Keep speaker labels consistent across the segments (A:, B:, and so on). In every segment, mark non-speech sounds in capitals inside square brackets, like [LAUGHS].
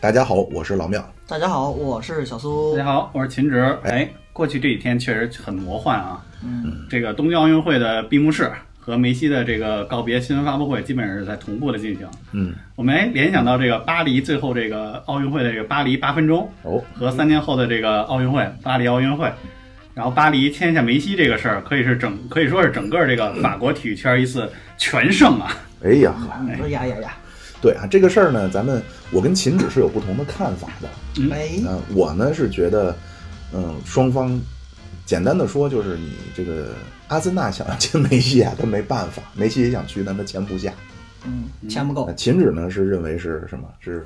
A: 大家好，我是老庙。
B: 大家好，我是小苏
C: 大家。好，我是秦直。哎，过去这几天确实很魔幻啊。嗯，这个东京奥运会的闭幕式和梅西的这个告别新闻发布会，基本上是在同步的进行。
A: 嗯，
C: 我们哎联想到这个巴黎最后这个奥运会的这个巴黎八分钟
A: 哦，
C: 和三年后的这个奥运会巴黎奥运会，然后巴黎签下梅西这个事儿，可以是整可以说是整个这个法国体育圈一次全胜啊。
A: 哎呀呵，
B: 嗯呀呀呀！
A: 对啊，这个事儿呢，咱们我跟秦止是有不同的看法的。
C: 嗯
B: 哎，
A: 嗯、我呢是觉得，嗯，双方简单的说就是你这个阿森纳想要签梅西啊，他没办法，梅西也想去，但他钱不下。
B: 嗯，钱不够
A: 那，秦止呢是认为是什么？是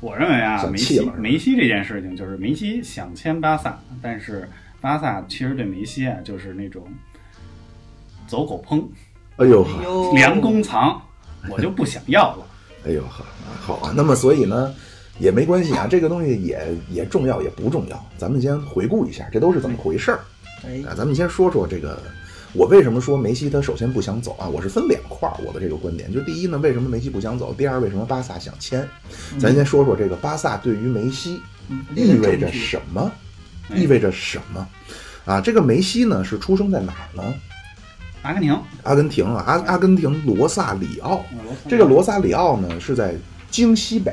C: 我认为啊，
A: 想
C: 梅
A: 气
C: 西
A: 了是吧
C: 梅西这件事情，就是梅西想签巴萨，但是巴萨其实对梅西啊，就是那种走狗烹、
A: 哎呦
B: 哎
A: 呵，
B: 呦
C: 良弓藏，我就不想要了。
A: 哎呦呵，好啊。那么所以呢，也没关系啊，这个东西也也重要也不重要。咱们先回顾一下，这都是怎么回事儿。
B: 哎，
A: 啊，咱们先说说这个，我为什么说梅西他首先不想走啊？我是分两块儿我的这个观点，就第一呢，为什么梅西不想走？第二，为什么巴萨想签？咱先说说这个巴萨对于梅西
B: 嗯
A: 意味着什么？
C: 嗯
A: 意味着什么？啊，这个梅西呢是出生在哪儿呢？
C: 阿根廷，
A: 阿根廷啊，阿阿根廷罗萨里奥。
C: 呃罗斯
A: 嗯这个罗萨里奥呢是在京西北，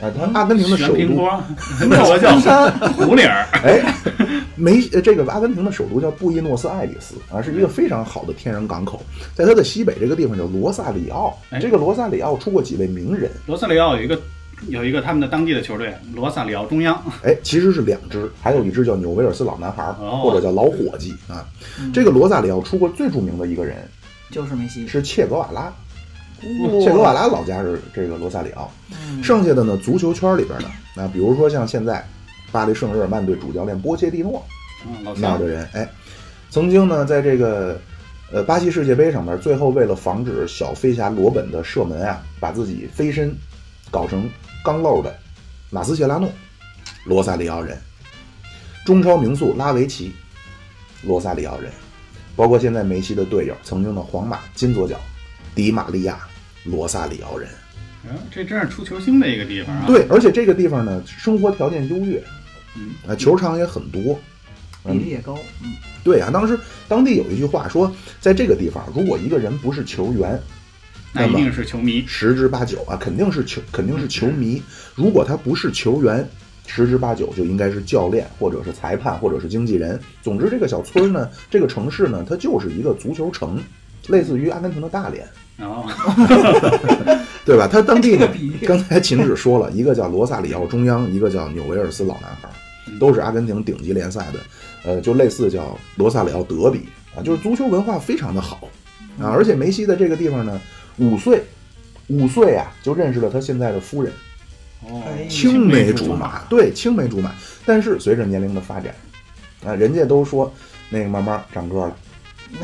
A: 啊，
C: 嗯
A: 它阿根廷的
C: 旋
A: 首
C: 平
A: 都。
C: 锅，那我叫 [LAUGHS] 狐狸儿。
A: 哎，梅呃这个阿根廷的首都叫布宜诺斯艾利斯啊，是一个非常好的天然港口，在它的西北这个地方叫罗萨里奥。
C: 哎
A: 这个罗萨里奥出过几位名人，
C: 罗萨里奥有一个有一个他们的当地的球队，罗萨里奥中央。
A: 哎，其实是两只，还有一只叫纽维尔斯老男孩，
C: 哦
A: 或者叫老伙计啊。这个罗萨里奥出过最著名的一个人
B: 嗯就是梅西。
A: 是切格瓦拉，
B: 哇
A: 切格瓦拉老家是这个罗萨里奥。
B: 嗯
A: 剩下的呢，足球圈里边的，那比如说像现在巴黎圣日耳曼队主教练波切蒂诺，
C: 嗯，老
A: 那
C: 乡
A: 儿的，人，哎，曾经呢，在这个呃巴西世界杯上面，最后为了防止小飞侠罗本的射门啊，把自己飞身搞成钢漏的马斯切拉诺，罗萨里奥人，中超名宿拉维奇，罗萨里奥人，包括现在梅西的队友，曾经的皇马金左脚迪玛利亚，罗萨里奥人。
C: 嗯这真是出球星的一个地方啊。
A: 对，而且这个地方呢，生活条件优越，
C: 嗯，
A: 啊，球场也很多，
B: 比例也高，嗯，
A: 对啊，当时当地有一句话说，在这个地方，如果一个人不是球员，
C: 那一定是球迷。
A: 十之八九啊，肯定是球，肯定是球迷。如果他不是球员，十之八九就应该是教练，或者是裁判，或者是经纪人。总之，这个小村儿呢，这个城市呢，它就是一个足球城，类似于阿根廷的大连。
C: 然后
A: 哦对吧？它当地呢
B: 这个比，喻
A: 刚才秦只说了一个叫罗萨里奥中央，一个叫纽维尔斯老男孩，都是阿根廷顶级联赛的，呃，就类似叫罗萨里奥德比啊，就是足球文化非常的好啊，而且梅西在这个地方呢，五岁，五岁啊就认识了他现在的夫人，
C: 哦，
A: 青梅竹
C: 马
A: 马，，对，青梅竹马。但是随着年龄的发展，啊，人家都说那个慢慢长个了。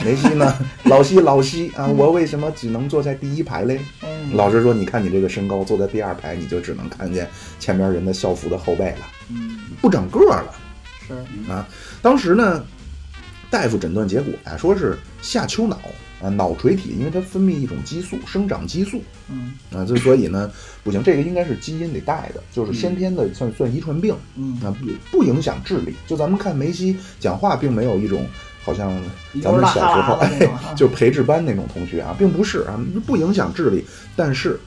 A: 梅西呢，老西老西啊，我为什么只能坐在第一排嘞？
B: 嗯
A: 老师说，你看你这个身高，坐在第二排，你就只能看见前面人的校服的后背了，
B: 嗯
A: 不长个儿了。
B: 是，
A: 当时呢，大夫诊断结果啊，说是下丘脑啊，脑垂体，因为它分泌一种激素，生长激素
B: 嗯
A: 啊，就所以呢，不行，这个应该是基因里带的，就是先天的，算算遗传病，
B: 嗯，
A: 那不不影响智力。就咱们看梅西讲话，并没有一种好像
B: 一
A: 咱们小时候
B: 拉哈喇
A: [LAUGHS]
B: 子那种啊
A: 哎就培智班那种同学啊，并不是啊，不影响智力，但是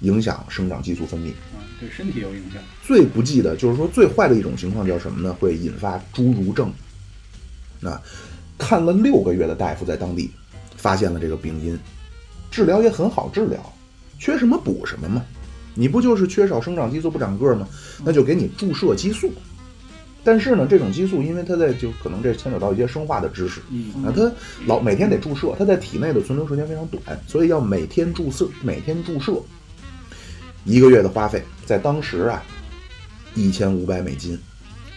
A: 影响生长激素分泌。
C: 嗯对身体有影响。
A: 最不济的就是说最坏的一种情况叫什么呢？会引发侏儒症。那看了六个月的大夫在当地发现了这个病因，治疗也很好治疗，缺什么补什么嘛。你不就是缺少生长激素不长个儿吗？那就给你注射激素。但是呢，这种激素因为它在就可能这牵扯到一些生化的知识，
C: 嗯
A: 啊，它老每天得注射，它在体内的存留时间非常短，所以要每天注射，每天注射。一个月的花费在当时啊，一千五百美金，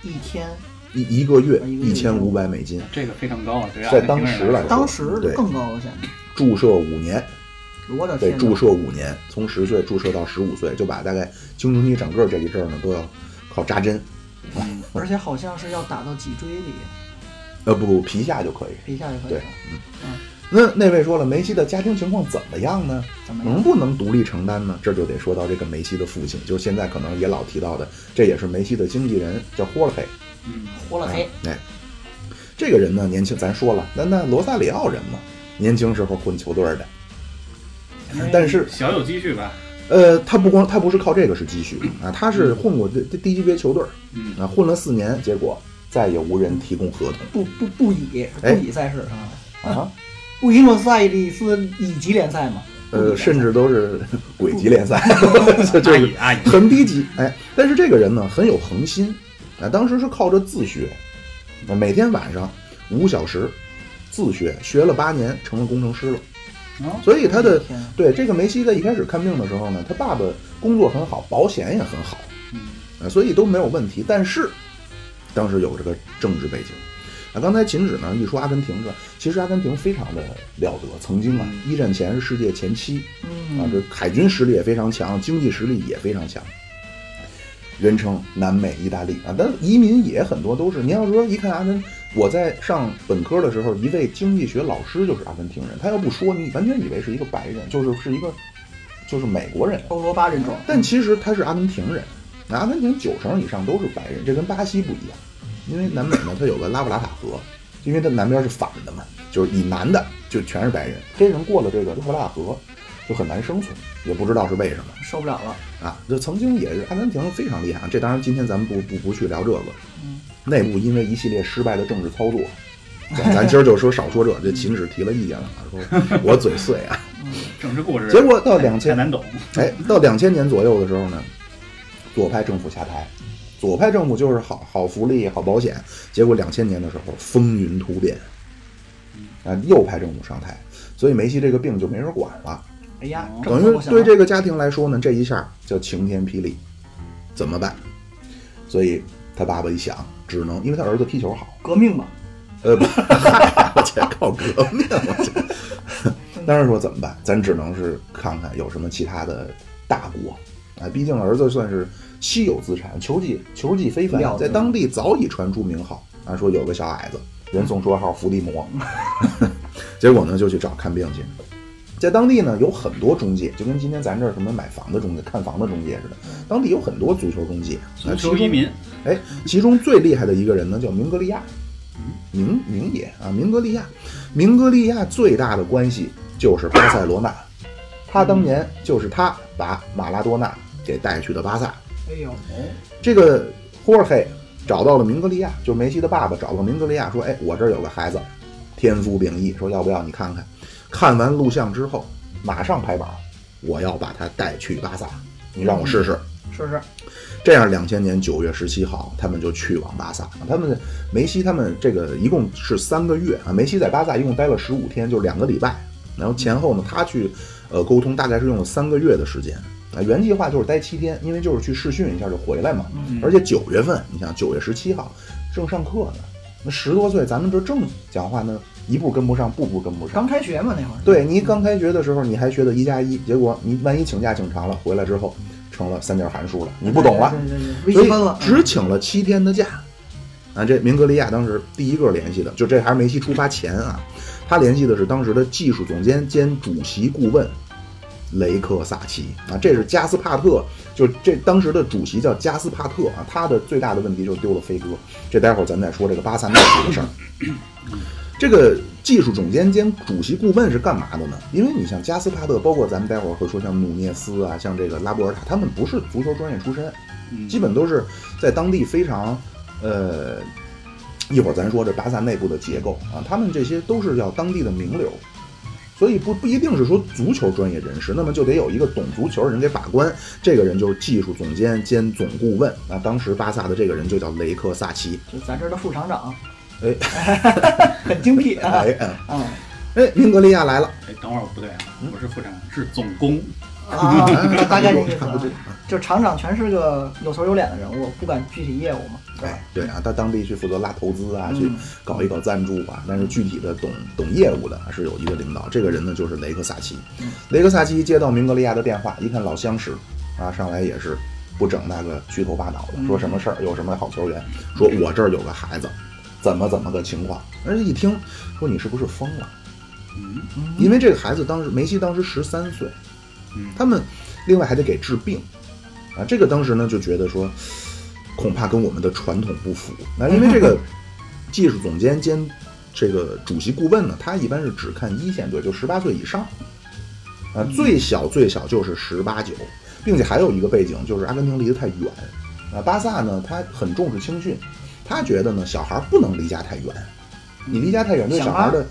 B: 一天，
A: 一一个月
B: 啊一个月
A: 一千五百美金，
C: 这个非常高啊，对于
A: 在当时来
C: 了，
A: 说，
B: 当时
A: 对
B: 更高了，现在，
A: 注射五年，
B: 我的
A: 得
B: 天，
A: 注，射五年，从十岁注射到十五岁，就把大概青春期长个儿这一阵儿呢，都要靠扎针，
B: 而且好像是要打到脊椎里，
A: 呃，不不，皮下就可以。
B: 皮下就可以
A: 对
B: 了，
A: 那那位说了，梅西的家庭情况怎么样呢？
B: 怎么样？
A: 能不能独立承担呢？这就得说到这个梅西的父亲，就是现在可能也老提到的，这也是梅西的经纪人，叫霍尔黑。
C: 嗯，
B: 活了
A: 哎
B: 黑，，
A: 哎，这个人呢，年轻，咱说了，那那罗萨里奥人嘛，年轻时候混球队的，嗯
B: 哎
A: 但是
C: 小有积蓄吧，
A: 呃，他不光他不是靠这个是积蓄啊，他是混过这这低级别球队
C: 嗯，
A: 啊，混了四年，结果再也无人提供合同
B: 不不不以不
A: 哎
B: 以赛事啊，
A: 啊，
B: 不以诺斯艾利斯乙级联赛嘛，
A: 呃，甚至都是鬼级联赛， [LAUGHS] 就就
C: 阿
A: 是
C: 姨阿姨，
A: 很低级。哎，但是这个人呢很有恒心，啊，当时是靠着自学，啊每天晚上五小时自学，学了八年，成了工程师了。
C: 哦
A: 所以他的
B: 天啊
A: 对这个梅西在一开始看病的时候呢，他爸爸工作很好，保险也很好，
C: 嗯
A: 啊，所以都没有问题。但是当时有这个政治背景。啊，刚才秦止呢一说阿根廷这，其实阿根廷非常的了得，曾经啊，一战前是世界前七，啊，
B: 嗯，
A: 这海军实力也非常强，经济实力也非常强，人称南美意大利啊。但移民也很多都是，你要说一看阿根，我在上本科的时候，一位经济学老师就是阿根廷人，他要不说你完全以为是一个白人，就是是一个就是美国人，
B: 欧罗巴人种，
A: 但其实他是阿根廷人。那阿根廷九成以上都是白人，这跟巴西不一样，因为南美呢它有个拉布拉塔河，因为它南边是反的嘛，就是以南的就全是白人，黑人过了这个拉布拉塔河就很难生存，也不知道是为什么。
B: 受不了了，
A: 啊，这曾经也是阿根廷非常厉害啊。这当然，今天咱们不不不去聊这个，
B: 嗯
A: 内部因为一系列失败的政治操作，咱咱今儿就说少说这。这秦始提了意见了，啊说我嘴碎啊。
C: 政治故事
A: 结果到两
C: 太 [LAUGHS]
A: 千
C: 难懂，
A: 哎，到两千年左右的时候呢，左派政府下台，左派政府就是好好福利、好保险。结果两千年的时候风云突变，啊，右派政府上台，所以梅西这个病就没人管了。
B: 哎呀，这
A: 等
B: 么我
A: 于
B: 想
A: 对这个家庭来说呢，这一下叫晴天霹雳，怎么办？所以他爸爸一想，只能因为他儿子踢球好，
B: 革命吧，
A: 呃，不嗨，我去，靠革命，我去。 [LAUGHS] 当时说怎么办？咱只能是看看有什么其他的大国啊，毕竟儿子算是稀有资产，球技球技非
B: 了
A: 凡，
B: 不
A: 在
B: 得
A: 当地早已传出名号啊。说有个小矮子，人 [LAUGHS] 送嗯绰号伏地魔， [LAUGHS] 结果呢就去找看病去。在当地呢有很多中介，就跟今天咱这儿什么买房的中介、看房的中介似的，当地有很多足球中介，
C: 足
A: 啊
C: 球
A: 其中
C: 移民，
A: 哎，其中最厉害的一个人呢，叫明格利亚，嗯明明也啊，明格利亚，明格利亚最大的关系就是巴塞罗那，他当年就是他把马拉多纳给带去的巴萨。
B: 哎呦，
A: 这个霍尔黑找到了明格利亚，就是梅西的爸爸，找到明格利亚说：“哎，我这儿有个孩子，天赋秉异，说要不要你看看？”看完录像之后，马上拍板，我要把他带去巴萨，你让我试试。
B: 试试，
A: 这样，两千年九月十七号，他们就去往巴萨。他们梅西他们这个一共是三个月啊，梅西在巴萨一共待了十五天，就是两个礼拜。然后前后呢，他去呃沟通，大概是用了三个月的时间啊。原计划就是待七天，因为就是去试训一下就回来
B: 嗯
A: 嘛。而且九月份，你想九月十七号正上课呢，那十多岁，咱们这正讲话呢，一步跟不上，步步跟不上。
B: 刚开学嘛那会儿，
A: 对你刚开学的时候，你还学的一加一，结果你万一请假请长了，回来之后成了三角函数了，你不懂了。
B: 对，对对对微
A: 所
B: 积
A: 以
B: 分了，嗯
A: 只请了七天的假。啊，这明格利亚当时第一个联系的，就这还是梅西出发前啊，他联系的是当时的技术总监兼主席顾问雷克萨奇啊，这是加斯帕特，就这当时的主席叫加斯帕特啊，他的最大的问题就是丢了飞哥，这待会儿咱再说这个巴萨内部的事儿。这个技术总监兼主席顾问是干嘛的呢？因为你像加斯帕特，包括咱们待会儿会说像努涅斯啊，像这个拉波尔塔，他们不是足球专业出身，
C: 嗯
A: 基本都是在当地非常，呃，一会儿咱说这巴萨内部的结构啊，他们这些都是要当地的名流，所以不不一定是说足球专业人士，那么就得有一个懂足球的人给把关，这个人就是技术总监兼总顾问，那当时巴萨的这个人就叫雷克萨奇，
B: 就咱这儿的副厂长，
A: 哎，
B: [LAUGHS] 很精辟啊，
A: 哎哎 [LAUGHS]
B: 嗯
A: 哎，英格利亚来了，
C: 哎，等会儿不对啊，
A: 嗯
C: 不是副厂长，是总工，嗯
B: 啊，大概这意思
A: 差
B: 啊
A: 不多，
B: 就厂长全是个有头有脸的人物，不管具体业务嘛，对吧
A: 哎，对啊，到当地去负责拉投资啊，
B: 嗯
A: 去搞一搞赞助啊，但是具体的懂懂业务的啊是有一个领导，这个人呢就是雷克萨奇。雷克萨奇接到明格利亚的电话，一看老相识，啊，上来也是不整那个虚头巴脑的，说什么事儿，有什么好球员，说我这儿有个孩子，怎么怎么个情况，而且一听说你是不是疯了？
C: 嗯
A: 因为这个孩子当时梅西当时十三岁
C: 嗯，
A: 他们另外还得给治病啊。这个当时呢就觉得说，恐怕跟我们的传统不符。那因为这
C: [LAUGHS]
A: 个技术总监兼这个主席顾问呢，他一般是只看一线队，就十八岁以上啊，最小最小就是十八九，并且还有一个背景就是阿根廷离得太远啊。巴萨呢，他很重视青训，他觉得呢小孩不能离家太远，你离家太远对
B: 想
A: 小孩
B: 妈
A: 的。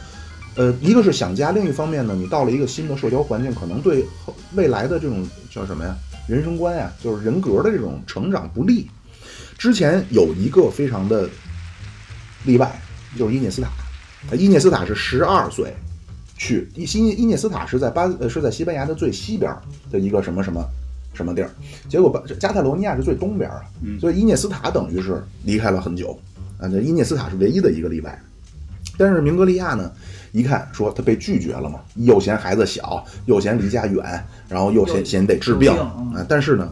A: 呃，一个是想家，另一方面呢，你到了一个新的社交环境，可能对后未来的这种叫什么呀，人生观呀，就是人格的这种成长不利。之前有一个非常的例外，就是伊涅斯塔。呃伊涅斯塔是十二岁去伊伊伊涅斯塔是在巴呃是在西班牙的最西边的一个什么什么什么地儿，结果巴加泰罗尼亚是最东边啊，
C: 嗯
A: 所以伊涅斯塔等于是离开了很久啊。这伊涅斯塔是唯一的一个例外。但是明格利亚呢，一看说他被拒绝了嘛，又嫌孩子小，又嫌离家远，然后又嫌
B: 又
A: 嫌得治
B: 有
A: 病
B: 病嗯
A: 啊。但是呢，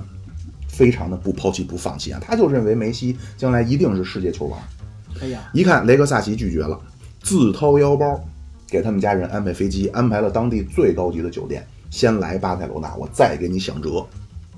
A: 非常的不抛弃不放弃啊，他就认为梅西将来一定是世界球王。
B: 哎呀，
A: 一看雷格萨奇拒绝了，自掏腰包给他们家人安排飞机，安排了当地最高级的酒店，先来巴塞罗那，我再给你想辙。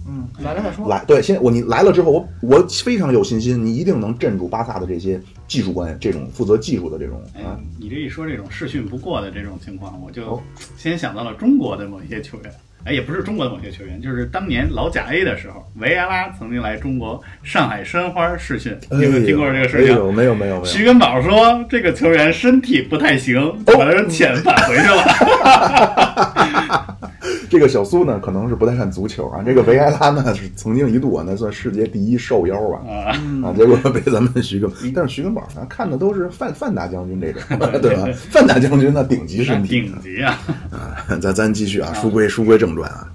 B: 嗯，来了再说。
A: 来，对，先我你来了之后，我我非常有信心，你一定能镇住巴萨的这些技术官，这种负责技术的这种
C: 哎
A: 啊，，
C: 你这一说这种试训不过的这种情况，我就
A: 哦
C: 先想到了中国的某些球员。哎，也不是中国的某些球员，就是当年老甲 A 的时候，维埃拉曾经来中国上海申花试训，
A: 哎
C: 你有没有听过这个事
A: 没
C: 情？啊
A: 有，没有，没有，没有。
C: 徐根宝说：“这个球员身体不太行，
A: 哦
C: 把他遣返回去了。 [LAUGHS]
A: 这个小苏呢，可能是不太看足球啊。这个维埃拉呢，是曾经一度啊，那算世界第一瘦腰啊。
C: 啊，
A: 啊，结果被咱们徐根，但是徐根宝反正看的都是范范大将军这种，对吧？范大将军那顶级身体，
C: 顶级啊！
A: 啊，咱咱继续啊，书归书归正传啊。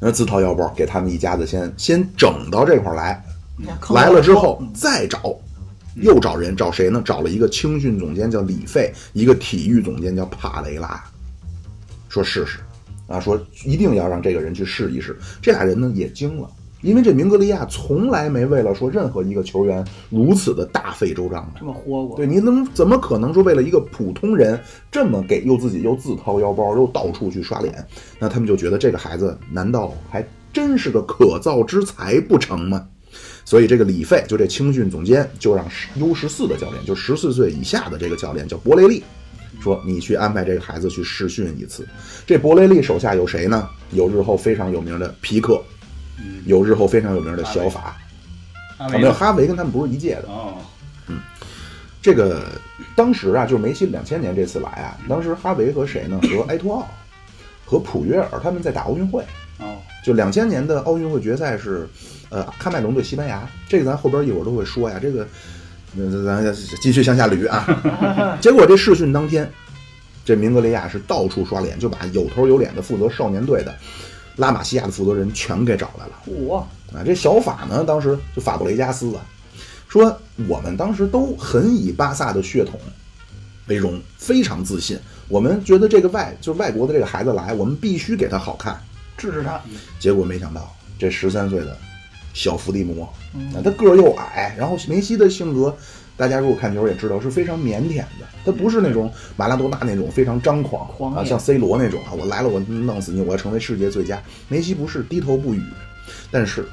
A: 那自掏腰包给他们一家子先先整到这块儿来，
B: 坑
A: 来了之后
B: 嗯
A: 再找，又找人找谁呢？找了一个青训总监叫李费，一个体育总监叫帕雷拉，说试试，啊，说一定要让这个人去试一试。这俩人呢也惊了，因为这明格利亚从来没为了说任何一个球员如此的大费周章的
B: 这。么豁过，
A: 对，你能怎么可能说为了一个普通人这么给，又自己又自掏腰包，又到处去刷脸？那他们就觉得这个孩子难道还真是个可造之才不成吗？所以这个李费就这青训总监就让 U 十四的教练，就十四岁以下的这个教练叫博雷利，说你去安排这个孩子去试训一次。这博雷利手下有谁呢？有日后非常有名的皮克，
C: 嗯，
A: 有日后非常有名的小法，
C: 阿
A: 啊
C: 维
A: 没有哈维跟他们不是一届的。
C: 哦，
A: 这个当时啊，就是梅西两千年这次来啊，当时哈维和谁呢？和埃托奥和普约尔他们在打奥运会。
C: 哦，
A: 就两千年的奥运会决赛是，呃，喀麦隆对西班牙，这个咱后边一会儿都会说呀。这个，呃咱咱继续向下捋啊。结果这试训当天，这明格雷亚是到处刷脸，就把有头有脸的负责少年队的拉玛西亚的负责人全给找来了。
B: 嚯，
A: 啊，这小法呢，当时就法布雷加斯啊，说我们当时都很以巴萨的血统为荣，非常自信。我们觉得这个外就是外国的这个孩子来，我们必须给他好看。
B: 治治他，
A: 结果没想到，这十三岁的小伏地魔，
B: 嗯
A: 啊，他个儿又矮，然后梅西的性格，大家如果看球也知道是非常腼腆的，他不是那种马拉多纳那种非常张狂
B: 狂
A: 啊，
B: 野
A: 像 C 罗那种啊，我来了我弄死你，我要成为世界最佳。梅西不是低头不语，但是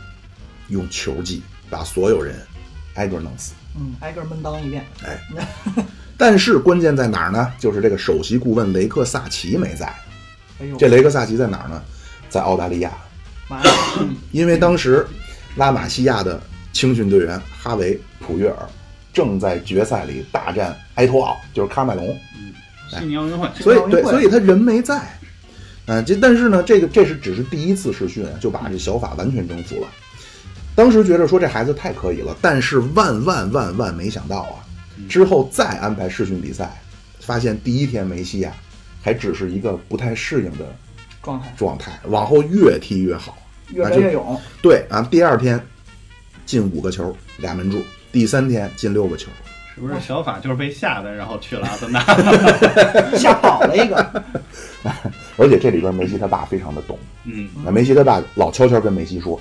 A: 用球技把所有人挨个弄死。
B: 嗯，挨个闷当一遍，
A: 哎，但是关键在哪儿呢？就是这个首席顾问雷克萨奇没在。
B: 哎呦，
A: 这雷克萨奇在哪儿呢？在澳大利亚。
B: 完了，
A: 因为当时拉玛西亚的青训队员哈维·普约尔正在决赛里大战埃托奥，就是喀麦隆，
C: 悉尼奥运会，
A: 哎所以
B: 奥运
A: 对，
B: 会
A: 所以他人没在。嗯、这但是呢，这个这是只是第一次试训，就把这小法完全征服了。当时觉得说这孩子太可以了，但是万万万万没想到啊，之后再安排试训比赛，发现第一天梅西啊，还只是一个不太适应的
B: 状态
A: 状态，往后越踢越好，
B: 越
A: 啊
B: 来
A: 就
B: 越勇，
A: 对啊，第二天进五个球，俩门柱；第三天进六个球。
C: 是不是小法就是被吓的，然后去了阿森纳？
A: [LAUGHS]
B: 吓跑了一个，
A: 而且这里边梅西他爸非常的懂，
C: 嗯，
A: 那梅西他爸老悄悄跟梅西说：“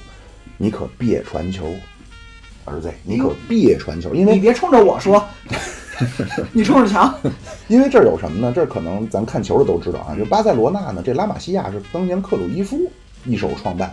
A: 你可别传球，儿子，你可别传球，因
B: 你
A: 为 [LAUGHS]
B: 别冲着我说，你冲着墙，
A: 因为这儿有什么呢？这儿可能咱看球的都知道啊，就巴塞罗那呢，这拉玛西亚是当年克鲁伊夫一手创办，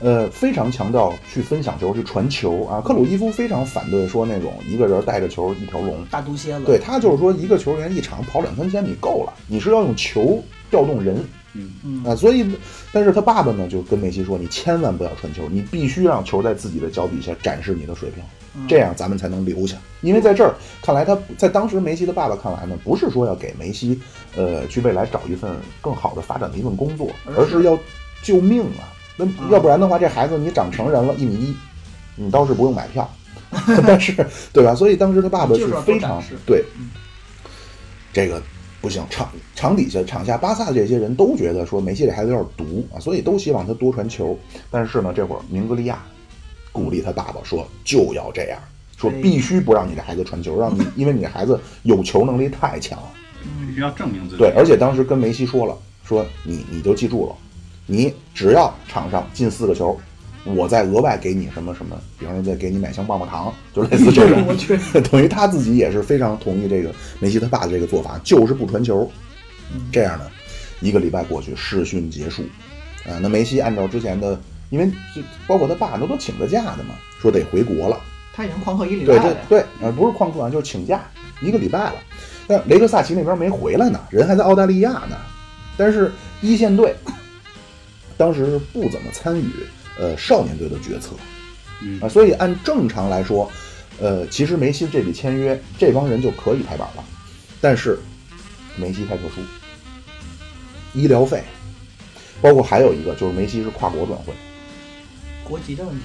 A: 呃，非常强调去分享球、去传球啊。克鲁伊夫非常反对说那种一个人带着球一条龙，
B: 大毒蝎子。
A: 对，他就是说一个球员一场跑两三千米够了，你是要用球调动人
B: 嗯
A: 啊。所以，但是他爸爸呢就跟梅西说，你千万不要传球，你必须让球在自己的脚底下展示你的水平。
B: 嗯
A: 这样咱们才能留下。因为在这儿看来他，在当时梅西的爸爸看来呢，不是说要给梅西，呃，去未来找一份更好的发展的一份工作，
B: 而
A: 而
B: 是
A: 是要救命啊！那
B: 嗯
A: 要不然的话，这孩子你长成人了，一米一，你倒是不用买
B: [LAUGHS]
A: 票，但是对吧？所以当时他爸爸
B: 就是要
A: 非
B: 多
A: 常
B: 展示
A: 对
B: 嗯
A: 这个。不行，场场底下、场下，巴萨的这些人都觉得说梅西这孩子有点毒啊，所以都希望他多传球。但是呢，这会儿明格利亚鼓励他爸爸说就要这样，说
B: 哎
A: 必须不让你的孩子传球，让你因为你的孩子有球能力太强。
C: 必
B: 嗯
C: 须要证明自己。
A: 对，而且当时跟梅西说了，说你你就记住了，你只要场上进四个球，我再额外给你什么什么，比方说再给你买箱棒棒糖，就类似这种
B: [LAUGHS] 我。去，
A: 等于他自己也是非常同意这个梅西他爸的这个做法，就是不传球。
B: 嗯
A: 这样呢，一个礼拜过去，试训结束，啊，那梅西按照之前的，因为这包括他爸那都请了假的嘛，说得回国了。
B: 他已经狂贺一礼拜
A: 对对
B: 了呀。
A: 对，呃，不是旷课啊，就是请假一个礼拜了。但雷克萨奇那边没回来呢，人还在澳大利亚呢。但是一线队当时是不怎么参与呃少年队的决策
C: 嗯
A: 啊、所以按正常来说，呃，其实梅西这笔签约，这帮人就可以拍板了。但是梅西太特殊，医疗费，包括还有一个就是梅西是跨国转会。
B: 国籍的问题，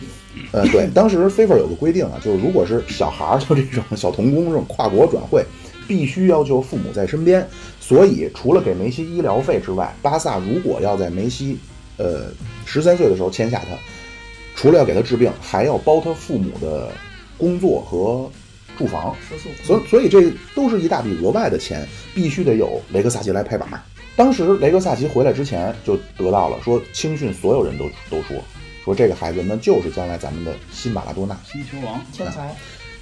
A: 呃，对，当时 FIFA 有个规定啊，就是如果是小孩儿，就这种小童工这种跨国转会，必须要求父母在身边。所以，除了给梅西医疗费之外，巴萨如果要在梅西呃十三岁的时候签下他，除了要给他治病，还要包他父母的工作和住房。
B: 食宿。
A: 所以所以这都是一大笔额外的钱，必须得有雷克萨奇来拍板。当时雷克萨奇回来之前就得到了说，青训所有人都都说说这个孩子那就是将来咱们的新马拉多纳。
C: 新球王，
B: 嗯天才，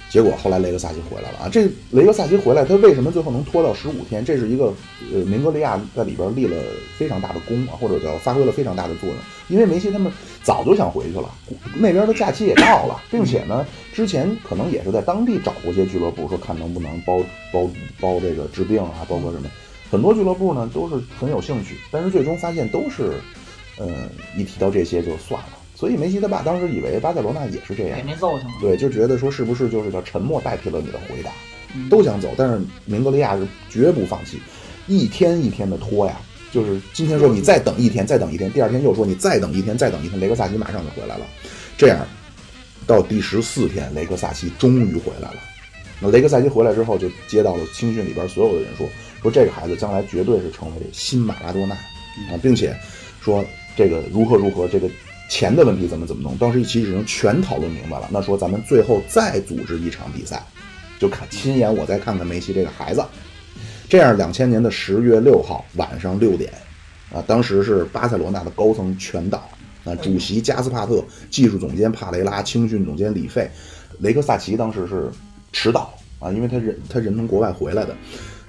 A: 结果后来雷克萨奇回来了啊，这雷克萨奇回来，他为什么最后能拖到十五天？这是一个呃，明格利亚在里边立了非常大的功啊，或者叫发挥了非常大的作用。因为梅西他们早就想回去了，那边的假期也到了，并且呢，之前可能也是在当地找过些俱乐部，说看能不能包包包这个治病啊，包括什么，很多俱乐部呢都是很有兴趣，但是最终发现都是，呃，一提到这些就算了。所以梅西他爸当时以为巴塞罗那也是这样
B: 给，那揍上了。
A: 对，就觉得说是不是就是叫沉默代替了你的回答，
B: 嗯
A: 都想走，但是明格利亚是绝不放弃，一天一天的拖呀，就是今天说你再等一天，再等一天，第二天又说你再等一天，再等一天，雷克萨奇马上就回来了，这样到第十四天，雷克萨奇终于回来了。那雷克萨奇回来之后，就接到了青训里边所有的人说，说这个孩子将来绝对是成为新马拉多纳啊，并且说这个如何如何，这个钱的问题怎么怎么弄。当时其实已经全讨论明白了。那说咱们最后再组织一场比赛，就看亲眼我再看看梅西这个孩子。这样，两千年的十月六号晚上六点，啊，当时是巴塞罗那的高层全到，啊，主席加斯帕特、技术总监帕雷拉、青训总监里费、雷克萨奇当时是迟到啊，因为他人他人从国外回来的，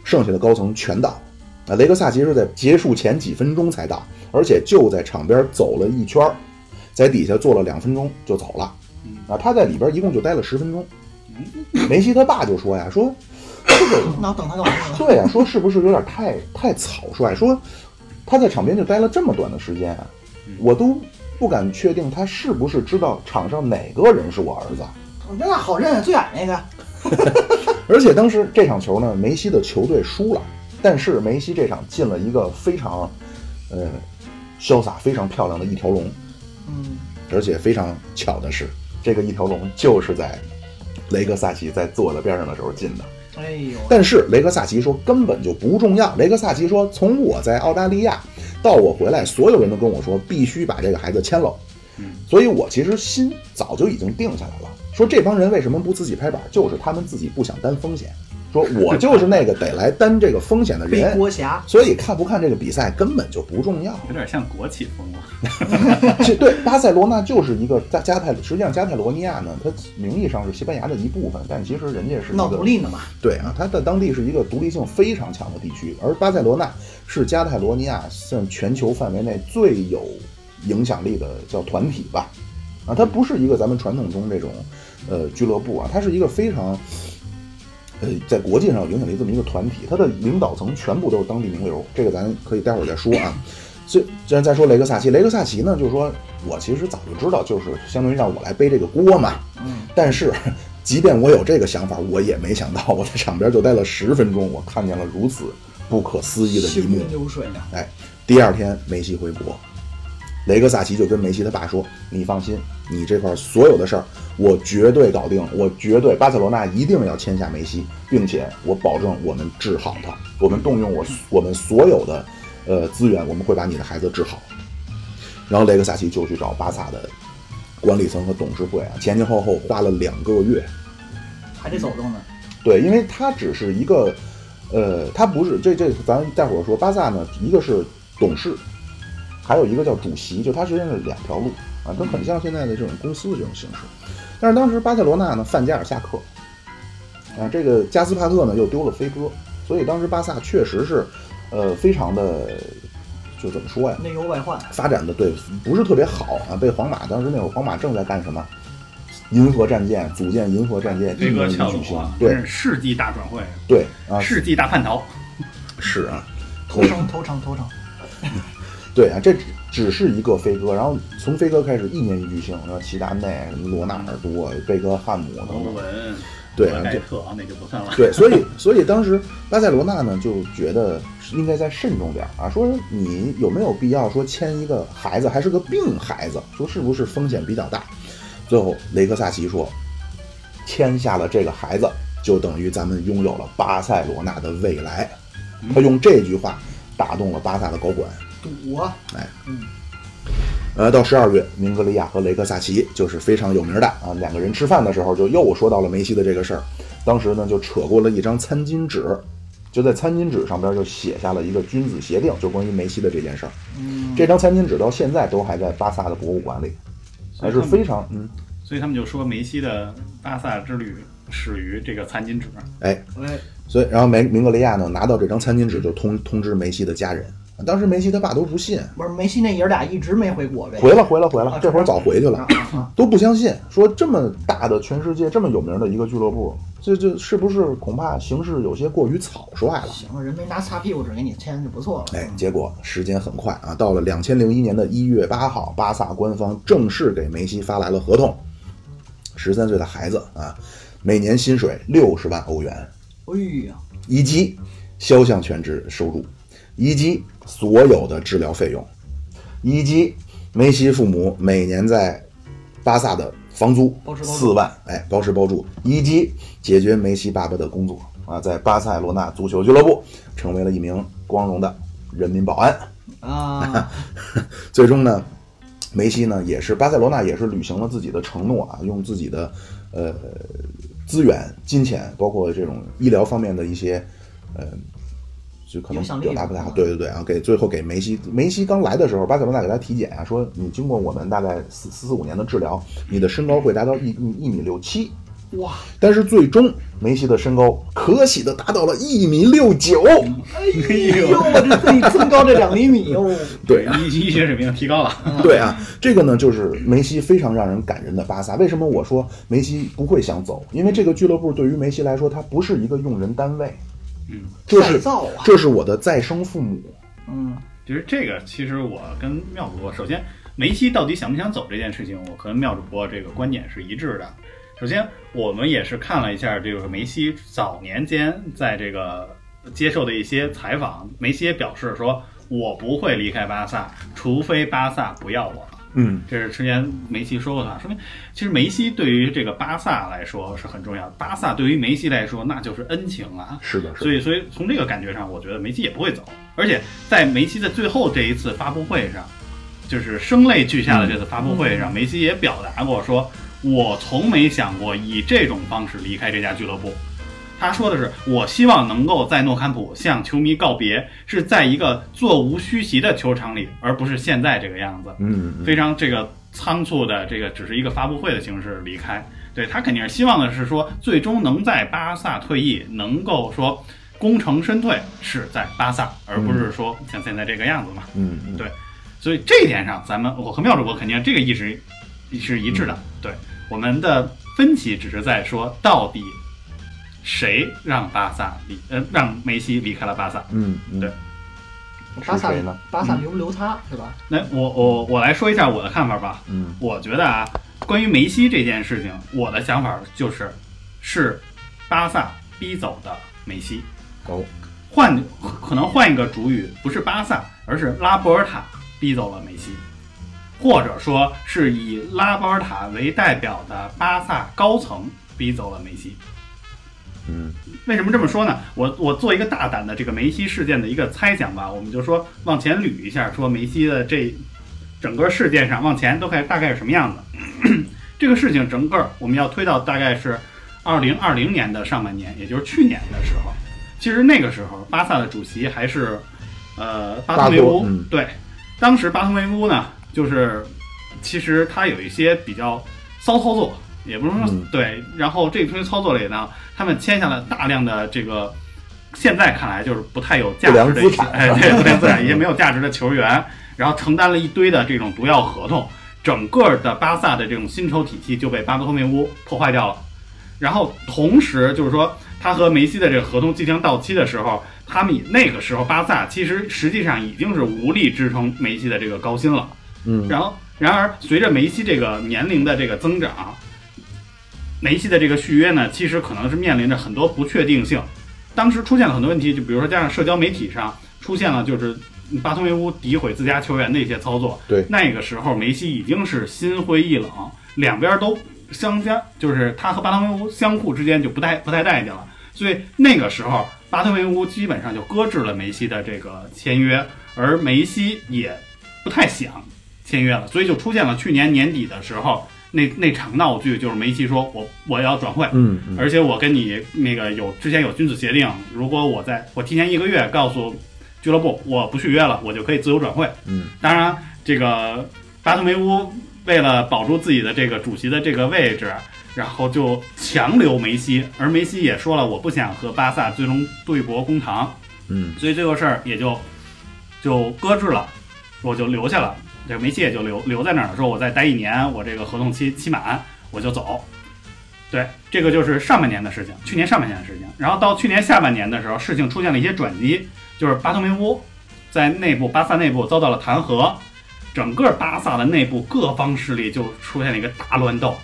A: 剩下的高层全到。啊，雷克萨奇是在结束前几分钟才到，而且就在场边走了一圈儿，在底下坐了两分钟就走了。啊，他在里边一共就待了十分钟。梅西他爸就说呀，说
B: 那我等他干嘛 [LAUGHS] 去了？
A: 对呀、啊说是不是有点太太草率？说他在场边就待了这么短的时间啊，我都不敢确定他是不是知道场上哪个人是我儿子。
B: 那好认啊，最矮那个。
A: 而且当时这场球呢，梅西的球队输了，但是梅西这场进了一个非常，呃，潇洒、非常漂亮的一条龙，
B: 嗯，
A: 而且非常巧的是，这个一条龙就是在雷格萨奇在坐在边上的时候进的。
B: 哎呦，
A: 但是雷克萨奇说根本就不重要。雷克萨奇说，从我在澳大利亚到我回来，所有人都跟我说必须把这个孩子签了
C: 嗯。
A: 所以我其实心早就已经定下来了，说这帮人为什么不自己拍板，就是他们自己不想担风险。说我就是那个得来担这个风险的
B: 背 [LAUGHS]
A: 人，
B: 锅侠，
A: 所以看不看这个比赛根本就不重
B: [LAUGHS]
A: 要。
C: 有点像国企风了。
A: 这对巴塞罗那就是一个加加泰，实际上加泰罗尼亚呢，它名义上是西班牙的一部分，但其实人家是一
B: 闹
A: 个
B: 独立呢嘛，
A: 对啊，它在当地是一个独立性非常强的地区，而巴塞罗那是加泰罗尼亚算全球范围内最有影响力的叫团体吧，啊，它不是一个咱们传统中这种呃俱乐部啊，它是一个非常呃在国际上有影响力这么一个团体，它的领导层全部都是当地名流，这个咱可以待会儿再说啊。所以，既然再说雷克萨奇，雷克萨奇呢，就是说我其实早就知道，就是相当于让我来背这个锅嘛，
B: 嗯，
A: 但是， [LAUGHS] 即便我有这个想法，我也没想到，我在场边就待了十分钟，我看见了如此不可思议的一
B: 行
A: 幕
B: 云。流水啊，
A: 哎，第二天梅西回国，雷格萨奇就跟梅西他爸说：“你放心，你这块所有的事儿，我绝对搞定，我绝对巴塞罗那一定要签下梅西，并且我保证我们治好他，我们动用我我们所有的呃资源，我们会把你的孩子治好。”然后雷格萨奇就去找巴萨的管理层和董事会啊，前前后后花了两个月，
B: 还得走动呢，
A: 对，因为它只是一个，呃，它不是这这，咱待会儿说巴萨呢，一个是董事，还有一个叫主席，就它实际上是两条路啊，它很像现在的这种公司的这种形式。但是当时巴塞罗那呢，范加尔下课，啊，这个加斯帕特呢又丢了飞哥，所以当时巴萨确实是，呃，非常的，就怎么说呀，
B: 内忧外患，
A: 发展的对不是特别好啊，被皇马当时那会儿皇马正在干什么？银河战舰组建银河战舰，一
C: 飞哥
A: 年一
C: 俏
A: 举
C: 鲁
A: 行
C: 啊，，真
A: 对
C: 是世纪大转会，
A: 对啊，
C: 世纪大叛逃。
A: 是啊，
B: 投诚投诚投诚，
A: 对啊，这只只是一个飞哥，然后从飞哥开始一年一巨星，然后齐达内、什么罗纳尔多、贝克汉姆等
C: 欧
A: 等，
C: 文、
A: 哦对
C: 博
A: 啊，
C: 盖
A: 这
C: 特啊，那就不算了。
A: 对，所以所以当时巴塞罗那呢就觉得应该再慎重点儿啊，说你有没有必要说签一个孩子还是个病孩子，说是不是风险比较大？最后雷克萨奇说，签下了这个孩子，就等于咱们拥有了巴塞罗那的未来。他用这句话打动了巴萨的高管。
B: 赌啊，
A: 哎呃，到十二月，明格利亚和雷克萨奇就是非常有名的啊。两个人吃饭的时候就又说到了梅西的这个事儿，当时呢就扯过了一张餐巾纸，就在餐巾纸上边就写下了一个君子协定，就关于梅西的这件事儿。
B: 嗯，
A: 这张餐巾纸到现在都还在巴萨的博物馆里，
C: 所
A: 还
C: 以他
A: 是
C: 们
A: 非常嗯，
C: 所以他们就说梅西的巴萨之旅始于这个餐巾纸。
A: 哎，
B: 哎，
A: 所以然后梅明格利亚呢拿到这张餐巾纸就通通知梅西的家人，当时梅西他爸都不信，
B: 不是梅西那爷儿俩一直没回国呗，
A: 回了回了回了
B: 啊，
A: 这会儿早回去了
B: 啊。啊啊
A: 都不相信，说这么大的全世界这么有名的一个俱乐部，这这是不是恐怕形势有些过于草率了？
B: 行，人没拿擦屁股纸给你签就不错了，
A: 哎，结果时间很快啊，到了两千零一年的一月八号，巴萨官方正式给梅西发来了合同，十三岁的孩子啊，每年薪水六十万欧元，
B: 哎呀，
A: 以及肖像权之收入，以及所有的治疗费用，以及梅西父母每年在巴萨的房租
B: 包吃包住
A: 四万，哎，包吃包住，以及解决梅西爸爸的工作啊，在巴塞罗那足球俱乐部成为了一名光荣的人民保安。
B: 啊，
A: [LAUGHS] 最终呢，梅西呢也是巴塞罗那也是履行了自己的承诺啊，用自己的呃资源、金钱，包括这种医疗方面的一些呃，就可能
B: 影响力
A: 表达不太好。
B: 吧
A: 对对对啊，给最后给梅西，梅西刚来的时候，巴塞罗那给他体检啊，说你经过我们大概四四四五年的治疗，你的身高会达到一一一米六七。
B: 哇，
A: 但是最终，梅西的身高可喜的达到了一米六九， [LAUGHS]
B: 哎呦，我这自己增高这两厘米哦，
A: 对啊
C: 医医学水平提高了。
A: [LAUGHS] 对啊，这个呢就是梅西非常让人感人的巴萨。为什么我说梅西不会想走？因为这个俱乐部对于梅西来说，它不是一个用人单位，
C: 嗯，
A: 这
B: 再
A: 是
B: 造啊，
A: 这是我的再生父母。
B: 嗯，
C: 其实这个，其实我跟妙主播，首先梅西到底想不想走这件事情，我和妙主播这个观点是一致的。首先，我们也是看了一下这个梅西早年间在这个接受的一些采访，梅西也表示说：“我不会离开巴萨，除非巴萨不要我。”
A: 嗯，
C: 这是之前梅西说过的话，说明其实梅西对于这个巴萨来说是很重要的，巴萨对于梅西来说那就是恩情啊。
A: 是的，是
C: 所
A: 的，
C: 以，所以从这个感觉上，我觉得梅西也不会走。而且在梅西的最后这一次发布会上，就是声泪俱下的这次发布会上，梅西也表达过说：“我从没想过以这种方式离开这家俱乐部。”他说的是，我希望能够在诺坎普向球迷告别，是在一个座无虚席的球场里，而不是现在这个样子，
A: 嗯嗯
C: 非常这个仓促的这个只是一个发布会的形式离开。对他肯定是希望的是说，最终能在巴萨退役，能够说功成身退是在巴萨，而不是说像现在这个样子嘛。
A: 嗯嗯，
C: 对所以这一点上，咱们我和妙主播肯定这个意识是一致的。对，我们的分歧只是在说到底谁让巴萨离呃让梅西离开了巴萨。
A: 嗯嗯
C: 对，
B: 巴
A: 是
B: 萨
A: 谁呢？
B: 巴
C: 嗯
B: 萨留不留他是吧？
C: 那我我我来说一下我的看法吧。
A: 嗯
C: 我觉得啊，关于梅西这件事情，我的想法就是是巴萨逼走的梅西。
A: 哦，
C: 换可能换一个主语，不是巴萨，而是拉波尔塔逼走了梅西，或者说是以拉波尔塔为代表的巴萨高层逼走了梅西。
A: 嗯
C: 为什么这么说呢？我我做一个大胆的这个梅西事件的一个猜想吧，我们就说往前捋一下，说梅西的这整个事件上往前都概大概是什么样子。 [CLEARS THROAT] 这个事情整个我们要推到大概是二零二零年的上半年，也就是去年的时候。其实那个时候，巴萨的主席还是呃巴
A: 巴
C: 托梅
A: 托
C: 乌，
A: 嗯
C: 对，当时巴托梅乌呢，就是其实他有一些比较骚操作，也不是说、
A: 嗯
C: 对，然后这些操作里呢，他们签下了大量的这个，现在看来就是不太有价值
A: 不
C: 的
A: 良
C: 一
A: 资
C: 些，
A: 产
C: 哎，对，不良资产一些没有价值的球员，然后承担了一堆的这种毒药合同，整个的巴萨的这种薪酬体系就被巴托梅乌破坏掉了。然后同时就是说，他和梅西的这个合同即将到期的时候，他们以那个时候巴萨其实实际上已经是无力支撑梅西的这个高薪了。
A: 嗯
C: 然后，然而随着梅西这个年龄的这个增长，梅西的这个续约呢，其实可能是面临着很多不确定性。当时出现了很多问题，就比如说加上社交媒体上出现了就是巴托梅乌诋毁自家球员的一些操作。
A: 对
C: 那个时候梅西已经是心灰意冷，两边都相加，就是他和巴托梅乌相互之间就不太不太待见了。所以那个时候，巴托梅乌基本上就搁置了梅西的这个签约，而梅西也不太想签约了，所以就出现了去年年底的时候那那场闹剧，就是梅西说我我要转会，
A: 嗯嗯
C: 而且我跟你那个有之前有君子协定，如果我在我提前一个月告诉俱乐部我不续约了，我就可以自由转会。
A: 嗯，
C: 当然，这个巴托梅乌为了保住自己的这个主席的这个位置，然后就强留梅西，而梅西也说了我不想和巴萨最终对簿公堂，
A: 嗯
C: 所以这个事儿也就就搁置了，我就留下了。这梅西也就留留在那儿了，说我再待一年，我这个合同期期满我就走。对，这个就是上半年的事情，去年上半年的事情。然后到去年下半年的时候，事情出现了一些转机，就是巴托梅乌在内部巴萨内部遭到了弹劾，整个巴萨的内部各方势力就出现了一个大乱斗。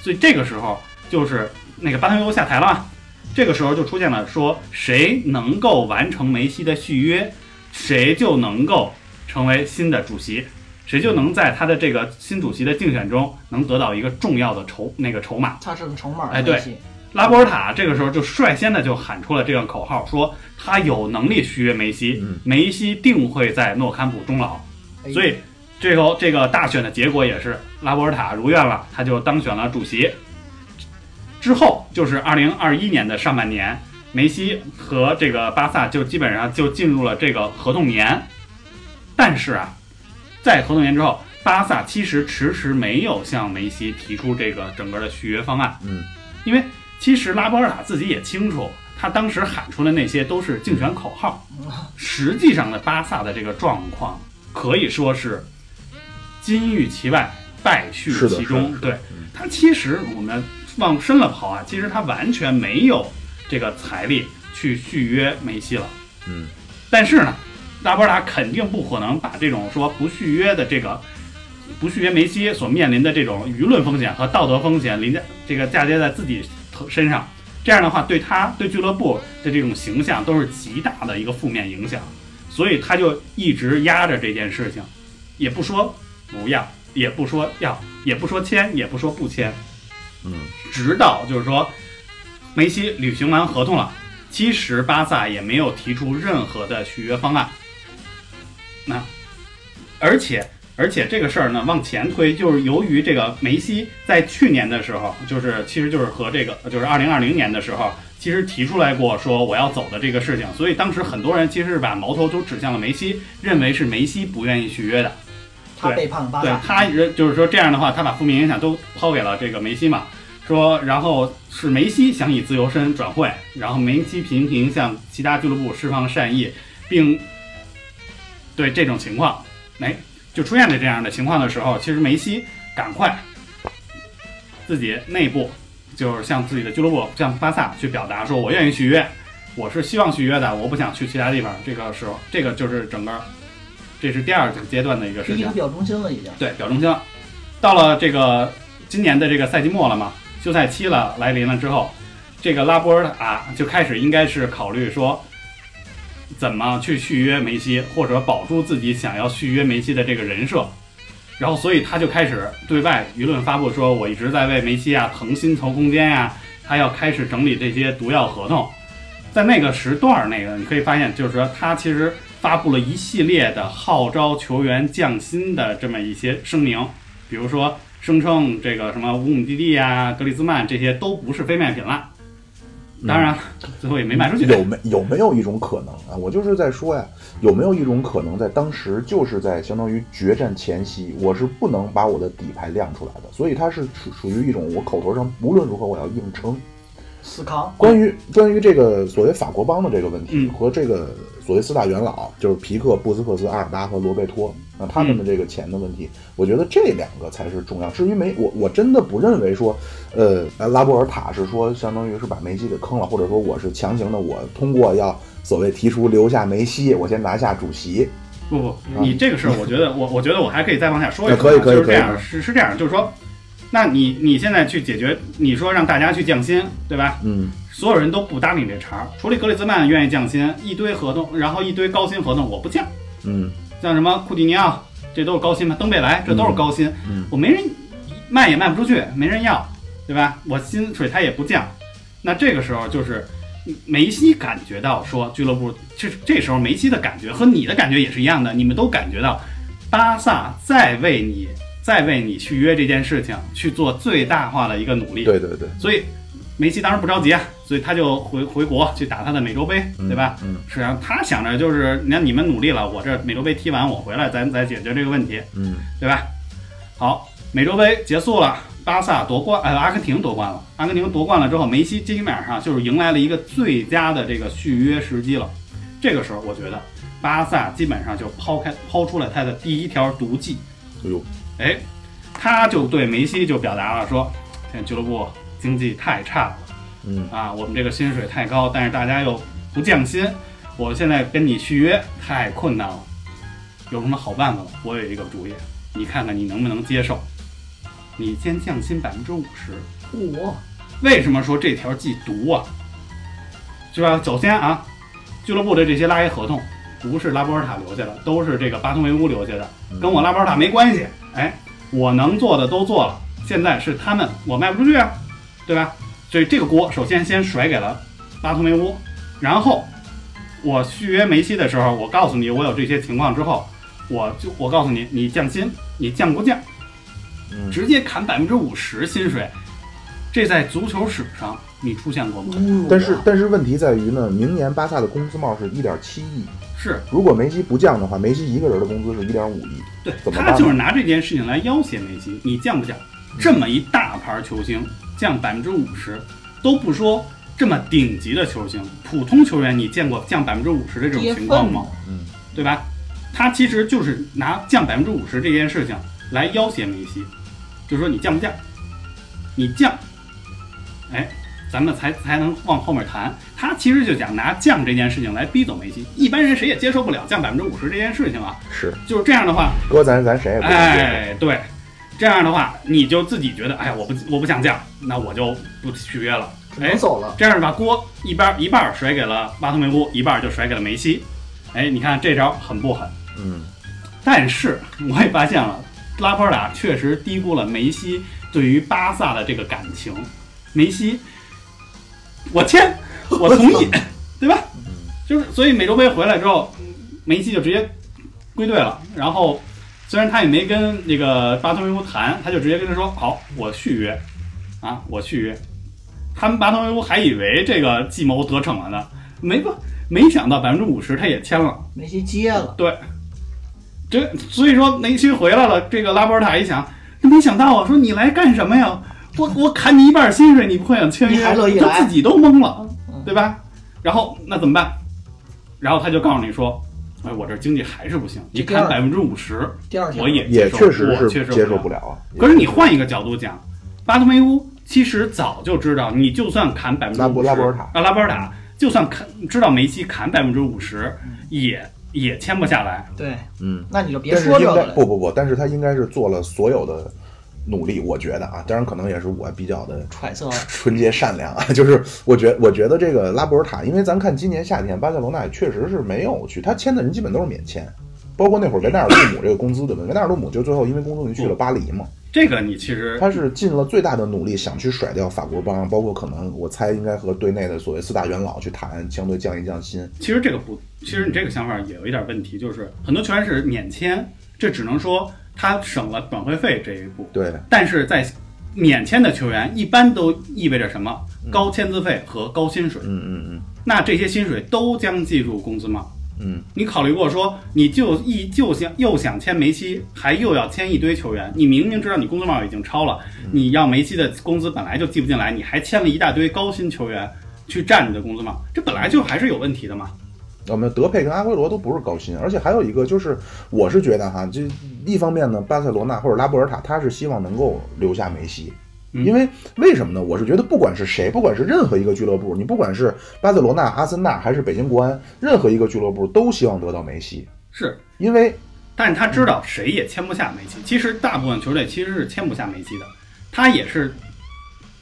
C: 所以这个时候就是那个巴托梅乌下台了嘛，这个时候就出现了说，谁能够完成梅西的续约，谁就能够成为新的主席，谁就能在他的这个新主席的竞选中能得到一个重要的筹那个筹码。
B: 他是个筹码，
C: 哎对
B: 梅西，
C: 拉波尔塔这个时候就率先的就喊出了这个口号，说他有能力续约梅西
A: 嗯，
C: 梅西定会在诺坎普终老。
B: 哎
C: 所以最后这个大选的结果也是拉波尔塔如愿了，他就当选了主席。之后就是二零二一年的上半年，梅西和这个巴萨就基本上就进入了这个合同年。但是啊，在合同年之后，巴萨其实迟迟没有向梅西提出这个整个的续约方案。
A: 嗯，
C: 因为其实拉波尔塔自己也清楚，他当时喊出的那些都是竞选口号。实际上的巴萨的这个状况可以说是金玉其外，败絮
A: 是的嗯
C: 其
A: 是
C: 中。对他其实我们往深了刨啊，其实他完全没有这个财力去续约梅西了。
A: 嗯，
C: 但是呢，拉波尔塔肯定不可能把这种说不续约的这个。不续约梅西所面临的这种舆论风险和道德风险，临在这个嫁接在自己头身上，这样的话对他对俱乐部的这种形象都是极大的一个负面影响，所以他就一直压着这件事情，也不说不要，也不说要，也不说签，也不说不签，
A: 嗯，
C: 直到就是说梅西履行完合同了，其实巴萨也没有提出任何的续约方案，那而且而且这个事儿呢，往前推，就是由于这个梅西在去年的时候，就是其实就是和这个就是二零二零年的时候，其实提出来过说我要走的这个事情，所以当时很多人其实是把矛头都指向了梅西，认为是梅西不愿意续约的。
B: 他背叛了巴
C: 对
B: 萨，
C: 他人就是说这样的话，他把负面影响都抛给了这个梅西嘛。说，然后是梅西想以自由身转会，然后梅西频频向其他俱乐部释放善意，并对这种情况，哎，就出现了这样的情况的时候，其实梅西赶快自己内部就是向自己的俱乐部，向巴萨去表达说，我愿意续约，我是希望续约的，我不想去其他地方。这个时候，这个就是整个，这是第二个阶段的一个事
B: 离
C: 情
B: 他。表忠心了已经。
C: 对，表中心了。到了这个今年的这个赛季末了嘛，休赛期了来临了之后，这个拉波尔塔就开始应该是考虑说，怎么去续约梅西，或者保住自己想要续约梅西的这个人设。然后，所以他就开始对外舆论发布说，我一直在为梅西啊腾薪头空间呀、他要开始整理这些毒药合同。在那个时段儿，那个你可以发现，就是说他其实发布了一系列的号召球员降薪的这么一些声明，比如说声称这个什么乌姆蒂蒂啊、格里兹曼这些都不是非卖品了。当然，最后也没卖出去。
A: 有没有没有一种可能啊？我就是在说呀，有没有一种可能，在当时就是在相当于决战前夕，我是不能把我的底牌亮出来的，所以它是属属于一种我口头上无论如何我要硬撑。
B: 死扛，
A: 关于关于这个所谓法国帮的这个问题
C: 嗯
A: 和这个所谓四大元老，就是皮克、布斯克斯、阿尔巴和罗贝托啊，他们的这个钱的问题，我觉得这两个才是重要。至于梅，我我真的不认为说，呃，拉波尔塔是说相当于是把梅西给坑了，或者说我是强行的，我通过要所谓提出留下梅西，我先拿下主席。
C: 不不，你这个事儿，我觉得我我觉得我还可以再往下说一说啊。
A: 啊可以可以
C: 就是这
A: 可
C: 样，是是这样，就是说，那你你现在去解决，你说让大家去降薪，对吧？
A: 嗯，
C: 所有人都不搭理你这茬儿，除了格里兹曼愿意降薪，一堆合同，然后一堆高薪合同我不降，
A: 嗯，
C: 像什么库蒂尼奥，这都是高薪嘛，登贝莱这都是高薪，
A: 嗯
C: 我没人卖也卖不出去，没人要，对吧？我薪水他也不降，那这个时候就是梅西感觉到说俱乐部这这时候梅西的感觉和你的感觉也是一样的，你们都感觉到巴萨在为你在为你续约这件事情去做最大化的一个努力，
A: 对对对，
C: 所以梅西当然不着急啊，所以他就回回国去打他的美洲杯，
A: 嗯
C: 对吧？？
A: 嗯
C: 是啊，他想着就是，你看你们努力了，我这美洲杯踢完，我回来咱再解决这个问题，
A: 嗯，
C: 对吧？好，美洲杯结束了，巴萨夺冠，呃，阿根廷夺冠了。阿根廷夺冠了之后，梅西基本上就是迎来了一个最佳的这个续约时机了。这个时候，我觉得巴萨基本上就抛开抛出了他的第一条毒计，
A: 哎呦，
C: 哎，他就对梅西就表达了说，现在俱乐部经济太差了。
A: 嗯
C: 啊，我们这个薪水太高，但是大家又不降薪，我现在跟你续约太困难了，有什么好办法吗？我有一个主意，你看看你能不能接受？你先降薪百分之五十。
B: 我
C: 为什么说这条计毒啊？是吧？首先啊，俱乐部的这些拉黑合同不是拉波尔塔留下的，都是这个巴图梅乌留下的，跟我拉波尔塔没关系。哎，我能做的都做了，现在是他们，我卖不出去啊，对吧？所以这个锅首先先甩给了巴图梅乌，然后我续约梅西的时候，我告诉你我有这些情况之后，我就我告诉你，你降薪，你降不降？
A: 嗯，
C: 直接砍百分之五十薪水，这在足球史上你出现过吗？
B: 侮辱我，
A: 但是但是问题在于呢，明年巴萨的工资帽是一点七亿。
C: 是
A: 如果梅西不降的话，梅西一个人的工资是一点五亿。
C: 对
A: 怎么办
C: 他
A: 呢
C: 就是拿这件事情来要挟梅西，你降不降？这么一大牌球星降百分之五十，都不说这么顶级的球星，普通球员你见过降百分之五十的这种
B: 跌
C: 情况
B: 份
C: 吗
B: 了？，
A: 嗯，
C: 对吧？他其实就是拿降百分之五十这件事情来要挟梅西，就是说你降不降？你降，哎，咱们才才能往后面谈。他其实就想拿降这件事情来逼走梅西，一般人谁也接受不了降百分之五十这件事情啊。
A: 是，
C: 就是这样的话，
A: 哥咱咱谁也不能接受。
C: 哎，对，这样的话你就自己觉得，哎，我不我不想降，那我就不续约了。
B: 只
C: 哎
B: 能，走了。
C: 这样把锅一半一半甩给了巴图梅乌，一半就甩给了梅西。哎，你看这招狠不狠？
A: 嗯，
C: 但是我也发现了，拉波尔塔确实低估了梅西对于巴萨的这个感情。梅西，我签，我同意，对吧？就是所以美洲杯回来之后，嗯梅西就直接归队了。然后虽然他也没跟那个巴图梅乌谈，他就直接跟他说：“好，我续约，啊，我续约。”他们巴托梅乌还以为这个计谋得逞了呢，没不没想到百分之五十他也签了。
B: 梅西接了，
C: 对，这所以说梅西回来了，这个拉波尔塔一想，那没想到啊，说你来干什么呀？我我砍你一半薪水，你不会想签约？
B: 你还乐意来啊
C: 他自己都懵了
B: 嗯，
C: 对吧？然后那怎么办？然后他就告诉你说，哎，我这经济还是不行，你
B: 这第二
C: 砍百分之五十，
B: 第二条
C: 我也
A: 也
C: 接受
A: 确实
C: 我
A: 是
C: 接受
A: 接
C: 不
A: 受
C: 了
A: 不了啊。
C: 可是你换一个角度讲，巴托梅乌其实早就知道，你就算砍百分之
A: 拉波
C: 五十，
A: 拉波尔塔
C: 啊，拉波尔塔就算砍知道梅西砍百分之五十，
B: 嗯
C: 也也签不下来。
B: 对，
A: 嗯，
B: 那你就别
A: 但是
B: 说这
A: 应
B: 个
A: 该
B: 了。
A: 不不不，但是他应该是做了所有的努力，我觉得啊，当然可能也是我比较的
B: 揣测
C: 哎
A: 纯洁善良啊， [LAUGHS] 就是我觉我觉得这个拉波尔塔，因为咱看今年夏天巴塞罗那也确实是没有去，他签的人基本都是免签，包括那会儿维纳尔杜姆这个工资的问题，维纳尔杜姆就最后因为工作就去了巴黎嘛，
C: 这个你其实
A: 他是尽了最大的努力想去甩掉法国帮，包括可能我猜应该和队内的所谓四大元老去谈，相对降一降薪，
C: 其实这个不，其实你这个想法也有一点问题，就是很多球员是免签，这只能说他省了转会费这一步，
A: 对，
C: 但是在免签的球员一般都意味着什么？高签字费和高薪水，
A: 嗯嗯嗯
C: 那这些薪水都将计入工资帽。
A: 嗯，
C: 你考虑过说，你就一就想又想签梅西，还又要签一堆球员，你明明知道你工资帽已经超了，你要梅西的工资本来就记不进来，你还签了一大堆高薪球员去占你的工资帽，这本来就还是有问题的嘛。
A: 我们德佩跟阿圭罗都不是高薪，而且还有一个就是，我是觉得哈，这一方面呢，巴塞罗那或者拉波尔塔，他是希望能够留下梅西。
C: 嗯
A: 因为为什么呢？我是觉得，不管是谁，不管是任何一个俱乐部，你不管是巴塞罗那、阿森纳还是北京国安，任何一个俱乐部都希望得到梅西，
C: 是，
A: 因为
C: 但是他知道谁也签不下梅西，其实大部分球队其实是签不下梅西的，他也是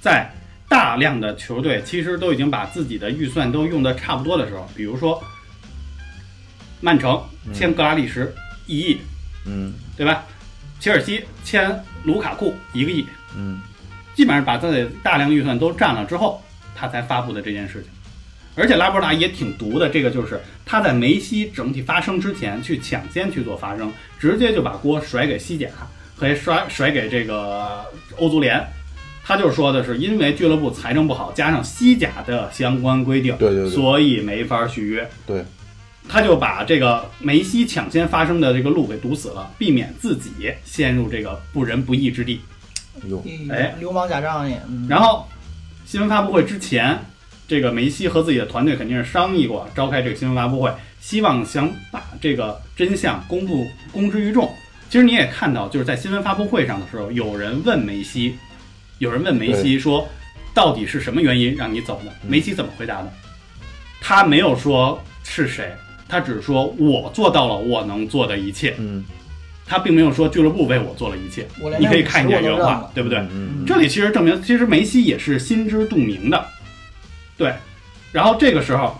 C: 在大量的球队其实都已经把自己的预算都用的差不多的时候，比如说曼城签格拉利什一亿。
A: 嗯
C: 对吧？切尔西签卢卡库一个亿，
A: 嗯
C: 基本上把自己的大量预算都占了之后，他才发布的这件事情。而且拉波尔塔也挺毒的，这个就是他在梅西整体发声之前去抢先去做发声，直接就把锅甩给西甲和甩甩给这个欧足联。他就说的是，因为俱乐部财政不好，加上西甲的相关规定，
A: 对对对
C: 所以没法续约。
A: 对，
C: 他就把这个梅西抢先发生的这个路给堵死了，避免自己陷入这个不仁不义之地。
A: 哟，
B: 一
C: 哎
B: 流氓假仗义，嗯，
C: 然后新闻发布会之前，这个梅西和自己的团队肯定是商议过，召开这个新闻发布会，希望想把这个真相公布公之于众。其实你也看到，就是在新闻发布会上的时候，有人问梅西，有人问梅西说，到底是什么原因让你走的？
A: 嗯
C: 梅西怎么回答的？他没有说是谁，他只是说我做到了我能做的一切，
A: 嗯，
C: 他并没有说俱乐部为我做了一切
B: 我。连
C: 你可以
B: 那
C: 看
B: 50
C: 一眼
B: 我都
C: 原
B: 让
C: 话
B: 了，
C: 对不对？
A: 嗯
C: 这里其实证明，其实梅西也是心知肚明的，对。然后这个时候，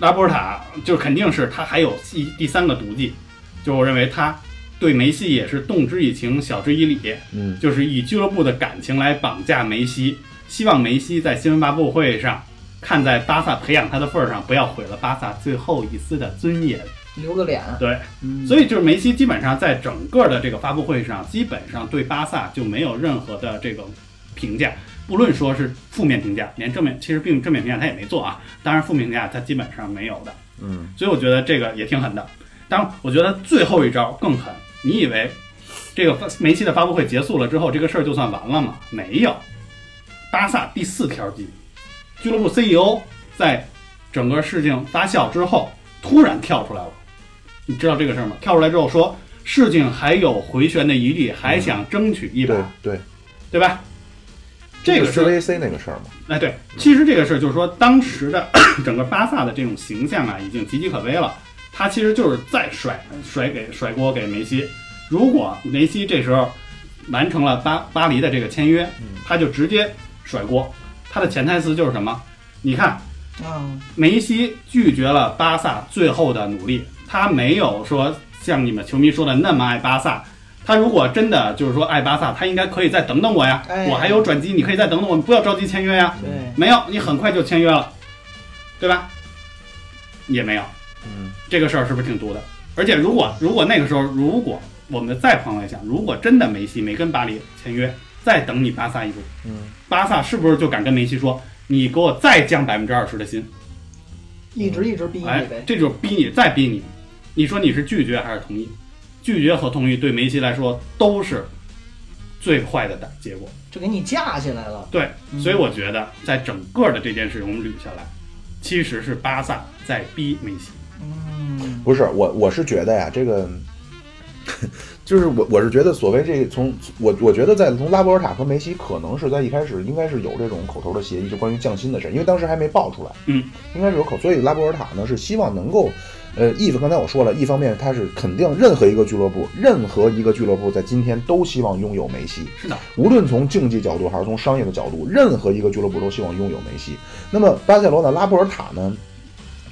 C: 拉波尔塔就肯定是他还有第第三个毒计，就我认为他对梅西也是动之以情，晓之以理，
A: 嗯
C: 就是以俱乐部的感情来绑架梅西，希望梅西在新闻发布会上看在巴萨培养他的份儿上，不要毁了巴萨最后一丝的尊严。
B: 留个脸，
C: 对，
B: 嗯，
C: 所以就是梅西基本上在整个的这个发布会上，基本上对巴萨就没有任何的这个评价，不论说是负面评价，连正面其实并正面评价他也没做啊，当然负面评价他基本上没有的。
A: 嗯，
C: 所以我觉得这个也挺狠的。当然，我觉得最后一招更狠。你以为这个发梅西的发布会结束了之后，这个事儿就算完了吗？没有。巴萨第四条计，俱乐部 CEO 在整个事情发酵之后，突然跳出来了。你知道这个事儿吗？跳出来之后说，事情还有回旋的余地，还想争取一把，
A: 对对，
C: 对吧？这个
A: 是
C: 事儿
A: VAC 那个事儿嘛，
C: 哎，对，其实这个事儿就是说，当时的 [COUGHS] 整个巴萨的这种形象啊，已经岌岌可危了。他其实就是再甩甩给甩锅给梅西。如果梅西这时候完成了巴巴黎的这个签约，他就直接甩锅。他的潜台词就是什么？你看，
B: 嗯，
C: 梅西拒绝了巴萨最后的努力，他没有说像你们球迷说的那么爱巴萨。他如果真的就是说爱巴萨，他应该可以再等等我呀，
B: 哎
C: 我还有转机，你可以再等等我，你不要着急签约呀。
A: 嗯
B: 对，
C: 没有，你很快就签约了，对吧？也没有，
A: 嗯，
C: 这个事儿是不是挺毒的？而且如果如果那个时候，如果我们再换位想，如果真的梅西没跟巴黎签约，再等你巴萨一步，
A: 嗯，
C: 巴萨是不是就敢跟梅西说，你给我再降百分之二十的薪，
B: 一直一直逼你
C: 哎
B: 呗，。
C: 这就是逼你，再逼你，你说你是拒绝还是同意？拒绝和同意对梅西来说都是最坏的打结果。
B: 就给你架起来了。
C: 对，
B: 嗯
C: 所以我觉得在整个的这件事情我们捋下来，其实是巴萨在逼梅西。
B: 嗯，
A: 不是我，我是觉得呀，这个就是我，我是觉得所谓这从我，我觉得在从拉波尔塔和梅西可能是在一开始应该是有这种口头的协议，就关于降薪的事，因为当时还没爆出来，
C: 嗯，
A: 应该是有口，所以拉波尔塔呢是希望能够。呃，一方刚才我说了，一方面他是肯定任何一个俱乐部，任何一个俱乐部在今天都希望拥有梅西，
C: 是的，
A: 无论从竞技角度还是从商业的角度，任何一个俱乐部都希望拥有梅西。那么巴塞罗那拉波尔塔呢，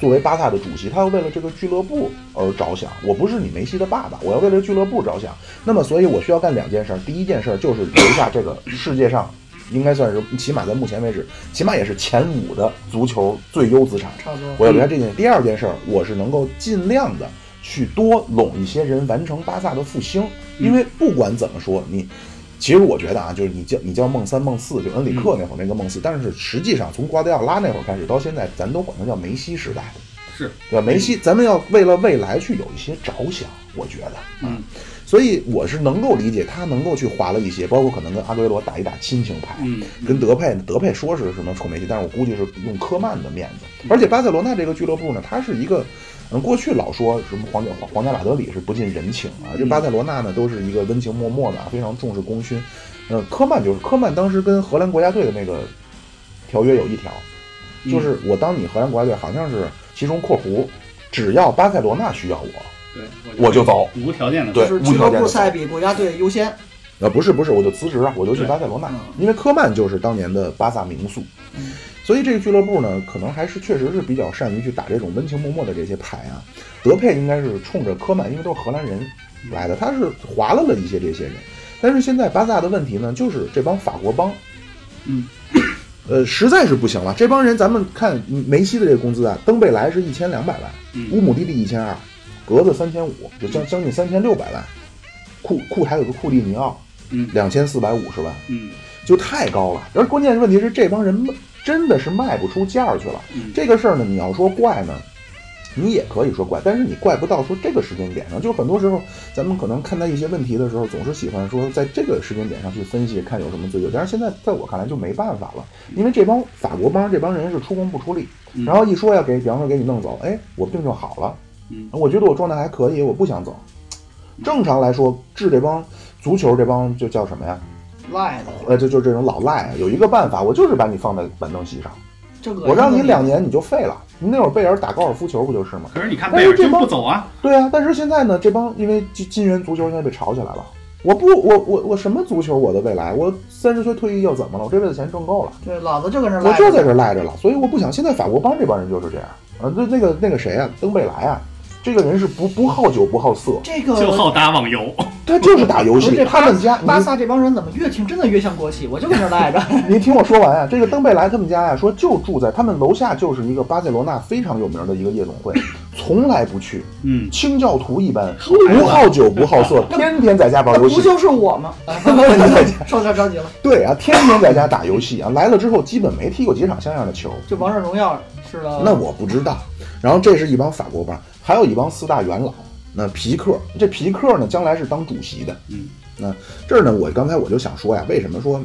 A: 作为巴萨的主席，他要为了这个俱乐部而着想。我不是你梅西的爸爸，我要为了俱乐部着想。那么，所以我需要干两件事儿。第一件事儿就是留下这个世界上，应该算是起码在目前为止，起码也是前五的足球最优资产。
B: 差不多。
A: 我要留下这件。第二件事儿，我是能够尽量的去多拢一些人，完成巴萨的复兴。因为不管怎么说，你其实我觉得啊，就是你叫你叫梦三、梦四，就恩里克那会儿那个梦四，但是实际上从瓜迪奥拉那会儿开始到现在，咱都管它叫梅西时代，
C: 是，
A: 对吧？梅西，咱们要为了未来去有一些着想，我觉得。啊
C: 嗯，
A: 所以我是能够理解他能够去划了一些，包括可能跟阿圭罗打一打亲情牌，
C: 嗯，
A: 跟德佩德佩说是什么臭梅西，但是我估计是用科曼的面子。而且巴塞罗那这个俱乐部呢，它是一个，嗯，过去老说什么皇家皇皇家马德里是不近人情啊，这巴塞罗那呢都是一个温情脉脉的啊，非常重视功勋。呃，科曼就是科曼当时跟荷兰国家队的那个条约有一条，
C: 嗯
A: 就是我当你荷兰国家队好像是其中括弧，只要巴塞罗那需要我，
C: 对，
A: 我就走。
C: 无条件的
A: 对
B: 就是
A: 无
B: 俱
A: 条
B: 乐
A: 件
B: 部
A: 的
B: 赛比国家队优先。
A: 呃，不是不是，我就辞职啊，我就去
C: 对
A: 巴塞罗那
B: 嗯，
A: 因为科曼就是当年的巴萨名宿，
B: 嗯
A: 所以这个俱乐部呢，可能还是确实是比较善于去打这种温情脉脉的这些牌啊。德佩应该是冲着科曼，因为都是荷兰人来的，他是划拉了一些这些人。但是现在巴萨的问题呢，就是这帮法国帮，
C: 嗯，
A: [COUGHS] 呃，实在是不行了。这帮人，咱们看梅西的这个工资啊，登贝莱是一千两百万，乌
C: 嗯，
A: 姆蒂利一千二，格子三千五，就将将近三千六百万。库库还有个库蒂尼奥，
C: 嗯
A: 两千四百五十万，
C: 嗯
A: 就太高了。而关键问题是，这帮人卖真的是卖不出价儿去了。
C: 嗯，
A: 这个事儿呢，你要说怪呢，你也可以说怪，但是你怪不到说这个时间点上。就很多时候，咱们可能看待一些问题的时候，总是喜欢说在这个时间点上去分析，看有什么罪疚。但是现在在我看来就没办法了，因为这帮法国帮这帮人是出工不出力，
C: 嗯
A: 然后一说要给，比方说给你弄走，哎，我病就好了，
C: 嗯
A: 我觉得我状态还可以，我不想走。正常来说，治这帮足球这帮就叫什么呀？
B: 赖的，
A: 呃，就就这种老赖啊，有一个办法，我就是把你放在板凳席上，
B: 这恶心
A: 我让你
B: 的
A: 两年你就废了。你那会儿贝尔打高尔夫球不就是吗？
C: 可是你看
A: 但
C: 贝
A: 是
C: 尔真
A: 这帮
C: 不走啊，
A: 对啊，但是现在呢，这帮因为金金元足球现在被炒起来了，我不，我我我什么足球，我的未来，我三十岁退役又怎么了？我这辈子钱挣够了，
B: 对，老子就跟这
A: 我
B: 赖
A: 就
B: 着
A: 在这儿赖着了，所以我不想。现在法国帮这帮人就是这样啊，那那个那个谁啊，登贝莱啊，这个人是不不好酒不好色，
B: 这个
C: 就好打网游。
A: 他 [LAUGHS] 就是打游
B: 不是
A: 戏，
B: 这
A: 他们家
B: 巴
A: 你
B: 萨这帮人怎么越听真的越像国企？我就跟这儿赖着。
A: 你听我说完啊，这个登贝莱他们家呀、说就住在他们楼下，就是一个巴塞罗那非常有名的一个夜总会，从来不去，
C: 嗯，
A: 清教徒一般，
C: 好孩子
A: 不好酒不好色，天天在家玩
B: 那
A: 游
B: [LAUGHS] 不
A: 戏。
B: 就是
A: [LAUGHS]
B: 我吗？ [LAUGHS] 说点着急了，
A: 对啊，天天在家打游戏啊，来了之后基本没踢过几场像样的球。
B: 就王者荣耀似的。
A: 那我不知道。然后这是一帮法国帮，还有一帮四大元老。那皮克，这皮克呢，将来是当主席的。
C: 嗯，
A: 那这儿呢，我刚才我就想说呀，为什么说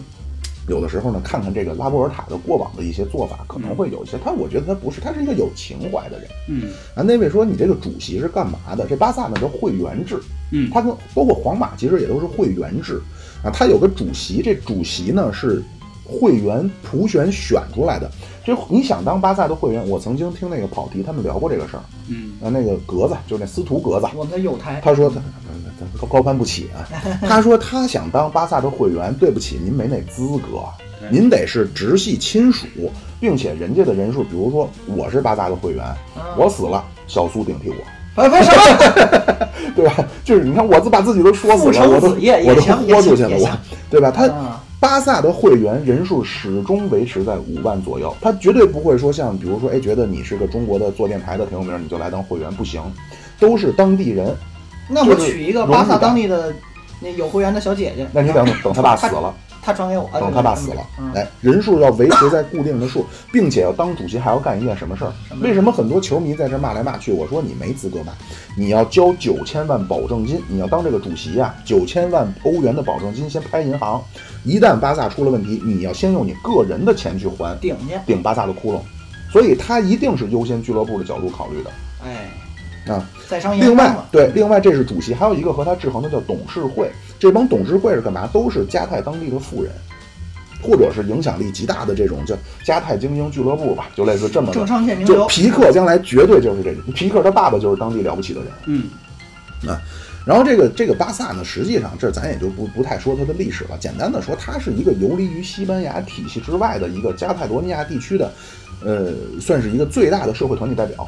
A: 有的时候呢，看看这个拉波尔塔的过往的一些做法，可能会有一些，他我觉得他不是，他是一个有情怀的人
C: 嗯
A: 啊。那位说你这个主席是干嘛的？这巴萨呢叫会员制，
C: 嗯
A: 他跟包括皇马其实也都是会员制啊，他有个主席，这主席呢是会员普选选出来的。这你想当巴萨的会员，我曾经听那个跑题他们聊过这个事儿
C: 嗯，
A: 啊，那个格子就是那司徒格子，
B: 我们的友台，
A: 他说他他他高攀不起
C: [LAUGHS]
A: 啊，他说他想当巴萨的会员，对不起，您没那资格，
C: 对
A: 您得是直系亲属，并且人家的人数，比如说我是巴萨的会员，
B: 啊
C: 嗯
A: 我死了，小苏顶替我。
B: 反哎反什
A: [LAUGHS]
B: 么？
A: 对吧？就是你看，我都把自己都说死
B: 父
A: 了，
B: 承
A: 我都
B: 子业
A: 我
B: 也
A: 都
B: 行
A: 豁出去
B: 也
A: 了，
B: 行
A: 我对吧？他
B: 啊
A: 巴萨的会员人数始终维持在五万左右，他绝对不会说像比如说，哎，觉得你是个中国的做电台的挺有名，你就来当会员，不行，都是当地人。
B: 那我娶一个巴萨当地的那有会员的小姐姐，
A: 那你等等他爸死了，
B: 她他转给我的，
A: 等啊哦他爸死了，
B: 嗯，
A: 哎，人数要维持在固定的数，并且要当主席还要干一件什么事儿？为什么很多球迷在这骂来骂去？我说你没资格骂，你要交九千万保证金，你要当这个主席啊，九千万欧元的保证金先拍银行，一旦巴萨出了问题，你要先用你个人的钱去还
B: 顶去，
A: 顶巴萨的窟窿，所以他一定是优先俱乐部的角度考虑的。
B: 哎，
A: 啊，
B: 再商业
A: 另外
B: 嘛，，
A: 对，另外这是主席，还有一个和他制衡的叫董事会。这帮董事会是干嘛？都是加泰当地的富人，或者是影响力极大的这种叫加泰精英俱乐部吧，就类似这么
B: 政
A: 个。
B: 商界名
A: 就
B: 流，
A: 皮克将来绝对就是这种，皮克他爸爸就是当地了不起的人。
C: 嗯，
A: 然后这个这个巴萨呢，实际上这咱也就不不太说它的历史了，简单的说，它是一个游离于西班牙体系之外的一个加泰罗尼亚地区的，呃，算是一个最大的社会团体代表。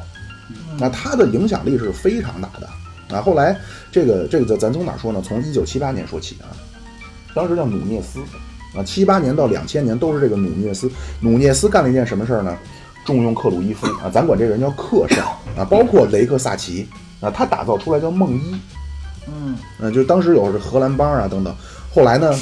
A: 那它的影响力是非常大的。啊，后来这个这个咱咱从哪说呢？从一九七八年说起啊，当时叫努涅斯啊，七八年到两千年都是这个努涅斯。努涅斯干了一件什么事儿呢？重用克鲁伊夫啊，咱管这个人叫克上啊，包括雷克萨奇啊，他打造出来叫梦一。
B: 嗯，
A: 嗯，就当时有是荷兰帮啊等等。后来呢，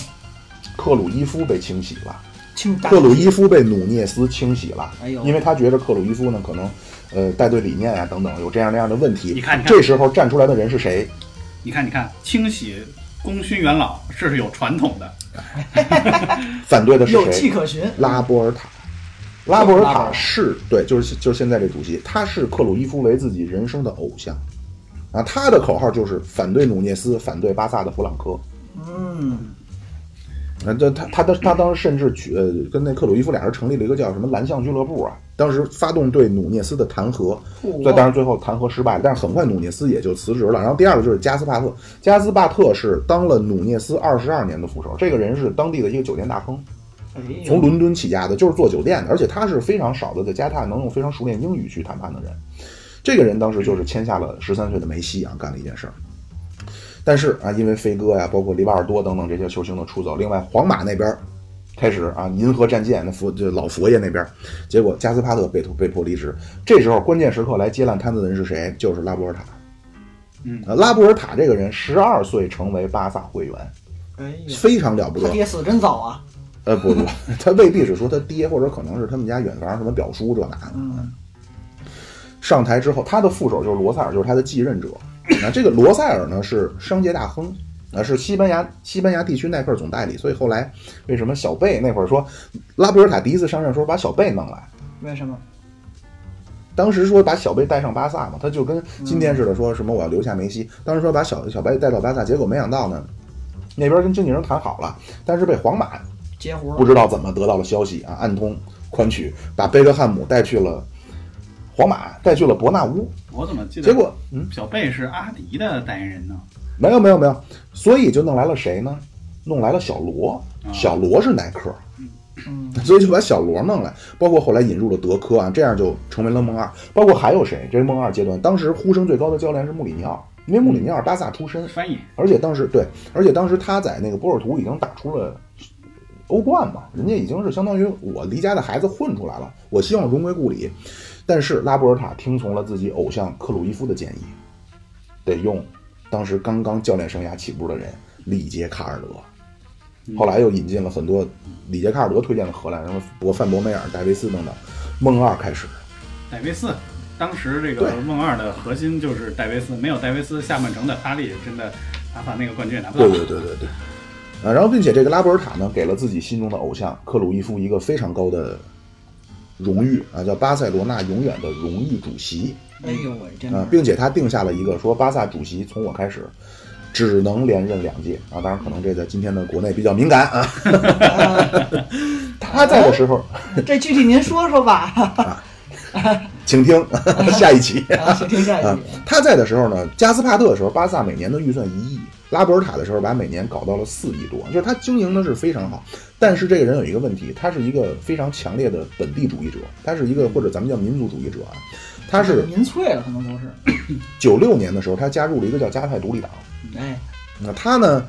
A: 克鲁伊夫被清洗了，
B: 清大
A: 克鲁伊夫被努涅斯清洗了，
B: 哎呦
A: 因为他觉得克鲁伊夫呢可能，呃，带队理念啊等等有这样那样的问题。
C: 你看你看
A: 这时候站出来的人是谁？
C: 你看你看，清洗功勋元老，这是有传统的。
A: 反对的是
B: 有迹
A: 谁？
B: 可循，
A: 拉波尔塔。拉波尔
B: 拉波
A: 塔
B: 尔
A: 是对，就是就是现在这主席，他是克鲁伊夫为自己人生的偶像，啊，他的口号就是反对努涅斯，反对巴萨的弗朗科。
B: 嗯，
A: 啊，这他他他他当时甚至去呃跟那克鲁伊夫俩人成立了一个叫什么蓝象俱乐部啊，当时发动对努涅斯的弹劾，
B: 嚯
A: 所以当然最后弹劾失败了，但是很快努涅斯也就辞职了。然后第二个就是加斯帕特，加斯帕特是当了努涅斯二十二年的副手，这个人是当地的一个酒店大亨，
B: 哎呦
A: 从伦敦起家的，就是做酒店的，而且他是非常少的在加泰能用非常熟练英语去谈判的人。这个人当时就是签下了十三岁的梅西啊，干了一件事儿。但是啊，因为飞哥呀、包括里瓦尔多等等这些球星的出走，另外皇马那边儿开始啊，银河战舰那佛这老佛爷那边儿，结果加斯帕特被被迫离职。这时候关键时刻来接烂摊子的人是谁？就是拉波尔塔。
C: 嗯
A: 呃，拉波尔塔这个人十二岁成为巴萨会员，
B: 哎呦，
A: 非常了不得
B: 他。爹死得真早啊，
A: 呃，不 [LAUGHS] 不，他未必是说他爹，或者可能是他们家远房什么表叔这那的。
B: 嗯，
A: 上台之后，他的副手就是罗塞尔，就是他的继任者。那这个罗塞尔呢是商界大亨，啊是西班牙西班牙地区耐克总代理，所以后来为什么小贝那会儿说拉波尔塔第一次上任说把小贝弄来，
B: 为什么？
A: 当时说把小贝带上巴萨嘛，他就跟今天似的说什么我要留下梅西，当时说把小小贝带到巴萨，结果没想到呢，那边跟经纪人谈好了，但是被皇马
B: 截胡
A: 不
B: 了，
A: 知道怎么得到了消息啊，暗通宽曲，把贝克汉姆带去了皇马，带去了伯纳乌。
C: 我怎么记得？
A: 结果，嗯，
C: 小贝是阿迪的代言人呢？
A: 没有没有没有，所以就弄来了谁呢？弄来了小罗，
C: 啊
A: 小罗是耐克， [LAUGHS]
B: 嗯，
A: 所以就把小罗弄来，包括后来引入了德科啊，这样就成为了梦二。包括还有谁？这是梦二阶段，当时呼声最高的教练是穆里尼奥，因为穆里尼奥巴萨出身，
C: 翻译
A: 而且当时对，而且当时他在那个波尔图已经打出了欧冠嘛，人家已经是相当于我离家的孩子混出来了，我希望荣归故里。但是拉波尔塔听从了自己偶像克鲁伊夫的建议，得用当时刚刚教练生涯起步的人里杰卡尔德，后来又引进了很多里杰卡尔德推荐的荷兰，什么博范博梅尔、戴维斯等等，梦二开始。
C: 戴维斯。当时这个
A: 对
C: 梦二的核心就是戴维斯，没有戴维斯，下半程的发力真的巴萨那个冠军也拿不到。
A: 对对对对对。啊，然后并且这个拉波尔塔呢，给了自己心中的偶像克鲁伊夫一个非常高的荣誉啊，叫巴塞罗那永远的荣誉主席
B: 哎呦喂，真
A: 啊
B: 的，，
A: 并且他定下了一个说巴萨主席从我开始只能连任两届啊，当然可能这在今天的国内比较敏感啊。 [LAUGHS] 他在的时候，
B: 这具体您说说吧， [LAUGHS]
A: 请听 [LAUGHS] 下一期。
B: 啊，请听下一
A: 啊
B: 集，，
A: 他在的时候呢，加斯帕特的时候，巴萨每年的预算一亿，拉波尔塔的时候把每年搞到了四亿多，就是他经营的是非常好。但是这个人有一个问题，他是一个非常强烈的本地主义者，他是一个或者咱们叫民族主义者啊。他是
B: 民粹了，可能都是，
A: 九六年的时候，他加入了一个叫加泰独立党。
B: 哎，
A: 那他呢，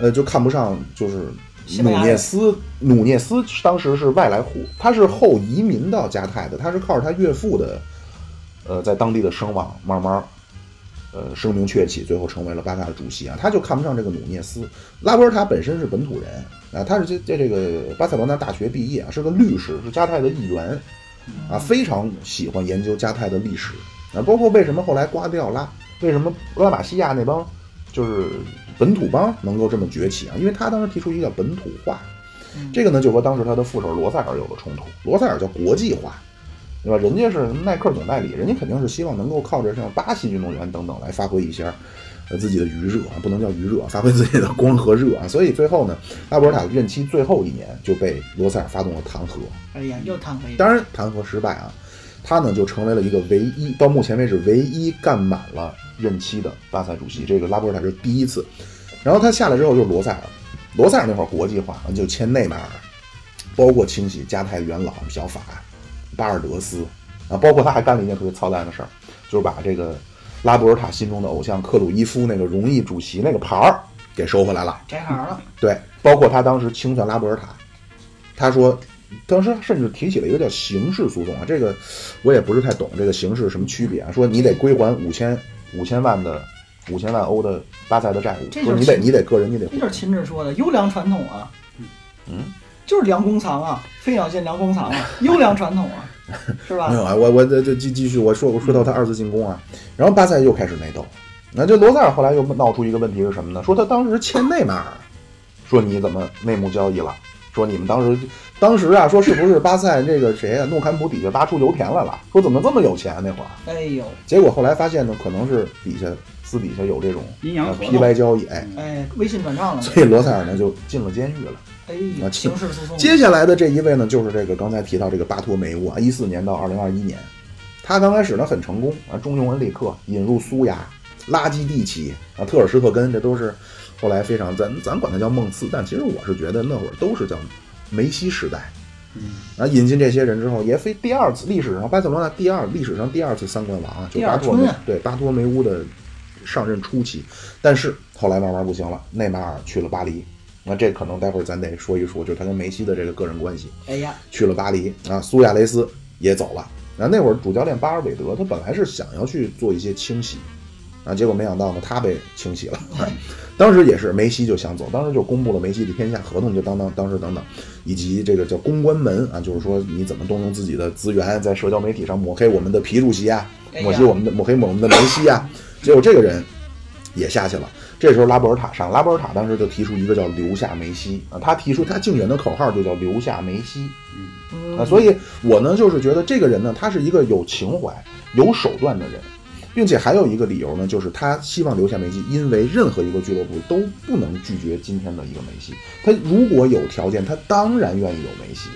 A: 呃，就看不上就是
B: 西
A: 努
B: 班牙人
A: 涅斯，努涅斯当时是外来户，他是后移民到加泰的，他是靠着他岳父的，呃，在当地的声望慢慢。呃，声名鹊起，最后成为了巴萨的主席啊！他就看不上这个努涅斯。拉波尔塔本身是本土人，啊，他是这这这个巴塞罗那大学毕业啊，是个律师，是加泰的一员，啊，非常喜欢研究加泰的历史啊，包括为什么后来瓜迪奥拉，为什么拉玛西亚那帮就是本土帮能够这么崛起啊，因为他当时提出一个叫本土化，这个呢就和当时他的副手罗塞尔有了冲突，罗塞尔叫国际化。对吧？人家是耐克总代理，人家肯定是希望能够靠着像巴西运动员等等来发挥一下，呃自己的余热啊，不能叫余热，发挥自己的光和热啊。所以最后呢，拉波尔塔任期最后一年就被罗塞尔发动了弹劾，
B: 哎呀，又摊回一个，
A: 当然弹劾失败啊，他呢就成为了一个唯一到目前为止唯一干满了任期的巴萨主席，这个拉波尔塔是第一次。然后他下来之后就是罗塞尔，罗塞尔那会儿国际化就签内马尔，包括清洗加泰元老小法巴尔德斯啊，包括他还干了一件特别操蛋的事儿，就是把这个拉波尔塔心中的偶像克鲁伊夫那个荣誉主席那个牌儿给收回来了。
B: 摘牌了，
A: 对，包括他当时清算拉波尔塔，他说，当时甚至提起了一个叫刑事诉讼啊，这个我也不是太懂这个刑事什么区别啊，说你得归还五千五千万的五千万欧的巴塞的债务，
B: 这
A: 说
B: 就是
A: 你得你得个人你得
B: 这就是秦志说的优良传统啊，
A: 嗯，
B: 就是良工藏啊，飞鸟见良工藏啊，优良传统啊，
A: [LAUGHS]
B: 是
A: 没
B: 吧？
A: 有啊，我我这这继继续我说我说到他二次进攻啊，然后巴塞又开始内斗，那这罗塞尔后来又闹出一个问题是什么呢？说他当时签内马尔，说你怎么内幕交易了？说你们当时当时啊，说是不是巴塞这个谁啊，诺坎普底下挖出油田来了？说怎么这么有钱啊、那会儿？
B: 哎呦，
A: 结果后来发现呢，可能是底下私底下有这种
C: 阴阳
A: 呃
C: 合
A: P
C: 同
A: Y 交易，哎，
B: 哎，微信转账了，
A: 所以罗塞尔呢就进了监狱了。
B: 哎
A: 啊
B: 呦，
A: 这
B: 刑事诉讼，
A: 接下来的这一位呢，就是这个刚才提到这个巴托梅乌啊，一四年到二零二一年，他刚开始呢很成功啊，重用恩里克，引入苏牙、拉基蒂奇啊、特尔施特根，这都是后来非常咱咱管他叫梦四，但其实我是觉得那会儿都是叫梅西时代
C: 嗯，
A: 啊。引进这些人之后，也非第二次历史上巴塞罗那第二历史上第二次三冠王啊，就
B: 第
A: 巴
B: 二
A: 托梅、
B: 春啊
A: 对巴托梅乌的上任初期，但是后来慢慢不行了，内马尔去了巴黎。那这可能待会儿咱得说一说，就是他跟梅西的这个个人关系。
B: 哎呀，
A: 去了巴黎啊，苏亚雷斯也走了。然后那会儿主教练巴尔韦德他本来是想要去做一些清洗，啊，结果没想到呢他被清洗了。 [LAUGHS] 当时也是梅西就想走，当时就公布了梅西的天下合同，就当当当时等等，以及这个叫公关门啊，就是说你怎么动用自己的资源在社交媒体上抹黑我们的皮主席啊，
B: 哎呀
A: 抹黑我们的抹黑我们的梅西啊，结果这个人也下去了。这时候拉波尔塔上，拉波尔塔当时就提出一个叫留下梅西啊，他提出他竞选的口号就叫留下梅西。啊，
B: 嗯，
A: 所以我呢就是觉得这个人呢，他是一个有情怀、有手段的人，并且还有一个理由呢，就是他希望留下梅西，因为任何一个俱乐部都不能拒绝今天的一个梅西。他如果有条件，他当然愿意有梅西。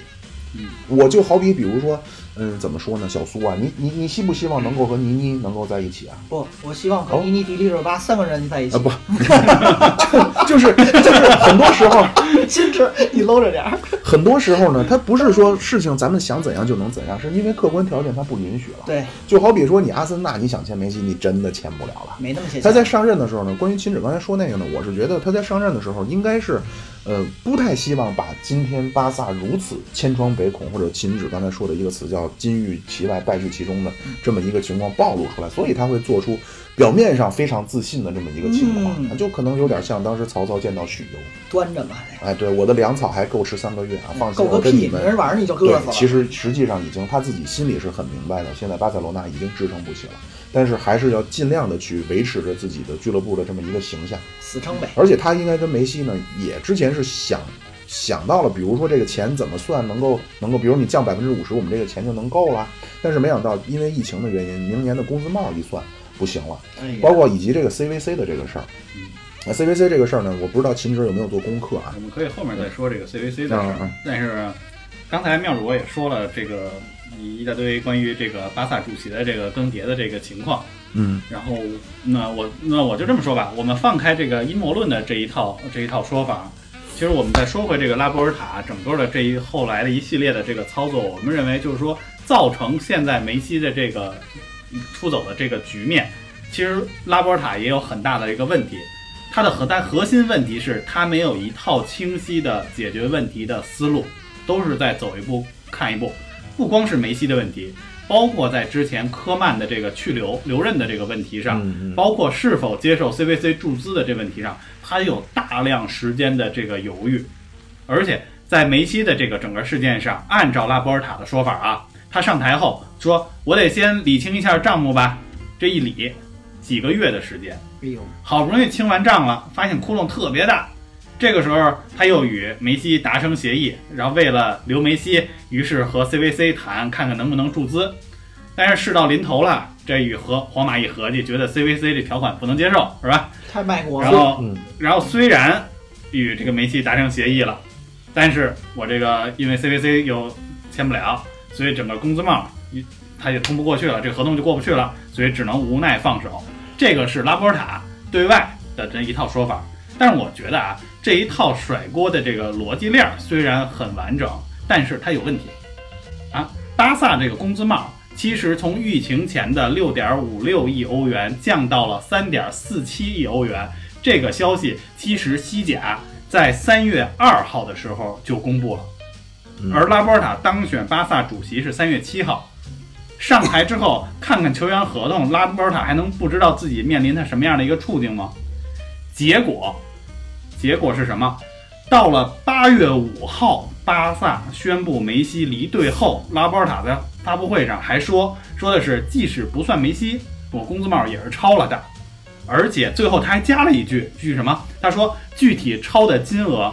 C: 嗯，
A: 我就好比比如说，嗯，怎么说呢，小苏啊，你你你希不希望能够和倪妮能够在一起啊？
B: 不，我希望和
A: 哦
B: 伊尼迪丽热巴三个人在
A: [LAUGHS] 啊
B: 一起。
A: 不， [LAUGHS] 就是就是很多时候，
B: [LAUGHS] 金池，你搂着点儿。
A: 很多时候呢，他不是说事情咱们想怎样就能怎样，是因为客观条件他不允许了。
B: 对，
A: 就好比说你阿森纳，你想签梅西，你真的签不了了。
B: 没那么些
A: 他
B: 钱。
A: 在上任的时候呢，关于秦止刚才说那个呢，我是觉得他在上任的时候应该是，呃，不太希望把今天巴萨如此千疮百孔，或者秦止刚才说的一个词叫“金玉其外，败絮其中”的这么一个情况暴露出来，所以他会做出表面上非常自信的这么一个情况，
B: 嗯
A: 就可能有点像当时曹操见到许攸，
B: 端着嘛，
A: 哎，对，我的粮草还够吃三个月啊，放心，
B: 够
A: 我
B: 个
A: 跟你
B: 屁！
A: 们
B: 明儿晚上你就
A: 对
B: 饿死，了。
A: 其实实际上已经他自己心里是很明白的，现在巴塞罗那已经支撑不起了，但是还是要尽量的去维持着自己的俱乐部的这么一个形象。
B: 死撑呗。
A: 而且他应该跟梅西呢，也之前是想想到了，比如说这个钱怎么算能够能够，比如你降百分之五十，我们这个钱就能够了。但是没想到因为疫情的原因，明年的工资帽一算不行了，
B: 哎呀
A: 包括以及这个 CVC 的这个事儿。
B: 嗯
A: 那 CVC 这个事儿呢，我不知道秦指有没有做功课啊
C: 我？们可以后面再说这个 CVC 的事
A: 嗯嗯
C: 儿，但是刚才妙主播也说了这个一大堆关于这个巴萨主席的这个更迭的这个情况。
A: 嗯
C: 然后，那我那我就这么说吧，我们放开这个阴谋论的这一套这一套说法，其实我们再说回这个拉波尔塔整个的这一后来的一系列的这个操作，我们认为就是说造成现在梅西的这个出走的这个局面，其实拉波尔塔也有很大的一个问题，他的核弹核心问题是他没有一套清晰的解决问题的思路，都是在走一步看一步，不光是梅西的问题。包括在之前科曼的这个去留留任的这个问题上，
A: 嗯嗯，
C: 包括是否接受 CVC 注资的这问题上，他有大量时间的这个犹豫。而且在梅西的这个整个事件上，按照拉波尔塔的说法啊，他上台后说：“我得先理清一下账目吧。”这一理，几个月的时间，
B: 哎呦，
C: 好不容易清完账了，发现窟窿特别大。这个时候，他又与梅西达成协议，然后为了留梅西，于是和 CVC 谈，看看能不能注资。但是事到临头了，这与和皇马一合计，觉得 CVC 这条款不能接受，是吧？
B: 太卖国
C: 然
B: 了，
C: 后
A: 嗯，
C: 然后虽然与这个梅西达成协议了，但是我这个因为 CVC 又签不了，所以整个工资帽一它也通不过去了，这合同就过不去了，所以只能无奈放手。这个是拉波尔塔对外的这一套说法，但是我觉得啊，这一套甩锅的这个逻辑链儿虽然很完整，但是它有问题啊。巴萨这个工资帽其实从疫情前的六点五六亿欧元降到了三点四七亿欧元，这个消息其实西甲在三月二号的时候就公布了，
A: 嗯
C: 而拉波尔塔当选巴萨主席是三月七号。上台之后，看看球员合同，拉波尔塔还能不知道自己面临他什么样的一个处境吗？结果，结果是什么？到了八月五号，巴萨宣布梅西离队后，拉波尔塔在发布会上还说，说的是即使不算梅西，我工资帽也是超了的。而且最后他还加了一句，句什么？他说具体超的金额、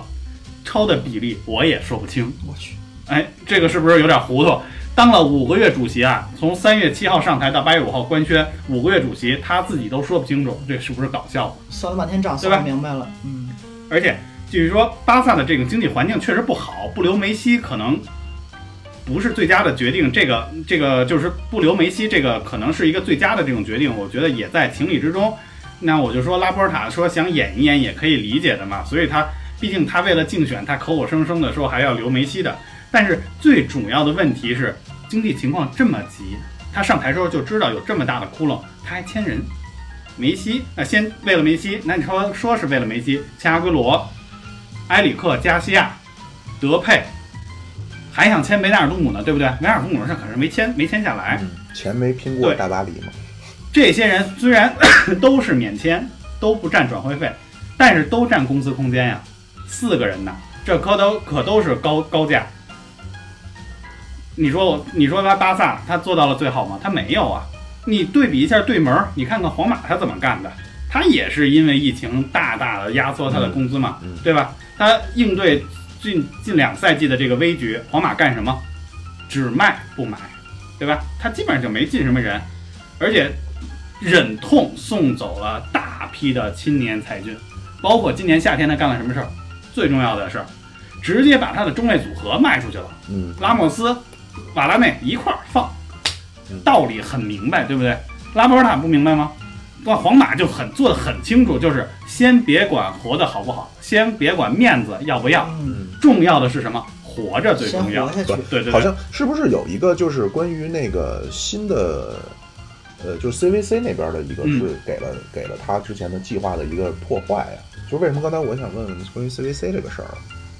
C: 超的比例我也说不清。
B: 我去，
C: 哎，这个是不是有点糊涂？当了五个月主席啊，从三月七号上台到八月五号官宣，五个月主席他自己都说不清楚，这是不是搞笑？
B: 算了半天账，
C: 对
B: 算
C: 吧
B: 了明白了，嗯，
C: 而且据说巴萨的这个经济环境确实不好，不留梅西可能不是最佳的决定。这个这个就是不留梅西，这个可能是一个最佳的这种决定，我觉得也在情理之中。那我就说拉波尔塔说想演一演也可以理解的嘛，所以他毕竟他为了竞选，他口口声声的说还要留梅西的，但是最主要的问题是经济情况这么急，他上台之后就知道有这么大的窟窿，他还签人。梅西，那先为了梅西，那你说说是为了梅西，切阿圭罗、埃里克、加西亚、德佩，还想签梅纳尔杜姆呢，对不对？梅纳尔杜姆是可是没签，没签下来。
A: 嗯钱没拼过
C: 哎对
A: 大巴黎嘛，
C: 这些人虽然 [COUGHS] 都是免签，都不占转会费，但是都占工资空间呀。四个人呢，这可都可都是高高价。你说我，你说他巴萨他做到了最好吗？他没有啊。你对比一下对门儿，你看看皇马他怎么干的，他也是因为疫情大大的压缩他的工资嘛，
A: 嗯嗯
C: 对吧？他应对近近两赛季的这个危局，皇马干什么？只卖不买，对吧？他基本上就没进什么人，而且忍痛送走了大批的青年才俊，包括今年夏天他干了什么事儿？最重要的事儿，直接把他的中卫组合卖出去了，
A: 嗯，
C: 拉莫斯、瓦拉内一块儿放
A: 嗯，
C: 道理很明白，对不对？拉波尔塔不明白吗？那皇马就很做得很清楚，就是先别管活得好不好，先别管面子要不要，
B: 嗯，
C: 重要的是什么？活着啊最
B: 先
C: 重要
B: 活。下去
A: 对，
C: 对对
A: 好
C: 对，
A: 像是不是有一个就是关于那个新的，呃，就是 CVC 那边的一个
C: 嗯
A: 是给了、给了他之前的计划的一个破坏呀、就是为什么刚才我想问问关于 CVC 这个事儿，啊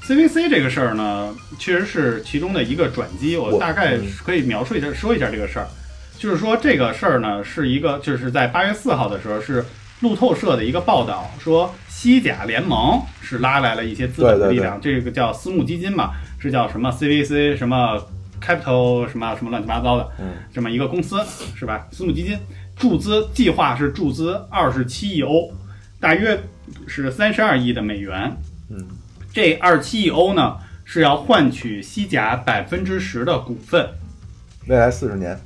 C: CVC 这个事儿呢，确实是其中的一个转机。我
A: 我
C: 大概
A: 嗯
C: 可以描述一下，说一下这个事儿。就是说，这个事儿呢，是一个，就是在八月四号的时候，是路透社的一个报道，说西甲联盟是拉来了一些资本的
A: 对对对
C: 力量，这个叫私募基金嘛，是叫什么 CVC 什么 Capital 什么什么乱七八糟的，
A: 嗯，
C: 这么一个公司是吧？私募基金注资计划是注资二十七亿欧，大约是三十二亿的美元，
A: 嗯，
C: 这二七亿欧呢是要换取西甲百分之十的股份，哎
A: 未来四十年，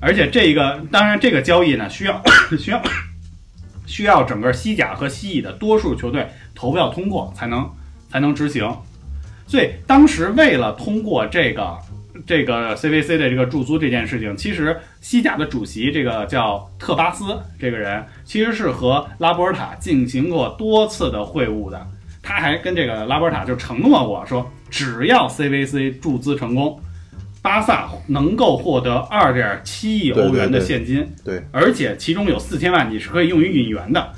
C: 而且这个当然这个交易呢需要 [COUGHS] 需要需要整个西甲和西乙的多数球队投票通过才能才能执行，所以当时为了通过这个这个 CVC 的这个驻租这件事情，其实西甲的主席这个叫特巴斯这个人，其实是和拉波尔塔进行过多次的会晤的。他还跟这个拉波尔塔就承诺过说，只要 CVC 注资成功，巴萨能够获得二点七亿欧元的现金，
A: 对对对对
C: 而且其中有四千万你是可以用于引援的，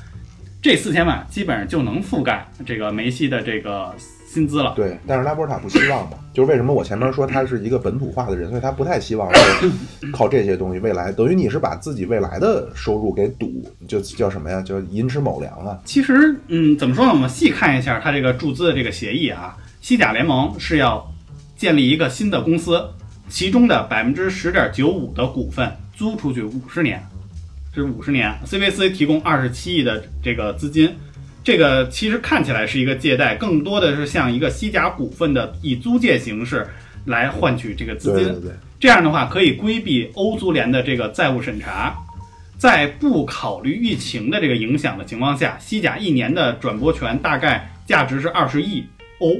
C: 这四千万基本上就能覆盖这个梅西的这个薪资了。
A: 对，但是拉波尔塔不希望
C: [LAUGHS]
A: 嘛，就是为什么我前面说他是一个本土化的人，所以他不太希望
C: [COUGHS]
A: 说靠这些东西未来，等于你是把自己未来的收入给赌，就叫什么呀？叫寅吃卯粮啊，
C: 其实，嗯，怎么说呢？我们细看一下它这个注资的这个协议啊，西甲联盟是要建立一个新的公司，其中的百分之十点九五的股份租出去五十年，这是五十年。CVC 提供二十七亿的这个资金，这个其实看起来是一个借贷，更多的是像一个西甲股份的以租借形式来换取这个资
A: 对
C: 金。
A: 对对，
C: 这样的话可以规避欧足联的这个债务审查，在不考虑疫情的这个影响的情况下，西甲一年的转播权大概价值是二十亿欧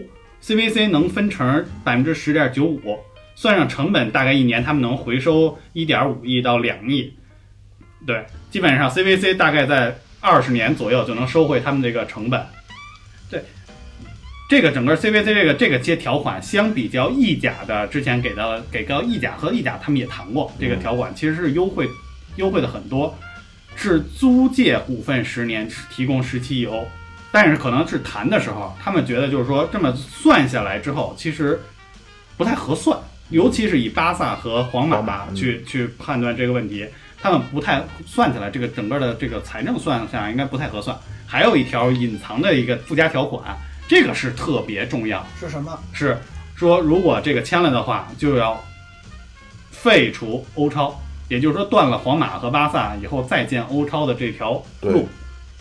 C: ，CVC 能分成百分之十点九五，算上成本，大概一年他们能回收一点五亿到两亿，对，基本上 CVC 大概在二十年左右就能收回他们这个成本。对，这个整个 CVC 这个这个些条款相比较意甲的之前给到给到意甲和意甲他们也谈过这个条款，其实是优惠优惠的很多，是租借股份十年提供十七亿欧。但是可能是谈的时候，他们觉得就是说这么算下来之后，其实不太合算，尤其是以巴萨和皇马
A: 皇马嗯
C: 去去判断这个问题，他们不太算起来这个整个的这个财政算下来应该不太合算。还有一条隐藏的一个附加条款，这个是特别重要，
B: 是什么？
C: 是说如果这个签了的话，就要废除欧超，也就是说断了皇马和巴萨以后再建欧超的这条
A: 对
C: 路。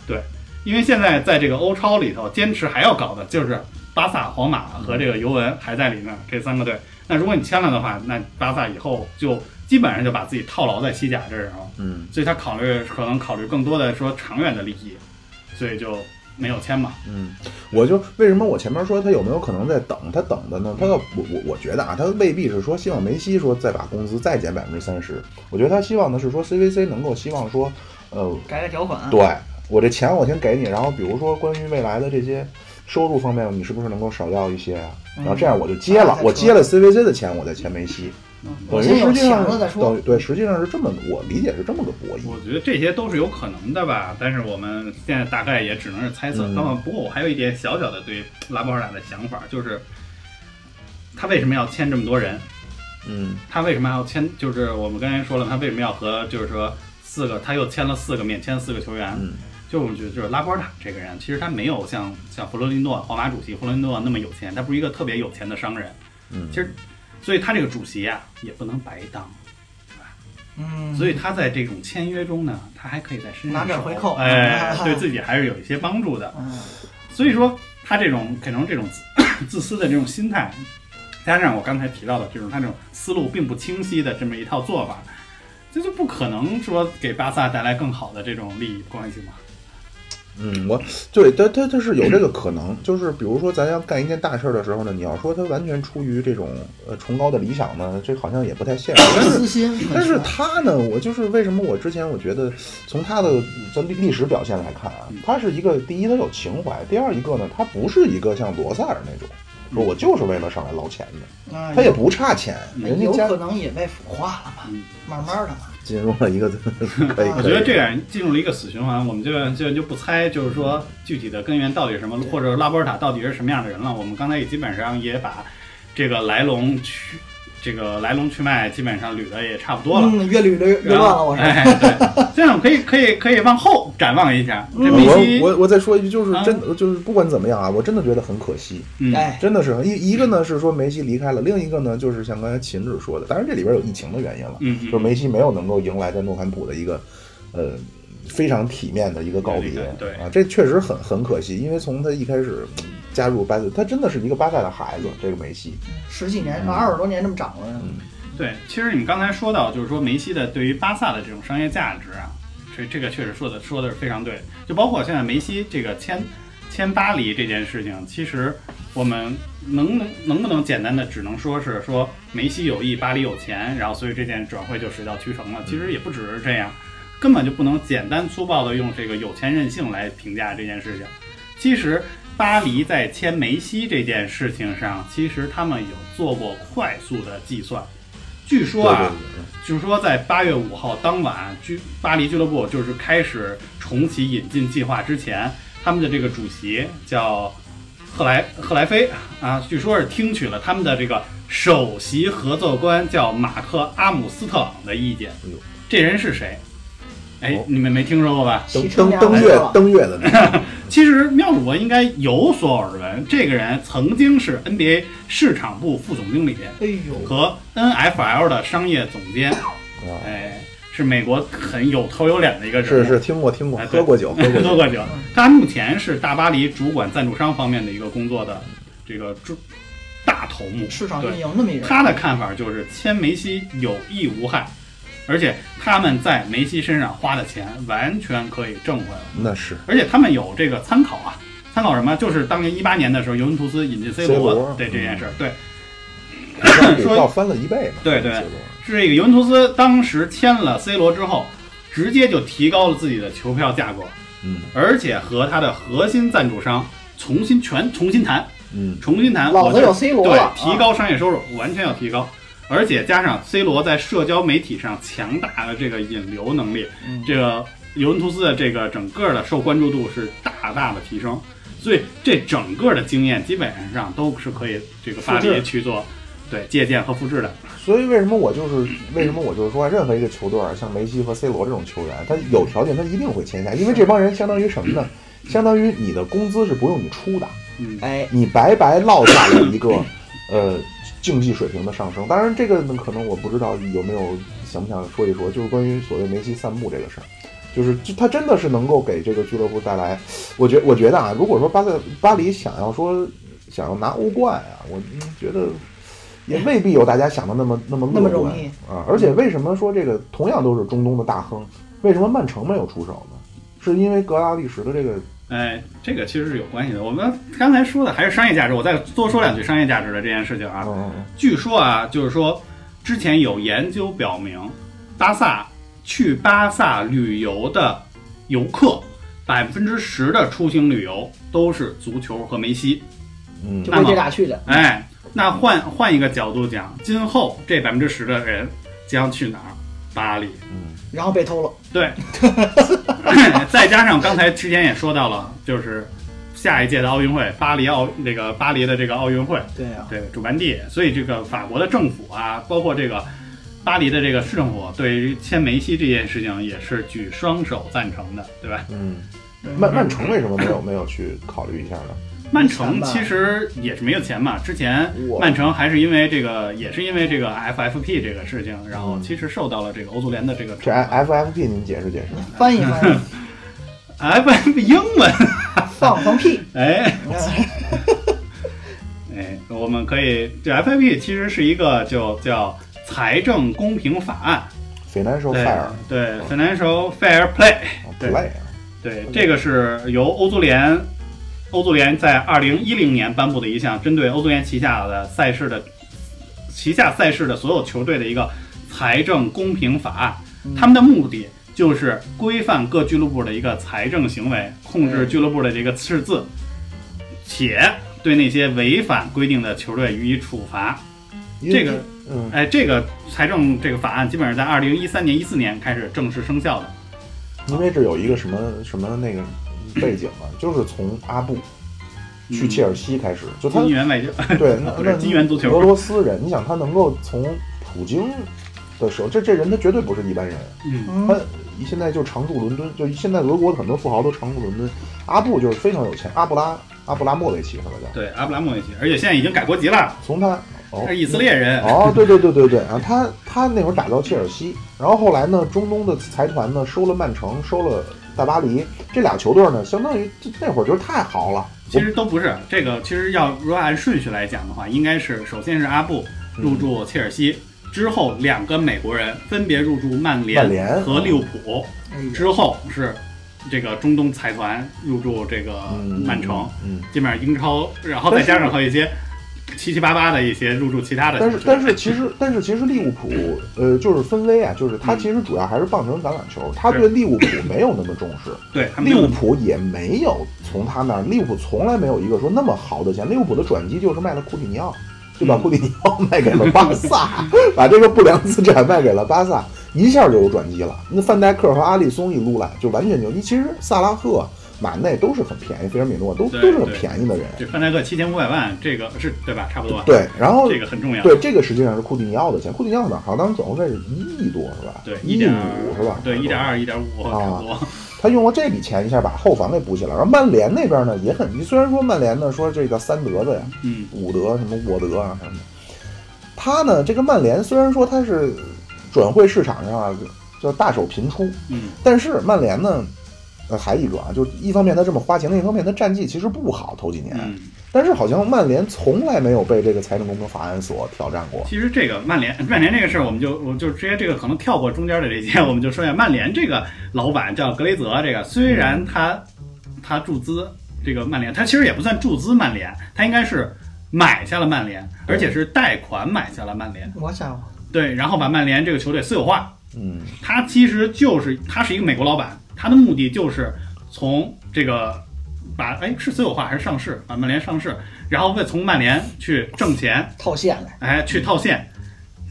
C: 对，因为现在在这个欧超里头，坚持还要搞的就是巴萨、皇马和这个尤文还在里面这三个队。那如果你签了的话，那巴萨以后就基本上就把自己套牢在西甲这儿了。
A: 嗯
C: 所以他考虑可能考虑更多的说长远的利益，所以就没有签嘛。
A: 嗯，我就为什么我前面说他有没有可能在等？他等的呢？他要我我我觉得啊，他未必是说希望梅西说再把工资再减百分之三十。我觉得他希望的是说 CVC 能够希望说，呃，
B: 改改条款。啊
A: 对我这钱我先给你，然后比如说关于未来的这些收入方面，你是不是能够少要一些啊？
B: 嗯
A: 然后这样我就接了
B: 再，说
A: 我接了 CVC 的钱，我再签梅西，
C: 嗯
A: 等
B: 我
A: 于
B: 先有
A: 实际
B: 钱
A: 上
B: 了再说
A: 等于。对，实际上是这么，我理解是这么个博弈。
C: 我觉得这些都是有可能的吧，但是我们现在大概也只能是猜测。
A: 嗯
C: 那么、不过我还有一点小小的对拉波尔塔的想法，就是他为什么要签这么多人？
A: 嗯
C: 他为什么还要签？就是我们刚才说了，他为什么要和就是说四个，他又签了四个免签四个球员。
A: 嗯
C: 就我们觉得，就是拉波尔塔这个人，其实他没有像像弗洛伦诺、皇马主席弗洛伦诺那么有钱，他不是一个特别有钱的商人。
A: 嗯，
C: 其实，所以他这个主席啊，也不能白当。
B: 嗯，
C: 所以他在这种签约中呢，他还可以在身上
B: 拿点
C: 手
B: 回扣
C: 哎，
B: 啊
C: 对自己还是有一些帮
B: [LAUGHS]
C: 助的。
B: 嗯，
C: 所以说，他这种可能这种自 [COUGHS] 自私的这种心态，加上我刚才提到的这种他这种思路并不清晰的这么一套做法，这就不可能说给巴萨带来更好的这种利益关系嘛。
A: 嗯，我对他他他是有这个可能，就是比如说咱要干一件大事儿的时候呢，你要说他完全出于这种呃崇高的理想呢，这好像也不太现实。但是
B: 私心很强。
A: 但是他呢，我就是为什么我之前我觉得从他的咱历历史表现来看啊
C: 嗯，
A: 他是一个第一他有情怀，第二一个呢，他不是一个像罗塞尔那种说我就是为了上来捞钱的，
B: 啊
A: 他也不差钱，人家
B: 哎有
A: 家
B: 可能也被腐化了吧
C: 嗯，
B: 慢慢的嘛。
A: 进入了一个 [LAUGHS] 可以，
B: 我
A: 可
C: 我觉
A: 以
C: 得这样进入了一个死循环，我们就就就不猜，就是说具体的根源到底是什么，或者拉波尔塔到底是什么样的人了。我们刚才也基本上也把这个来龙去这个来龙去脉基本上捋的也差不多了。
B: 嗯，越捋越越
C: 然
B: 乱
C: 后
B: 了，我是。
C: 哎，对，这样可以可以可以往后展望一下。
B: 嗯
C: 这梅西
A: 我，我我再说一句，就是
C: 啊
A: 真的就是不管怎么样啊，我真的觉得很可惜，
C: 嗯，
B: 哎，
A: 真的是一一个呢是说梅西离开了，另一个呢就是像刚才秦志说的，当然这里边有疫情的原因了，
C: 嗯
A: 就是
C: 嗯，
A: 梅西没有能够迎来在诺坎普的一个呃非常体面的一个告别，
C: 对对对
A: 啊，这确实很很可惜，因为从他一开始嗯加入巴萨，他真的是一个巴萨的孩子，这个梅西，
B: 十几年，二十多年这么长了，
A: 嗯
C: 对。其实你们刚才说到，就是说梅西的对于巴萨的这种商业价值啊，这这个确实说的说的是非常对。就包括现在梅西这个签签巴黎这件事情，其实我们能能能不能简单的只能说是说梅西有意，巴黎有钱，然后所以这件转会就水到渠成了。其实也不只是这样，根本就不能简单粗暴的用这个有钱任性来评价这件事情。其实巴黎在签梅西这件事情上，其实他们有做过快速的计算。据说啊，
A: 对对
C: 就是说在八月五号当晚，俱巴黎俱乐部就是开始重启引进计划之前，他们的这个主席叫赫莱赫莱菲啊，据说是听取了他们的这个首席合作官叫马克阿姆斯特朗的意见
A: 哎呦。
C: 这人是谁？哎，
A: 哦
C: 你们没听说过吧？
A: 登
B: 骑乘
A: 登
B: 两
A: 登
B: 个
A: 月
B: 了
A: 登月的那
C: [LAUGHS]
A: 个，
C: 其实妙主播应该有所耳闻，这个人曾经是 NBA 市场部副总经理
B: 哎呦，
C: 和 NFL 的商业总监，
A: 啊
C: 哎，是美国很有头有脸的一个人，
A: 是是听过听过，
C: 哎对
A: 喝过酒喝过
C: 喝
A: 酒，
C: 过酒。他目前是大巴黎主管赞助商方面的一个工作的这个主大头目，
B: 市场
C: 对
B: 运营那么一人，
C: 他的看法就是签梅西有益无害，而且他们在梅西身上花的钱完全可以挣回来。
A: 那
C: [LAUGHS]
A: 是
C: 而且他们有这个参考啊，参考什么？就是当年一八年的时候，尤文图斯引进 C 罗
A: C 罗啊嗯
C: 对这件事儿，对，
A: 股票翻了一倍嘛，
C: 对对
A: 结果
C: 是这个尤文图斯当时签了 C 罗之后，直接就提高了自己的球票价格，
A: 嗯
C: 而且和他的核心赞助商重新全重新谈，
A: 嗯，
C: 重新谈，
B: 老
C: 我
B: 子
C: 就
B: 有 C 罗
C: 对
B: 了，，
C: 提高商业收入完全要提高，而且加上 C 罗在社交媒体上强大的这个引流能力，
B: 嗯
C: 这个尤文图斯的这个整个的受关注度是大大的提升，所以这整个的经验基本上都是可以这个巴
A: 复
C: 黎
A: 制
C: 去做对借鉴和复制的。
A: 所以为什么我就是为什么我就是说，任何一个球队儿像梅西和 C 罗这种球员，他有条件他一定会签下，因为这帮人相当于什么呢？相当于你的工资是不用你出的，
C: 嗯，
B: 哎，
A: 你白白落下了一个呃竞技水平的上升。当然，这个呢可能我不知道有没有想不想说一说，就是关于所谓梅西散步这个事儿。就是，就他真的是能够给这个俱乐部带来，我觉我觉得啊，如果说巴塞巴黎想要说想要拿欧冠啊，我嗯觉得也未必有大家想的那么那么乐
B: 那么容
A: 观
B: 易
A: 啊。而且为什么说这个同样都是中东的大亨，为什么曼城没有出手呢？是因为格拉利什的这个
C: 哎，这个其实是有关系的。我们刚才说的还是商业价值，我再多说两句商业价值的这件事情啊。
A: 嗯嗯
C: 据说啊，就是说之前有研究表明，巴萨去巴萨旅游的游客百分之十的出行旅游都是足球和梅西。
A: 嗯
B: 就为这俩去的，
C: 哎，那换换一个角度讲，今后这百分之十的人将去哪儿？巴黎。
A: 嗯
B: 然后被偷了，
C: 对，再加上刚才之前也说到了，就是下一届的奥运会，巴黎奥这个巴黎的这个奥运会，
B: 对啊呀，
C: 对主办地，所以这个法国的政府啊，包括这个巴黎的这个市政府，对于签梅西这件事情也是举双手赞成的，对吧？
A: 嗯。
B: 对
A: 曼曼城为什么没有没有去考虑一下呢？
C: 曼城其实也是没有钱嘛，之前
A: 嗯我
C: 曼城还是因为这个，也是因为这个 FFP 这个事情，然后
A: 嗯
C: 其实受到了这个欧足联的这个
A: 这 F F P 您解释解释。
B: 翻译翻
C: [LAUGHS]
B: 译，
C: FF 英文，
B: 放放 [LAUGHS] 屁，嗯
C: 哎。
B: 你看
C: 哎，我们可以，这 FIP 其实是一个就叫财政公平法案，
A: Financial
C: 对
A: fair
C: 对，Financial Fair Play，对
A: 啊 play，啊
C: 对，这个是由欧足联，欧足联在二零一零年颁布的一项针对欧足联旗下的赛事的旗下赛事的所有球队的一个财政公平法案，
B: 嗯
C: 他们的目的就是规范各俱乐部的一个财政行为，控制
B: 嗯
C: 俱乐部的这个赤字，且对那些违反规定的球队予以处罚。
A: 因
C: 这
A: 为
C: 个
A: 嗯，
C: 哎，这个财政这个法案基本上在二零一三年、一四年开始正式生效的。
A: 嗯因为这有一个什么什么那个背景啊，就是从阿布去切尔西开始，就他
C: 金元外交， [LAUGHS]
A: 对那
C: 不是
A: 那
C: 金元足球
A: 俄罗斯人，你想他能够从普京的时候，这这人他绝对不是一般人，
C: 嗯，
A: 他
B: 嗯，
A: 现在就常驻伦敦，就现在俄国的很多富豪都常驻伦敦，阿布就是非常有钱，阿布拉阿布拉莫维奇什么的，
C: 对，阿布拉莫维奇，而且现在已经改国籍了，
A: 从他哦
C: 他是以色列人。
A: [LAUGHS] 哦，对对对对对啊，他他那会儿打造切尔西，然后后来呢，中东的财团呢收了曼城，收了大巴黎，这俩球队呢，相当于这那会儿就是太豪了。
C: 其实都不是这个，其实要如果按顺序来讲的话，应该是首先是阿布
A: 嗯
C: 入驻切尔西，之后两个美国人分别入驻曼联
A: 曼联哦
C: 和利物浦，
B: 哎呀
C: 之后是这个中东财团入驻这个
A: 嗯，
C: 曼城，，
A: 嗯，
C: 基本上英超，然后再加上还有一些七七八八的一些入驻其他的球
A: 但是
C: 队，
A: 但是其实但是其实利物浦呃就是分威啊，就是
C: 嗯
A: 他其实主要还是棒成橄榄球，他对利物浦没有那么重视，
C: 对他们
A: 利
C: 就
A: 物浦也没有从他那儿，利物浦从来没有一个说那么豪的钱，利物浦的转机就是卖了库蒂尼奥，就把
C: 嗯
A: 库蒂尼奥卖给了巴
C: [LAUGHS]
A: 萨，把这个不良资产卖给了巴萨，一下就有转机了。那范戴克和阿利松一撸来，就完全就你其实萨拉赫马内都是很便宜，菲尔米诺都
C: 对
A: 都是很
C: 对
A: 便宜的人。
C: 这范戴克七千五百万，这个是对吧？差不多。
A: 对，然后
C: 这个很重要。
A: 对，这个实际上是库蒂尼奥的钱，库蒂尼奥好像当时总共是一亿多是吧？
C: 对，
A: 一
C: 一
A: 亿
C: 点
A: 五是吧？
C: 对，一点二、一点五，
A: 啊
C: 差不多。
A: 他用了这笔钱一下把后防给补起来，然后曼联那边呢也很，虽然说曼联呢说这个三德子呀，
C: [LAUGHS] 嗯，
A: 伍德什么沃德啊什么的，他呢这个曼联虽然说他是转会市场上啊叫大手频出，
C: 嗯，
A: 但是曼联呢，呃还一种啊，就一方面他这么花钱，另一方面他战绩其实不好头几年，
C: 嗯，
A: 但是好像曼联从来没有被这个财政公平法案所挑战过。
C: 其实这个曼联，曼联这个事儿，我们就我就直接这个可能跳过中间的这些，我们就说一下曼联这个老板叫格雷泽，这个虽然他他注资这个曼联，他其实也不算注资曼联，他应该是买下了曼联，而且是贷款买下了曼联，
B: 我家伙，
C: 对，然后把曼联这个球队私有化，
A: 嗯，
C: 他其实就是他是一个美国老板，他的目的就是从这个把哎是私有化还是上市，啊把曼联上市，然后再从曼联去挣钱，
B: 套现了，
C: 哎，去套现。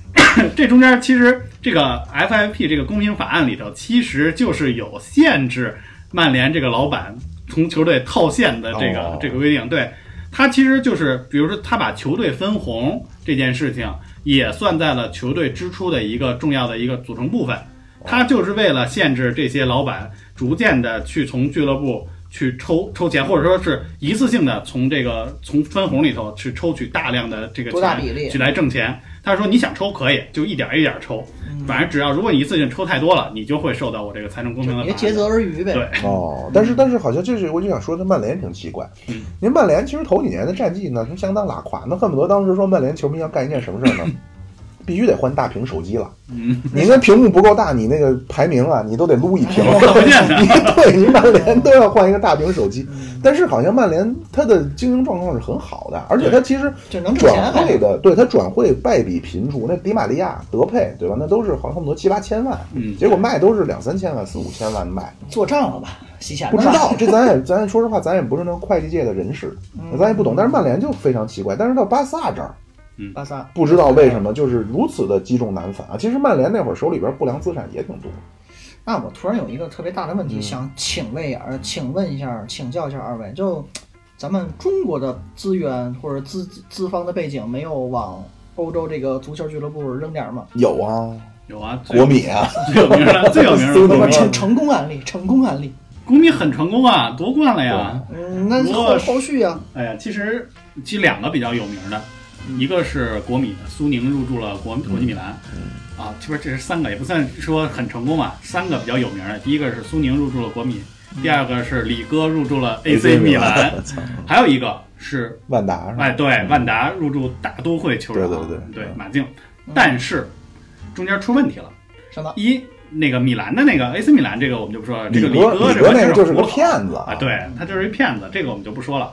C: [COUGHS] 这中间其实这个 FFP 这个公平法案里头，其实就是有限制曼联这个老板从球队套现的这个、
A: 哦
C: 这个规定。对，他其实就是，比如说他把球队分红这件事情也算在了球队支出的一个重要的一个组成部分。他就是为了限制这些老板逐渐的去从俱乐部去抽抽钱，或者说是一次性的从这个从分红里头去抽取大量的这个
B: 多大
C: 钱
B: 比例
C: 去来挣钱。他说你想抽可以，就一点儿一点儿抽，
B: 嗯
C: 反正只要如果你一次性抽太多了，你就会受到我这个财政公平的
B: 就别
C: 法
B: 竭
C: 案。
B: 泽而渔呗。
C: 对
A: 哦，
B: 嗯
A: 但是但是好像就是我就想说，这曼联挺奇怪。
C: 嗯
A: 您曼联其实头几年的战绩呢，相当拉胯，那恨不得当时说曼联球迷要干一件什么事
B: [LAUGHS]
A: 儿呢？必须得换大屏手机了。
C: 嗯，
A: 你那屏幕不够大，你那个排名啊，你都得撸一屏。
B: 哎
C: 看不
B: [LAUGHS]
C: 见的。
A: 你对你曼联都要换一个大屏手机，
B: 嗯，
A: 但是好像曼联它的经营状况是很好的，而且它其实
B: 这能挣
A: 转
B: 钱还
A: 会的，对它转会败笔频出。那迪玛利亚、德佩，对吧？那都是好像恨不得七八千万，
C: 嗯，
A: 结果卖都是两三千万、四五千万卖。
B: 做账了吧？西夏
A: 不知，道， [LAUGHS] 这咱也咱说实话，咱也不是那会计界的人士，
B: 嗯
A: 咱也不懂。但是曼联就非常奇怪，但是到巴萨这儿，
B: [LAUGHS] 巴萨
A: 不知道为什么就是如此的积重难返啊。其实曼联那会儿手里边不良资产也挺多，
B: 那我突然有一个特别大的问题，
A: 嗯
B: 想请问一下，呃请问一下，请教一下二位，就咱们中国的资源或者资资方的背景，没有往欧洲这个足球俱乐部扔点儿吗？
A: 有啊，
C: 有啊，最
A: 国米啊，
C: 最有名的最有 [LAUGHS] 名
A: 苏
C: 的
A: 宁
B: 不
C: 国
B: 不，
C: 米，
B: 成成功案例，成功案例。
C: 国米很成功啊，夺冠了呀。
B: 嗯，那
C: 不过
B: 后
C: 是
B: 后续啊，
C: 哎呀，其实其实两个比较有名的，
B: 嗯
C: 一个是国米苏宁入驻了国国际米兰，啊，这边这是三个，也不算说很成功吧，三个比较有名的，第一个是苏宁入驻了国米，
B: 嗯
C: 第二个是李哥入驻了 AC 米兰， [LAUGHS] 还有一个是
A: [LAUGHS] 万达是吧？嗯
C: 哎对万达入驻大都会球场，
A: 对对对
C: 对
A: 嗯
C: 马竞，但是中间出问题了，
B: 什么？
C: 一那个米兰的那个 AC 米兰这个我们就不说了，这个
A: 哥，
C: 哥
A: 李
C: 这
A: 哥
C: 完
A: 那
C: 全
A: 个就是个
C: 糊口
A: 骗子
C: 啊，对他就是一骗子，这个我们就不说了。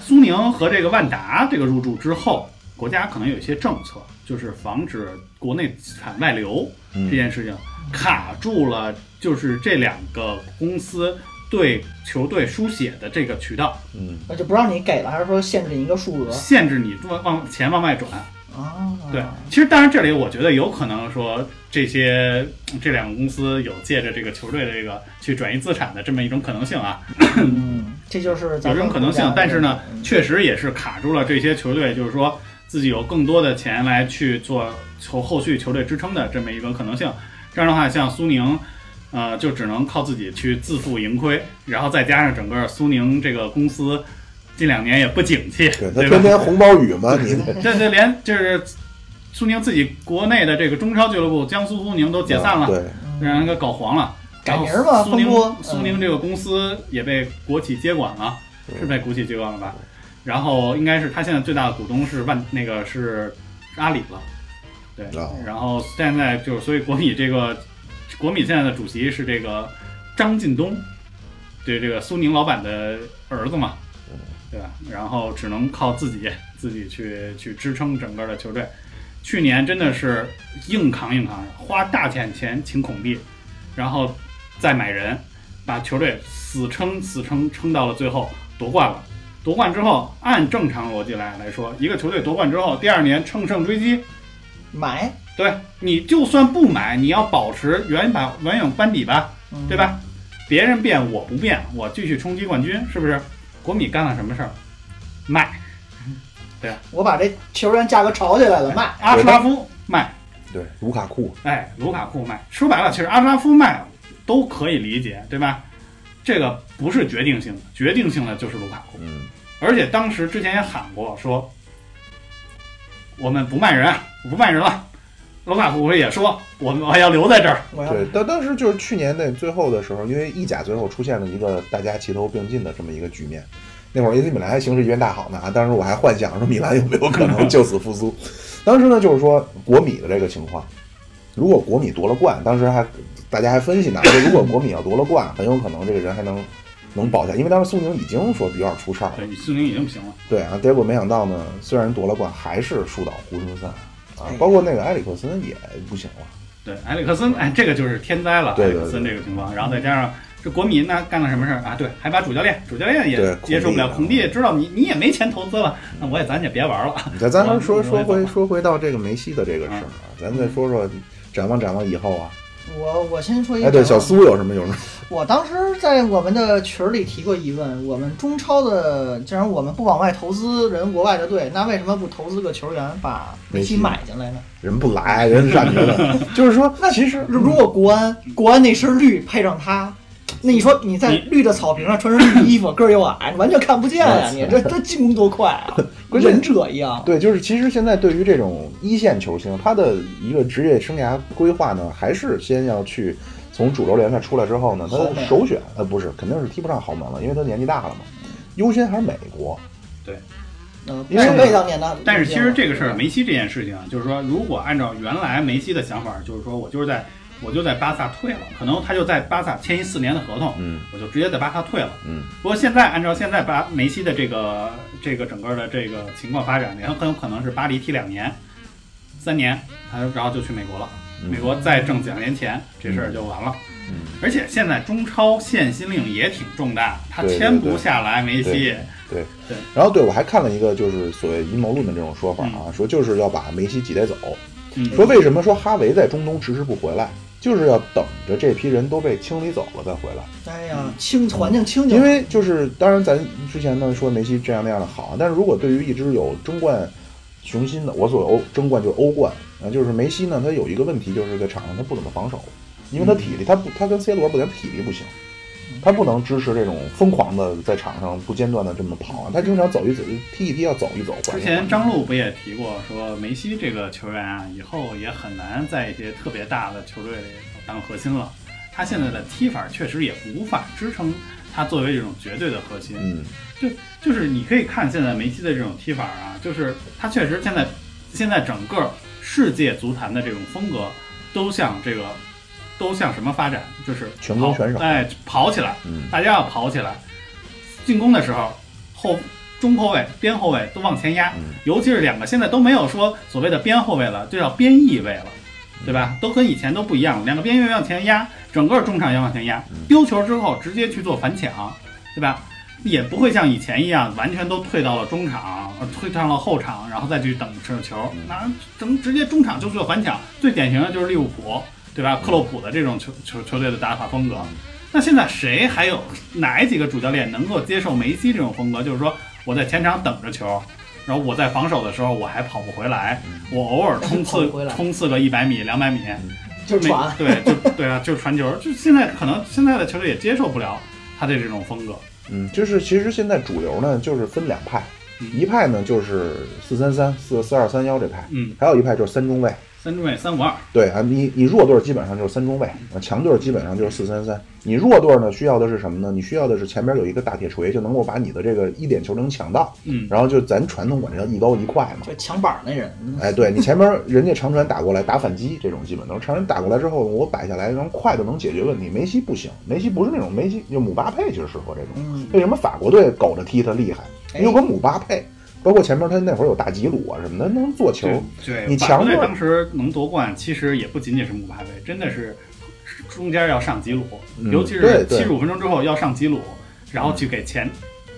C: 苏宁和这个万达这个入驻之后，国家可能有一些政策，就是防止国内资产外流
A: 嗯
C: 这件事情，卡住了就是这两个公司对球队书写的这个渠道，
A: 嗯，
B: 那就不让你给了，还是说限制你一个数额
C: 限制你往往钱往外转。
B: 啊？
C: 对，其实当然这里我觉得有可能说这些这两个公司有借着这个球队的这个去转移资产的这么一种可能性啊，
B: 嗯，这就是咱们
C: 有这种可能性
B: 国家，
C: 但是呢，
B: 嗯
C: 确实也是卡住了这些球队，就是说自己有更多的钱来去做球后续球队支撑的这么一种可能性。这样的话，像苏宁，呃，就只能靠自己去自负盈亏，然后再加上整个苏宁这个公司近两年也不景气，
A: 对
C: 对
A: 他
C: 吧？
A: 天天红包雨嘛，你得
B: [LAUGHS]
C: 这这连就是苏宁自己国内的这个中超俱乐部江苏苏宁都解散了，
A: 对，
C: 让人给搞黄了。
B: 改名儿
C: 然后
B: 吧，嗯
C: 苏
B: 风
C: 宁
B: 波。
C: 苏宁这个公司也被国企接管了，是被国企接管了吧？然后应该是他现在最大的股东是万那个是是阿里了，对
A: 哦。
C: 然后现在就是所以国米这个国米现在的主席是这个张近东，对这个苏宁老板的儿子嘛，对吧？然后只能靠自己 [LAUGHS] 自己去去支撑整个的球队。去年真的是硬扛硬扛，花大钱钱请孔蒂，然后再买人，把球队死撑死撑撑到了最后夺冠了。夺冠之后，按正常逻辑来来说，一个球队夺冠之后，第二年乘胜追击，
B: 嗯买，
C: 对你就算不买，你要保持原版原有班底吧，
B: 嗯
C: 对？吧？别人变我不变，我继续冲击冠军，是不是？国米干了什么事儿？卖
B: 我把这球员价格炒起来了，卖。
C: 阿什拉夫，卖。
A: 对，卢卡库
C: 哎，卢卡库卖，说白了，其实阿扎夫卖都可以理解，对吧？这个不是决定性的，决定性的就是卢卡库。
A: 嗯，
C: 而且当时之前也喊过说，我们不卖人，啊，不卖人了。卢卡库也说，我们我要留在这儿。
B: 我要
A: 对，但当时就是去年那最后的时候，因为意甲最后出现了一个大家齐头并进的这么一个局面。那会儿 AC 米兰还形势一片大好呢啊，当时我还幻想说米兰有没有可能就此复苏。当时呢，就是说国米的这个情况，如果国米夺了冠，当时还大家还分析呢，说如果国米要夺了冠，很有可能这个人还能能保下，因为当时苏宁已经说有点出事儿了。
C: 对，苏宁已经不行了。
A: 对啊，结果没想到呢，虽然夺了冠，还是输倒胡春散啊
B: 哎，
A: 包括那个埃里克森也不行了。
C: 对，埃里克森，哎，这个就是天灾了，
A: 对对
C: 埃里克森
A: 对
C: 这个情况。然后再加上这国民呢，干了什么事儿啊？对，还把主教练，主教练
A: 对
C: 也接受不了，
A: 孔
C: 孔
A: 蒂啊
C: 蒂也知道你你也没钱投资了，那我也咱也别玩了。
A: 你再咱还是说
C: 我
A: 说
C: 我也
A: 回
C: 懂
A: 说回到这个梅西的这个事儿啊，咱再说说展望展望以后啊。
B: 我我先说一个。啊
A: 哎，对，小苏有什么有什么？
B: 我当时在我们的群儿里提过疑问：我们中超的，既然我们不往外投资人国外的队，那为什么不投资个球员把梅西
A: 梅西
B: 买进来呢？
A: 人不来，人占着呢。就是说，其实
B: 如如果国安国安那身绿配上他，那你说你在
C: 你
B: 绿的草坪上穿身绿衣服，个儿又矮，完全看不见呀、你这这进攻多
A: [LAUGHS]
B: 快啊，跟
A: 关键
B: 忍者一样。
A: 对，就是其实现在对于这种一线球星，他的一个职业生涯规划呢，还是先要去从主流联赛出来之后呢，他
B: 豪门
A: 首选呃不是，肯定是踢不上豪门了，因为他年纪大了嘛，优先还是美国。
B: 嗯，
A: 因为
B: 沈贝当年呢，
C: 但是其实这个事儿，梅西这件事情啊，就是说，如果按照原来梅西的想法，就是说我就是在我就在巴萨退了，可能他就在巴萨签一四年的合同，
A: 嗯
C: 我就直接在巴萨退了。
A: 嗯，
C: 不过现在按照现在巴梅西的这个这个整个的这个情况发展，也很有可能是巴黎踢两年、三年，他然后就去美国了。
A: 嗯
C: 美国再挣两年钱，这事儿就完了。
A: 嗯，
C: 而且现在中超限薪令也挺重大，他
A: 对对
C: 签
A: 对
C: 不下来梅西。
A: 然后对我还看了一个就是所谓阴谋论的这种说法啊，说就是要把梅西挤带走，
C: 嗯，
A: 说为什么说哈维在中东迟迟不回来，就是要等着这批人都被清理走了再回来。
B: 哎呀，清环境清
A: 因
B: 净，
A: 为就是，当然咱之前呢说梅西这样那样的好，但是如果对于一支有争冠雄心的，我所谓欧争冠就是欧冠啊，呃就是梅西呢，他有一个问题就是在场上他不怎么防守，因为他体力，他不他跟 C 罗不一样，体力不行，他不能支持这种疯狂的在场上不间断的这么跑啊，他经常走一走踢一踢要走一走。
C: 之前张璐不也提过，说梅西这个球员啊，以后也很难在一些特别大的球队里当核心了。他现在的踢法确实也无法支撑他作为这种绝对的核心。
A: 嗯，
C: 就是你可以看现在梅西的这种踢法啊，就是他确实现在现在整个世界足坛的这种风格都向这个都向什么发展？就是
A: 全攻
C: 跑
A: 全守
C: 哎，跑起来，
A: 嗯
C: 大家要跑起来。进攻的时候，后中后卫、边后卫都往前压，
A: 嗯
C: 尤其是两个现在都没有说所谓的边后卫了，就叫边翼位了。对
A: 嗯
C: 吧？都跟以前都不一样了，两个边翼位往前压，整个中场也往前压
A: 嗯，
C: 丢球之后直接去做反抢，对吧？也不会像以前一样完全都退到了中场，呃退上了后场，然后再去等射球
A: 嗯，
C: 那整直接中场就做反抢，最典型的就是利物浦，对吧？克洛普的这种球球球队的打法风格。那现在谁还有哪几个主教练能够接受梅西这种风格？就是说我在前场等着球，然后我在防守的时候我还跑不回来，我偶尔冲
B: 跑
C: 刺
B: 不回来
C: 冲刺个一百米、两百米，
B: 就是
C: 没
B: 传。
C: 对，就对啊，就是传球，就现在可能现在的球队也接受不了他的这种风格。
A: 嗯，就是其实现在主流呢就是分两派，
C: 嗯
A: 一派呢就是四三三、四四二三幺这派，
C: 嗯，
A: 还有一派就是三中卫。
C: 三中卫三五二，
A: 对啊，你你弱队儿基本上就是三中卫，啊强队儿基本上就是四三三。你弱队儿呢，需要的是什么呢？你需要的是前边有一个大铁锤，就能够把你的这个一点球能抢到，
C: 嗯，
A: 然后就咱传统管这叫一高一快嘛。
B: 就抢板儿那人，
A: 哎，对你前边人家长传打过来打反击，这种基本都是长传打过来之后，我摆下来，然后快的能解决问题。梅西不行，梅西不是那种梅西，就姆巴佩就适合这种。
B: 嗯，
A: 为什么法国队苟着踢他厉害？
B: 哎
A: 你有个姆巴佩，包括前面他那会儿有大吉鲁啊什么的，能做球。
C: 对，
A: 你
C: 法
A: 强
C: 国队
A: 队
C: 当时能夺冠，其实也不仅仅是姆巴佩，真的是中间要上吉鲁，
A: 嗯
C: 尤其
A: 对嗯
C: 是
A: 对
C: 七十五分钟之后要上吉鲁，然后去给前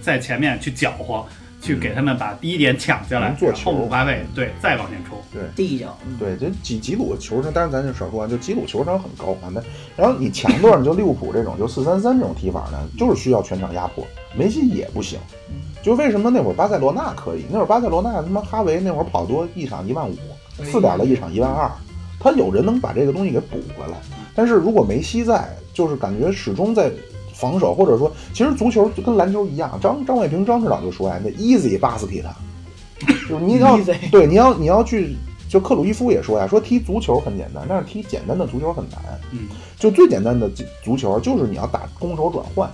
C: 在前面去搅和，去给他们把第一点抢下来
A: 嗯能，做
C: 然后
A: 球
C: 姆巴佩对再往前冲。
B: 第一脚，嗯，
A: 对，就几几鲁球场，当然咱就少说啊，就几鲁球场很高啊。那然后你强段儿，就利物浦这种就四三三这种踢法呢，就是需要全场压迫，梅西也不行。
B: 嗯
A: 就为什么那会儿巴塞罗那可以？那会儿巴塞罗那他妈哈维那会儿跑多一场一万五，
B: 哎
A: 次点儿的一场一万二，他有人能把这个东西给补回来。但是如果梅西在，就是感觉始终在防守，或者说，其实足球就跟篮球一样，张张卫平张指导就说呀，那 easy basket，就是你要
B: Easy
A: 对你要你要去，就克鲁伊夫也说呀，说踢足球很简单，但是踢简单的足球很难。
C: 嗯
A: 就最简单的足球就是你要打攻守转换，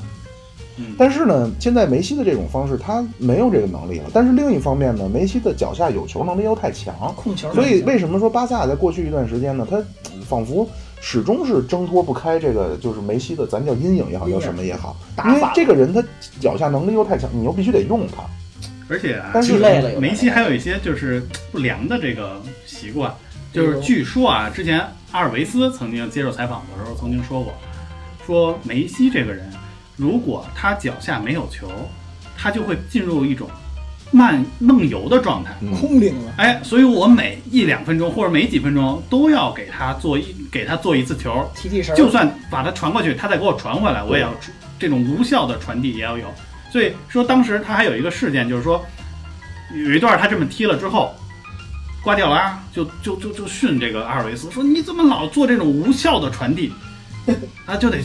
C: 嗯，
A: 但是呢，现在梅西的这种方式他没有这个能力了。但是另一方面呢，梅西的脚下有球能力又太强，
B: 控球能
A: 啊所
B: 力，
A: 以为什么说巴萨在过去一段时间呢，他呃仿佛始终是挣脱不开这个就是梅西的，咱叫阴影也好，
B: 阴影
A: 叫什么也好，
B: 打
A: 因为
B: 法
A: 这个人他脚下能力又太强，你又必须得用他。
C: 而且啊
A: 但是
B: 鸡肋了有点，
C: 梅西还有一些就是不良的这个习惯，就是据说啊，之前阿尔维斯曾经接受采访的时候曾经说过，说梅西这个人，如果他脚下没有球，他就会进入一种慢梦游的状态。
A: 嗯
B: 空灵了，
C: 哎，所以我每一两分钟或者每几分钟都要给他做一给他做一次球，
B: 提提神儿，
C: 就算把它传过去，他再给我传回来，我也要出这种无效的传递也要有。所以说，当时他还有一个事件，就是说有一段他这么踢了之后，瓜迪奥拉就就就就训这个阿尔维斯说：“你怎么老做这种无效的传递？”啊，就得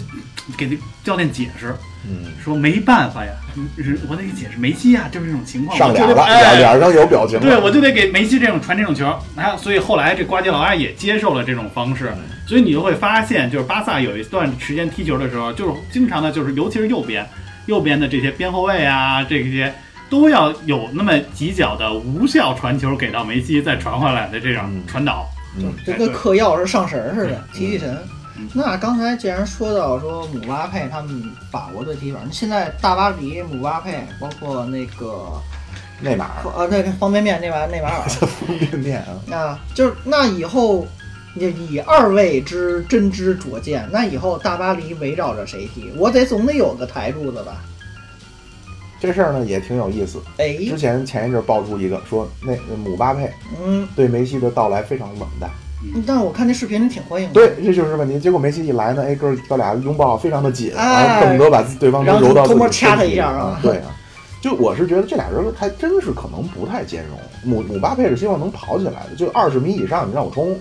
C: 给这教练解释，
A: 嗯，
C: 说没办法呀，人我得给解释梅西呀，就是这种情
A: 嗯
C: 况，
A: 上
C: 我就
A: 脸
C: 得
A: 了，
C: 哎
A: 脸脸上有表情了。
C: 对，我就得给梅西这种传这种球，啊，所以后来这瓜迪奥拉也接受了这种方式，所以你就会发现，就是巴萨有一段时间踢球的时候，就是经常的，就是尤其是右边，右边的这些边后卫啊，这些都要有那么几脚的无效传球给到梅西，再传回来的这种
A: 嗯
C: 传导，
A: 嗯
B: 就跟嗑药是上神儿似的，提提神
C: 哎嗯。
B: 那刚才既然说到说姆巴佩他们法国队踢法，那现在大巴黎、姆巴佩，包括那个
A: 内马
C: [LAUGHS]
A: 尔
B: 呃，对，方便面那玩那玩意
A: 方便面啊，
B: 儿
C: [LAUGHS]
B: 啊，就是那以后也以二位之真知灼见，那以后大巴黎围绕着谁踢，我得总得有个台柱子吧？
A: 这事儿呢也挺有意思。
B: 哎，
A: 之前前一阵爆出一个说，那那姆巴佩
B: 嗯，
A: 对梅西的到来非常冷淡。
B: 但是我看那视频里挺欢迎的，
A: 对，，这就是问题。结果梅西一来呢，哎哥儿哥俩拥抱非常的紧，
B: 哎
A: 然后恨不得把自对方都
B: 然后
A: 揉到自
B: 偷摸
A: 己身
B: 掐他
A: 体
B: 一
A: 里
B: 下
A: 啊
B: 啊。
A: 对啊，就我是觉得这俩人还真是可能不太兼容。姆姆巴佩是希望能跑起来的，就二十米以上你让我冲。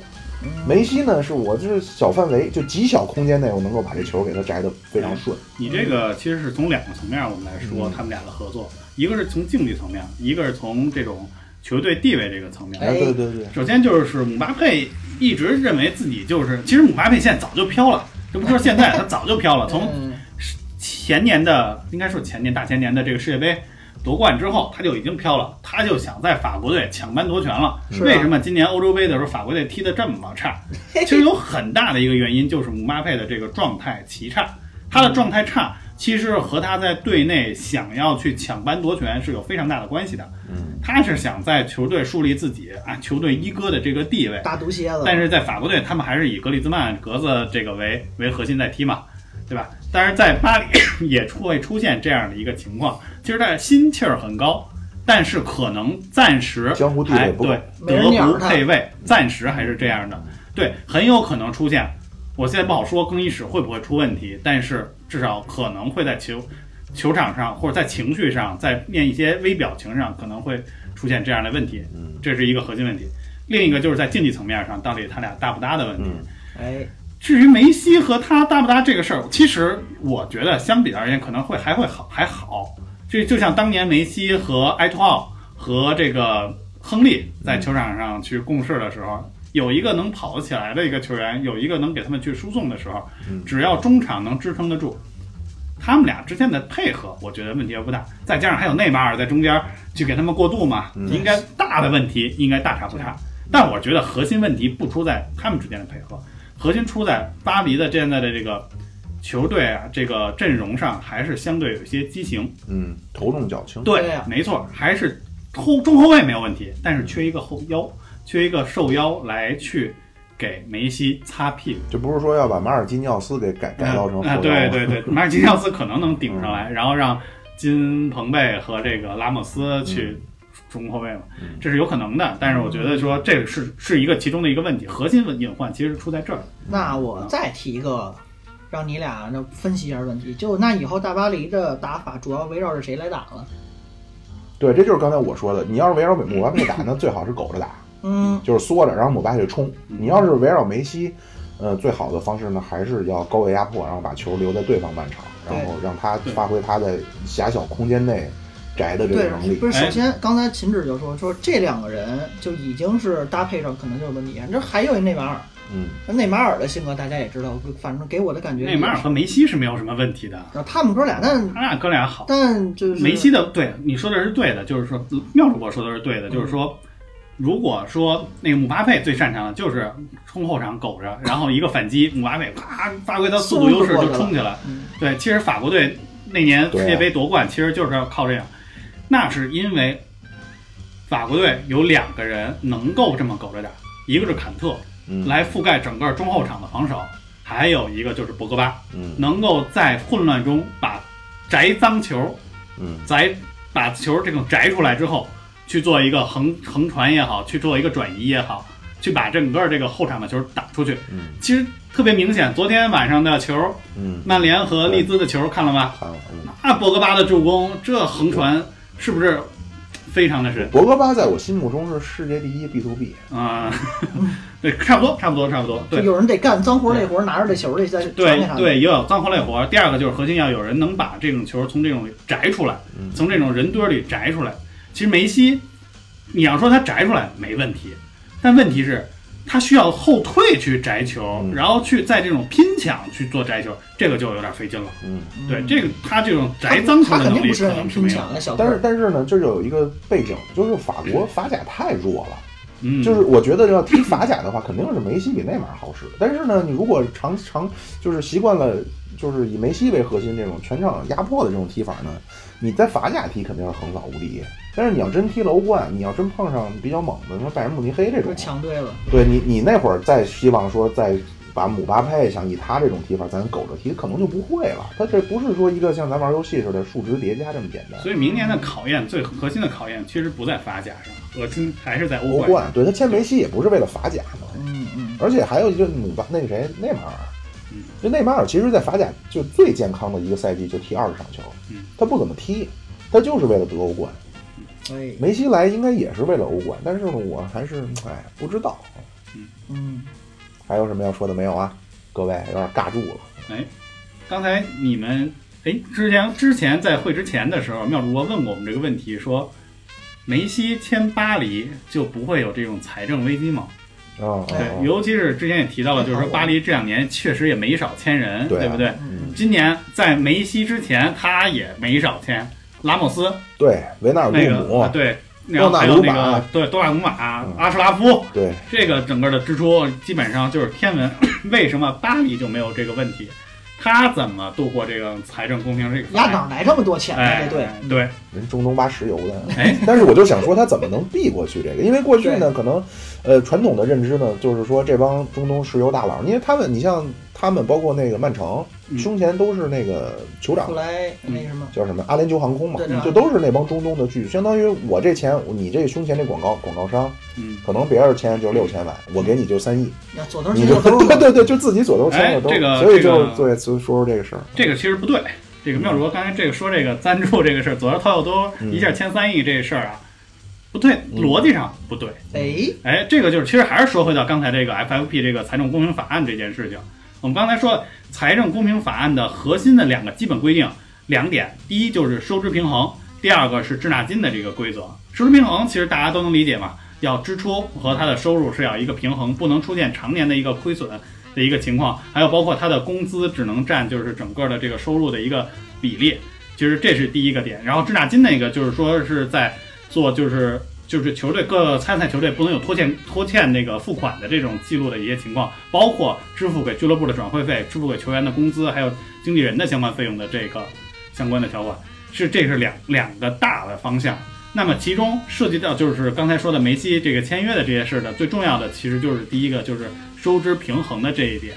B: 嗯
A: 梅西呢，是我就是小范围，就极小空间内，我能够把这球给他摘得非常顺。
C: 你这个其实是从两个层面我们来说
A: 嗯
C: 他们俩的合作，一个是从竞技层面，一个是从这种球队地位这个层面。
B: 哎
A: 对对对，
C: 首先就是姆巴佩一直认为自己就是，其实姆巴佩现在早就飘了，这不说现在，他早就飘了。从
B: 嗯
C: 前年的，应该说前年大前年的这个世界杯夺冠之后，他就已经飘了，他就想在法国队抢班夺权了。
B: 是啊
C: 为什么今年欧洲杯的时候法国队踢得这么
B: [LAUGHS]
C: 差？其实有很大的一个原因就是姆巴佩的这个状态奇差，他的状态差。其实和他在队内想要去抢班夺权是有非常大的关系的。
A: 嗯，
C: 他是想在球队树立自己啊球队一哥的这个地位，
B: 大毒蝎子，
C: 但是在法国队，他们还是以格里兹曼、格子这个为为核心在踢嘛，对吧？但是在巴黎也出会出现这样的一个情况，其实他心气儿很高，但是可能暂时
A: 江湖地
C: 还
A: 位不够
C: 对
B: 没人
C: 德
B: 鸟
C: 不
B: 他
C: 配位，暂时还是这样的。对，很有可能出现。我现在不好说更衣室会不会出问题，但是至少可能会在球球场上或者在情绪上，在面一些微表情上可能会出现这样的问题。
A: 嗯，
C: 这是一个核心问题。另一个就是在竞技层面上，到底他俩搭不搭的问题。
A: 嗯
B: 哎，
C: 至于梅西和他搭不搭这个事儿，其实我觉得相比而言可能会还会好还好。这就像当年梅西和埃托奥和这个亨利在球场上去共事的时候，有一个能跑得起来的一个球员，有一个能给他们去输送的时候
A: 嗯，
C: 只要中场能支撑得住，他们俩之间的配合，我觉得问题也不大。再加上还有内马尔在中间去给他们过渡嘛，
A: 嗯
C: 应该大的问题应该大差不差。但我觉得核心问题不出在他们之间的配合，核心出在巴黎的现在的这个球队啊，这个阵容上还是相对有一些畸形。
A: 嗯，头重脚轻。
C: 对
B: 对呀
C: 没错，还是后中后卫没有问题，但是缺一个后腰，缺一个受腰来去给梅西擦屁股。
A: 这不是说
B: 嗯
A: 要把马尔基尼奥斯给改改造成后腰嗯
C: 啊、
A: 吗 [LAUGHS]
C: 对对对，马尔基尼奥斯可能能顶上来，然后让金彭贝和这个拉莫斯
A: 嗯
C: 去中后卫嘛，
D: 嗯
C: 这是有可能的。但是我觉得说这个是是一个其中的一个问题，核心隐患其实是出在这儿。
B: 那我再提一个，让你俩那分析一下问题。就那以后大巴黎的打法主要围绕着谁来打了？
A: 对，这就是刚才我说的，你要是围绕姆巴佩打，那最好是苟着打，
B: 嗯，
A: 就是缩着，然后姆巴佩冲。你要是围绕梅西，呃，最好的方式呢，还是要高位压迫，然后把球留在对方半场，然后让他
C: 对
A: 发挥他在狭小空间内宅的这个
B: 对
A: 能，力
B: 不。是。
C: 哎
B: 首先，刚才秦指就说说这两个人就已经是搭配上可能就有问题。这还有一内马尔，
A: 嗯，
B: 那内马尔的性格大家也知道，反正给我的感觉，
C: 内马尔，和梅西是没有什么问题的，
B: 然后他们哥俩，但
C: 他俩哥俩好。
B: 但就是
C: 梅西的对你说的是对的，就是说妙主播说的是对的，就是说，如果说那个姆巴佩最擅长的就是冲后场苟着，然后一个反 [LAUGHS] 击，姆巴佩啪发挥他速度优势就冲起来
B: 嗯。
C: 对，其实法国队那年世界杯夺冠，其实就是要靠这样，那是因为法国队有两个人能够这么苟着打，一个是坎特
A: 嗯
C: 来覆盖整个中后场的防守，还有一个就是博格巴
A: 嗯
C: 能够在混乱中把摘脏球
A: 嗯
C: 摘把球这种摘出来之后，去做一个横横传也好，去做一个转移也好，去把整个这个后场的球打出去。
A: 嗯
C: 其实特别明显，昨天晚上的球，
A: 嗯，
C: 曼联和利兹的球看了吧？
A: 看了。嗯，
C: 那博格巴的助攻，这横传是不是非常的神？
A: 博格巴在我心目中是世界第一 B to B。
C: 啊、对，差不多，差不多，差不多。
B: 就
C: 对
B: 有人得干脏活累活，拿着这球得再传给
C: 对
B: 他们。
C: 对，也有脏活累活。第二个就是核心要有人能把这种球从这种摘出来，
A: 嗯
C: 从这种人堆里摘出来。其实梅西，你要说他摘出来没问题，但问题是，他需要后退去摘球，
A: 嗯
C: 然后去在这种拼抢去做摘球，这个就有点费劲了。
A: 嗯，
B: 嗯
C: 对，这个他这种摘脏球
B: 他
C: 的
B: 肯定
C: 能力
B: 不是
C: 可
B: 让人
C: 能是
B: 拼
C: 没有
B: 抢。的小个
A: 但
B: 儿
A: 是，但是呢，这有一个背景，就是法国法甲太弱了。
C: 嗯，
A: 就是我觉得要踢法甲的话，肯定是梅西比内马尔好使。但是呢，你如果常常就是习惯了，就是以梅西为核心这种全场压迫的这种踢法呢，你在法甲踢肯定是横扫无敌。但是你要真踢了欧冠，你要真碰上比较猛的什么拜仁慕尼黑这
B: 就
A: 种
B: 是，强队了。
A: 对你你那会儿再希望说再把姆巴佩像以他这种踢法咱苟着踢，可能就不会了。他这不是说一个像咱玩游戏似的数值叠加这么简单。
C: 所以明年的考验最核心的考验其实不在法甲上，核心还是在
A: 欧
C: 欧冠。
A: 冠对他签梅西也不是为了法甲嘛，
B: 嗯嗯，
A: 而且还有一个姆巴那个谁内马尔
C: 嗯，
A: 就内马尔其实，在法甲就最健康的一个赛季就踢二十场球
C: 嗯，
A: 他不怎么踢，他就是为了得欧冠。
B: 哎，
A: 梅西来应该也是为了欧冠，但是呢，我还是哎不知道。
B: 嗯，
A: 还有什么要说的没有啊？各位有点尬住了。
C: 刚才你们哎，之前之前在会之前的时候，妙主播问过我们这个问题，说梅西签巴黎就不会有这种财政危机吗？
A: 啊、
B: 哎
C: 对，
A: 嗯，
C: 尤其是之前也提到了，就是说
B: 哎
C: 巴黎这两年确实也没少签人，
A: 对啊
C: 对不对？
A: 嗯
C: 今年在梅西之前，他也没少签拉莫斯
A: 对，维纳尔杜
C: 那个、
A: 姆
C: 啊，对，然后还有那个对多纳鲁马、
A: 嗯
C: 阿什拉夫，
A: 对，
C: 这个整个的支出基本上就是天文。 [COUGHS] 为什么巴黎就没有这个问题？他怎么度过这个财政公平这个法
B: 压
C: 案？
B: 哪来这么多钱呢？
C: 哎
B: 这，队
C: 哎对，
A: 人中东挖石油的。
C: 哎，
A: 但是我就想说，他怎么能避过去这个？因为过去呢，可能，呃，传统的认知呢，就是说这帮中东石油大佬，因为他们，你像他们，包括那个曼城，
C: 嗯
A: 胸前都是那个酋长
B: 后，来那什么，
A: 叫什么阿联酋航空嘛
B: 对对，
A: 就都是那帮中东的巨，相当于我这钱，你这胸前这广告广告商，
C: 嗯，
A: 可能别人签就六千万，我给你就三亿，
B: 那左头
A: 你
B: 进
A: 就
B: 右头
A: [LAUGHS] 对对对，就自己左兜签
C: 哎
A: 右兜
C: 这个，
A: 所以
C: 这
A: 就
C: 个
A: 对，所以说说这个事儿，
C: 这个其实不对。这个妙主播刚才这个说这个赞助这个事儿，左右套右兜
A: 嗯
C: 一下签三亿这事儿啊，不对，逻辑上不对。
B: 哎，
C: 哎，这个就是其实还是说回到刚才这个 FFP 这个财政公平法案这件事情。我们刚才说财政公平法案的核心的两个基本规定，两点，第一就是收支平衡，第二个是滞纳金的这个规则。收支平衡其实大家都能理解嘛，要支出和它的收入是要一个平衡，不能出现常年的一个亏损的一个情况，还有包括它的工资只能占就是整个的这个收入的一个比例。其实这是第一个点，然后滞纳金那个就是说是在做就是就是球队各参赛球队不能有拖欠拖欠那个付款的这种记录的一些情况，包括支付给俱乐部的转会费、支付给球员的工资，还有经纪人的相关费用的这个相关的条款，是这是两两个大的方向。那么其中涉及到就是刚才说的梅西这个签约的这些事呢，最重要的其实就是第一个就是收支平衡的这一点。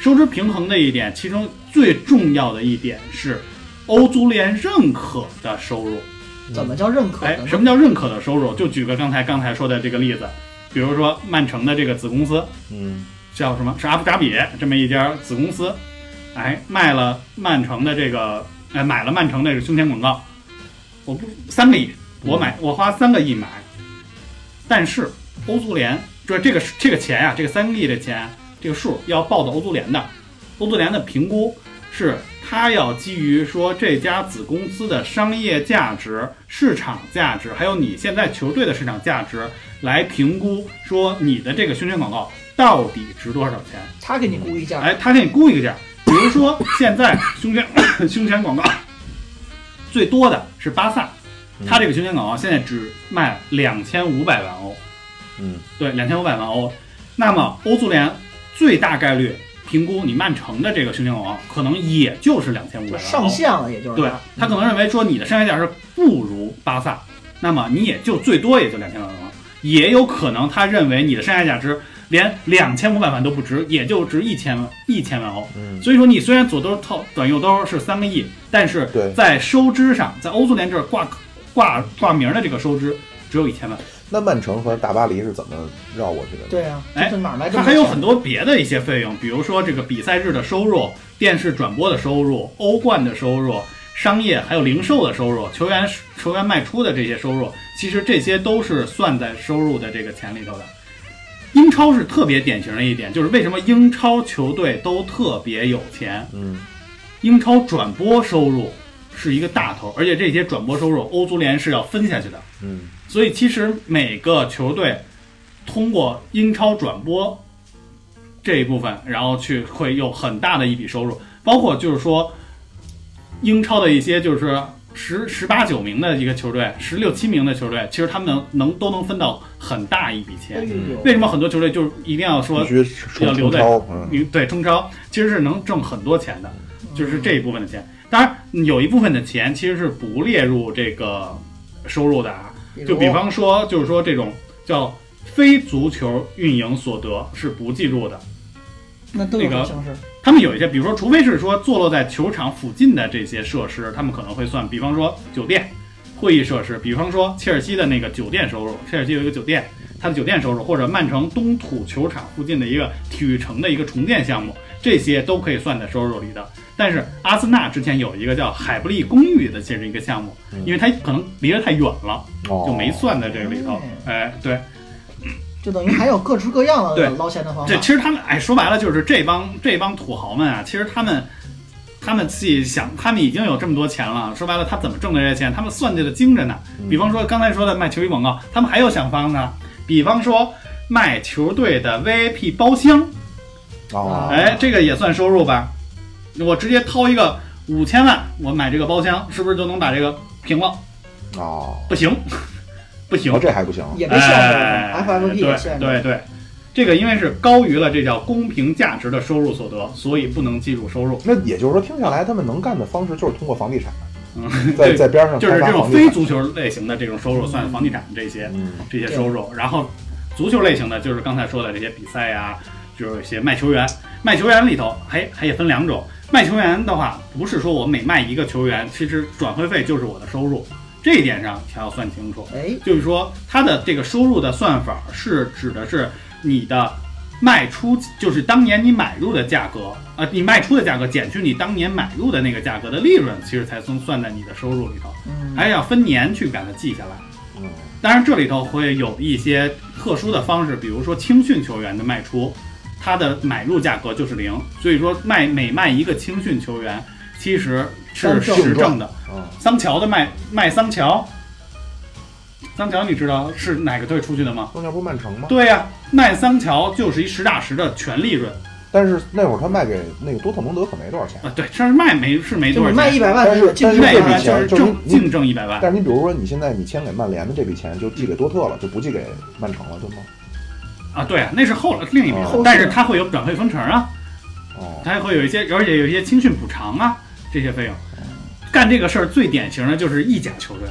C: 收支平衡的一点，其中最重要的一点是欧足联认可的收入。
B: 怎么叫认可
C: 哎
B: 的，
C: 什
B: 呢？
C: 么叫认可的收入？就举个刚才刚才说的这个例子，比如说曼城的这个子公司
A: 嗯
C: 叫什么？是阿布扎比这么一家子公司，哎，卖了曼城的这个，哎，买了曼城的这个胸前广告，我不三个亿，我买我花三个亿买，但是欧足联就是这个这个钱啊，这个三个亿的钱，这个数要报到欧足联的，欧足联的评估是它要基于说这家子公司的商业价值、市场价值，还有你现在球队的市场价值来评估，说你的这个宣传广告到底值多少钱。
B: 他给你估一价，
C: 哎，他给你估一个价，比如说现在胸前 [COUGHS] 胸前广告最多的是巴萨，他这个胸前广告现在只卖两千五百万欧，
A: 嗯
C: 对，两千五百万欧。那么欧足联最大概率评估你曼城的这个胸前广告，可能也就是两千五百
B: 就
C: 万
B: 上
C: 欧
B: 限了，也就是啊
C: 对他可能认为说你的商业价值不如巴萨，那么你也就最多也就两千万了。也有可能他认为你的商业价值连两千五百万都不值，也就值一千万一千万欧。
A: 嗯，
C: 所以说你虽然左兜套短右兜是三个亿，但是
A: 对
C: 在收支上，在欧足联这儿挂挂挂名的这个收支只有一千万。
A: 那曼城和大巴黎是怎么绕过去的？，
B: 对啊，
C: 哎
B: 这哪来这
C: 它
B: 么多
C: 还有很
B: 钱
C: 多别的一些费用，比如说这个比赛日的收入、电视转播的收入、欧冠的收入、商业还有零售的收入、球员球员卖出的这些收入，其实这些都是算在收入的这个钱里头的。英超是特别典型的一点，就是为什么英超球队都特别有钱？
A: 嗯
C: 英超转播收入是一个大头，而且这些转播收入欧足联是要分下去的。
A: 嗯
C: 所以其实每个球队通过英超转播这一部分，然后去会有很大的一笔收入，包括就是说英超的一些就是十十八九名的一个球队，十六七名的球队，其实他们能能都能分到很大一笔
B: 哎
C: 钱。
A: 嗯
B: 呦，
C: 为什么很多球队就是一定要说
A: 必须冲
C: 要留
A: 冲
C: 在
A: 超，嗯
C: 你对中超其实是能挣很多钱的，就是这一部分的钱。当然，有一部分的钱其实是不列入这个收入的啊。
B: 如
C: 就比方说，就是说这种叫非足球运营所得是不计入的。
B: 那都有什
C: 那
B: 么
C: 个
B: 形式？
C: 他们有一些，比如说，除非是说坐落在球场附近的这些设施，他们可能会算，比方说酒店、会议设施，比方说切尔西的那个酒店收入，切尔西有一个酒店，它的酒店收入，或者曼城东土球场附近的一个体育城的一个重建项目，这些都可以算在收入里的。但是阿森纳之前有一个叫海布利公寓的这是一个项目，因为它可能离得太远了，
A: 哦
C: 就没算在这个里头。哎，对，
B: 就等于还有各式各样的
C: 对
B: 捞钱的方法
C: 这。其实他们哎，说白了就是这帮这帮土豪们啊，其实他们他们自己想，他们已经有这么多钱了，说白了他怎么挣的这些钱，他们算计的精着呢。比方说刚才说的卖球衣广告，他们还有想方呢，比方说卖球队的 VIP 包厢，
A: 哦，
C: 哎，这个也算收入吧？我直接掏一个五千万，我买这个包厢，是不是就能把这个平了？
A: 哦，
C: 不行， [LAUGHS] 不行
A: 哦，，这还不行，
B: 也被限制了、
C: 哎
B: f f p 也限制了。
C: 对对对，这个因为是高于了这叫公平价值的收入所得，所以不能计入收入。
A: 那也就是说，听下来他们能干的方式就是通过房地产，
C: 嗯，
A: [LAUGHS] 在
C: 对，
A: 在边上
C: 就是
A: 开
C: 这
A: 发
C: 种
A: 房
C: 非
A: 地产。
C: 足球类型的这种收入，算房地产这些
A: 嗯
C: 这些收入。然后足球类型的就是刚才说的这些比赛呀、就是一些卖球员。卖球员里头还还也分两种，卖球员的话，不是说我每卖一个球员，其实转会费就是我的收入，这一点上才要算清楚。
B: 哎，
C: 就是说它的这个收入的算法是指的是你的卖出，就是当年你买入的价格，呃，你卖出的价格减去你当年买入的那个价格的利润，其实才能算在你的收入里头，
B: 嗯，
C: 还是要分年去把它记下来。
A: 嗯
C: 当然，这里头会有一些特殊的方式，比如说青训球员的卖出，它的买入价格就是零，所以说卖每卖一个青训球员，其实是
B: 单挣
C: 实挣的。
A: 嗯，
C: 桑乔的卖卖桑乔，桑乔你知道是哪个队出去的吗？
A: 中间不是曼城吗？
C: 对呀、卖桑乔就是一实打实的全利润
A: 但是那会儿他卖给那个多特蒙德可没多少钱。
C: 啊，对，但是卖没是没
B: 就
C: 多
B: 是
C: 少
B: 卖
C: 钱，
B: 一百万
A: 但是
B: 的净值
A: 但
C: 卖
A: 是
C: 一
A: 这笔
C: 万就
A: 钱
C: 是
A: 就是
C: 挣
A: 你
C: 净挣一百万，
A: 但是你比如说，你现在你签给曼联的这笔钱就寄给多特了，就不寄给曼城了，对吗？
C: 啊，对啊，那是后来另一笔
A: 哦
C: 账，但是它会有转会分成啊，
A: 哦，
C: 它还会有一些，而且有一些青训补偿啊这些费用。干这个事儿最典型的就是意甲球队，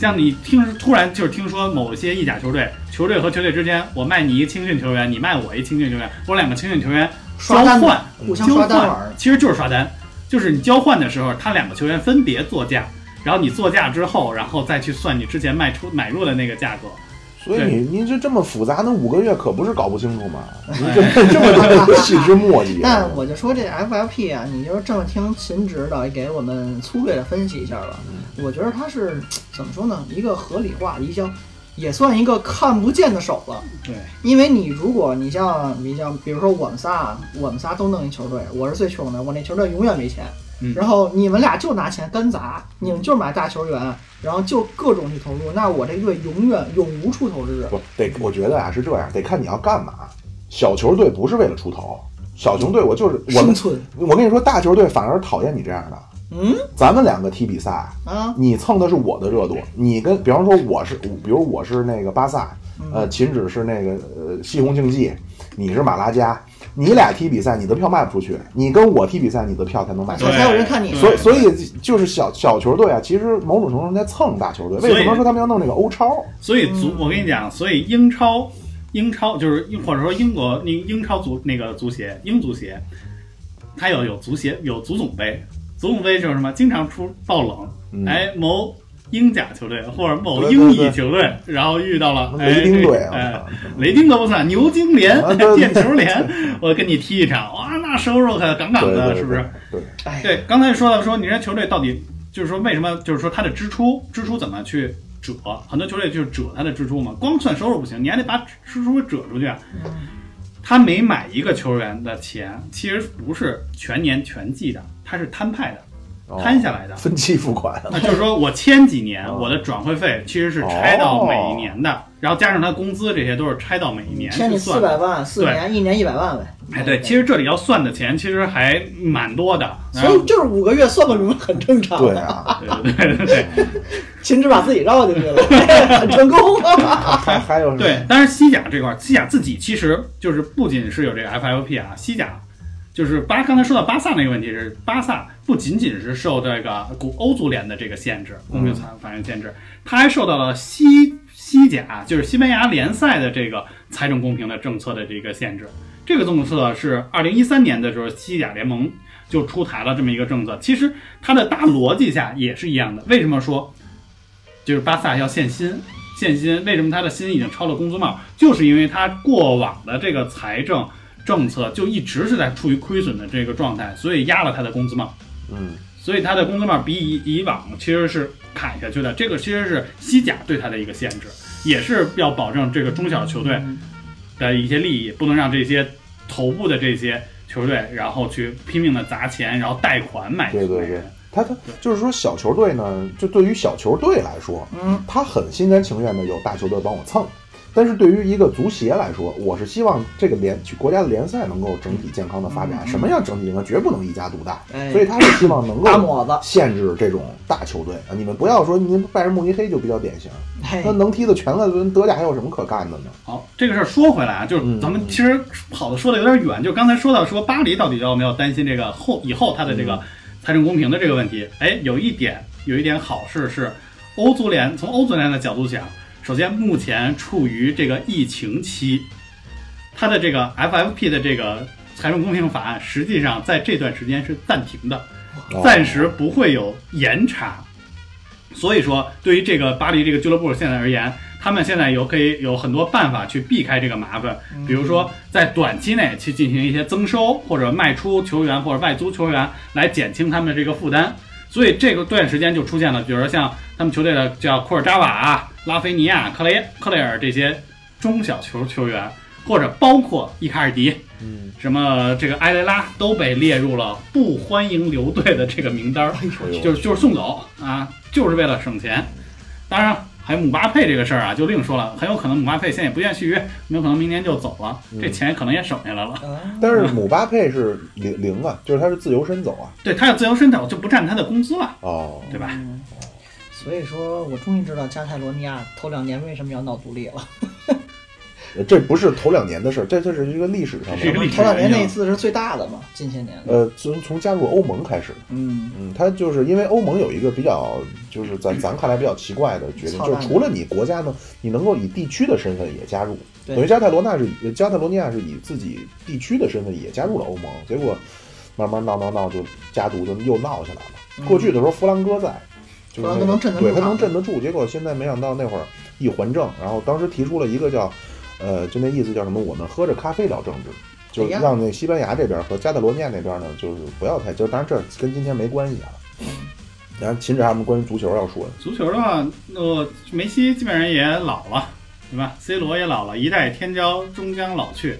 C: 像你听突然就是听说某些意甲球队，球队和球队之间，我卖你一青训球员，你卖我一青训球员，我两个青训球员
B: 刷单
C: 交换
B: 互相刷单玩儿
C: 其实就是刷单。就是你交换的时候，他两个球员分别作价，然后你作价之后，然后再去算你之前卖出买入的那个价格。
A: 所以
C: 对
A: 你您这这么复杂，那五个月可不是搞不清楚吗？您
C: 哎
A: 这这么大的细枝末
C: [LAUGHS]
A: 节，啊
B: 但我就说这 FFP 啊，你就是这么听秦指导给我们粗略的分析一下吧。
A: 嗯
B: 我觉得它是怎么说呢？一个合理化营销，也算一个看不见的手了。
C: 对，
B: 因为你如果你像你像，比如说我们仨啊，我们仨都弄一球队，我是最穷的，我那球队永远没钱。
C: 嗯
B: 然后你们俩就拿钱干砸，你们就买大球员，然后就各种去投入，那我这队永远永无出头之日。
A: 不得，我觉得啊是这样，得看你要干嘛。小球队不是为了出头，小球队我就是我
B: 生
A: 们，
B: 存，
A: 我跟你说，大球队反而讨厌你这样的。
B: 嗯
A: 咱们两个踢比赛，
B: 啊，
A: 你蹭的是我的热度，你跟比方说我是，比如我是那个巴萨，
B: 嗯
A: 呃，秦指是那个呃西红竞技，你是马拉加，你俩踢比赛，你的票卖不出去，你跟我踢比赛，你的票才能卖出
B: 对
A: 去。
B: 才有人看你
C: 对
A: 所以，所以就是小小球队啊，其实某种程度上在蹭大球队。
C: 所以
A: 为什么说他们要弄那个欧超？
C: 所以
A: 嗯
C: 足，我跟你讲，所以英超，英超就是英或者说英国那英超足那个足协，英足协，它有有足协有足总杯，足总杯就是什么，经常出爆冷，
A: 嗯
C: 哎某英甲球队或者某
A: 对对
C: 英乙
A: 对
C: 球队，然后遇到了
A: 雷丁队
C: 哎
A: 啊
C: 这哎雷丁都不算，牛津联
A: 啊
C: [LAUGHS]
A: 对、对
C: 电球联，我跟你踢一场，哇，那收入可杠杠
A: 对对
C: 的，
A: 对，
C: 是不是？
A: 对？
B: 哎，
C: 对，刚才说到说，你这球队到底就是说为什么，就是说他的支出支出怎么去折？很多球队就是折他的支出嘛，光算收入不行，你还得把支出折出去啊。他每买一个球员的钱，其实不是全年全季的，他是摊派的，
A: 哦
C: 摊下来的。啊
A: 分期付款，
C: 那就是说我签几年，
A: 哦
C: 我的转会费其实是拆到
A: 哦
C: 每一年的，然后加上他工资这些都是拆到每一年
B: 签你
C: 去
B: 四
C: 算的。
B: 百万，四年一年一百万呗。
C: 哎，对，其实这里要算的钱其实还蛮多的。然
B: 所
C: 后
B: 以就是五个月算不明白很正常。
A: 对，
C: [LAUGHS]
A: 啊，
C: 嗯对对对对。
B: 秦止把自己绕进去了， [LAUGHS] 很成功啊。
A: 还还有什么
C: 对，当然西甲这块儿，西甲自己其实就是不仅是有这个 FFP 啊，西甲就是巴刚才说到巴萨那个问题是，巴萨不仅仅是受这个古欧足联的这个限制，公平裁法院限制，它还受到了西西甲啊就是西班牙联赛的这个财政公平的政策的这个限制。这个政策是二零一三年的时候，西甲联盟就出台了这么一个政策。其实它的大逻辑下也是一样的。为什么说就是巴萨要限薪？限薪为什么他的薪已经超了工资帽？就是因为他过往的这个财政政策就一直是在处于亏损的这个状态，所以压了他的工资帽。
A: 嗯，
C: 所以他的工资帽比以以往其实是砍下去的，这个其实是西甲对他的一个限制，也是要保证这个中小球队的一些利益，不能让这些头部的这些球队，然后去拼命的砸钱，然后贷款买
A: 对对
C: 买
A: 对
C: 人，
A: 他他就是说小球队呢，就对于小球队来说，
B: 嗯，
A: 他很心甘情愿的有大球队帮我蹭。但是对于一个足协来说，我是希望这个联国家的联赛能够整体健康的发展。什么叫整体健康？绝不能一家独大。
B: 哎
A: 所以他是希望能
B: 大
A: 够
B: 抹子，
A: 限制这种大球队。啊你们不要说您拜仁慕尼黑就比较典型，[LAUGHS]
B: 嘿
A: 那能踢的全了，德甲还有什么可干的呢？
C: 好，这个事儿说回来啊，就是咱们其实跑的说的有点远，就刚才说到说巴黎到底要没有担心这个后以后它的这个财政公平的这个问题。哎，有一点有一点好事是，欧足联从欧足联的角度讲，首先目前处于这个疫情期，它的这个 FFP 的这个财政公平法案实际上在这段时间是暂停的，
A: 哦
C: 暂时不会有严查。所以说，对于这个巴黎这个俱乐部现在而言，他们现在有可以有很多办法去避开这个麻烦，比如说在短期内去进行一些增收或者卖出球员或者外租球员，来减轻他们的这个负担。所以这个段时间就出现了，比如说像他们球队的叫库尔扎瓦啊、拉菲尼亚、克雷克雷尔这些中小球球员，或者包括伊卡尔迪，
A: 嗯，
C: 什么这个埃雷拉都被列入了不欢迎留队的这个名单儿。
A: 哎呦
C: 就是就是送走啊，就是为了省钱。当然，还有姆巴佩这个事儿啊，就另说了，很有可能姆巴佩现在也不愿续约，很有可能明年就走了，
A: 嗯
C: 这钱可能也省下来了。
B: 啊
A: 但是姆巴佩是零零
C: [LAUGHS]
A: 啊，就是他是自由身走啊。
C: 对他要自由身走，就不占他的工资了，
A: 哦，
C: 对吧？
B: 嗯所以说我终于知道加泰罗尼亚头两年为什么要闹独立了。
A: 这不是头两年的事儿，这这是一个历史上
C: 是一
A: 的
C: 个。历史
B: 头两年
C: 原因啊
B: 那一次是最大的嘛，近些年。
A: 呃，从从加入欧盟开始，
B: 嗯，
A: 嗯，它就是因为欧盟有一个比较，就是咱咱看来比较奇怪的决定，
B: 操
A: 就
B: 蛋
A: 是除了你国家呢，你能够以地区的身份也加入，
B: 对
A: 等于加泰罗纳是以加泰罗尼亚是以自己地区的身份也加入了欧盟，结果慢慢闹闹闹就家族就又闹起来
B: 嗯
A: 了。过去的时候弗兰哥在，就是
B: 弗兰
A: 那个
B: 哥能镇得
A: 对
B: 住
A: 他
B: 场
A: 能镇得住。结果现在没想到那会儿一还政，然后当时提出了一个叫，呃，就那意思叫什么？我们喝着咖啡聊政治。就
B: 哎呀
A: 让那西班牙这边和加泰罗尼亚那边呢，就是不要太，就当然这跟今天没关系啊。
B: 嗯
A: 然后秦始皇他们关于足球要说的，
C: 足球的话，那、梅西基本上也老了，对吧？C 罗也老了，一代天骄终将老去。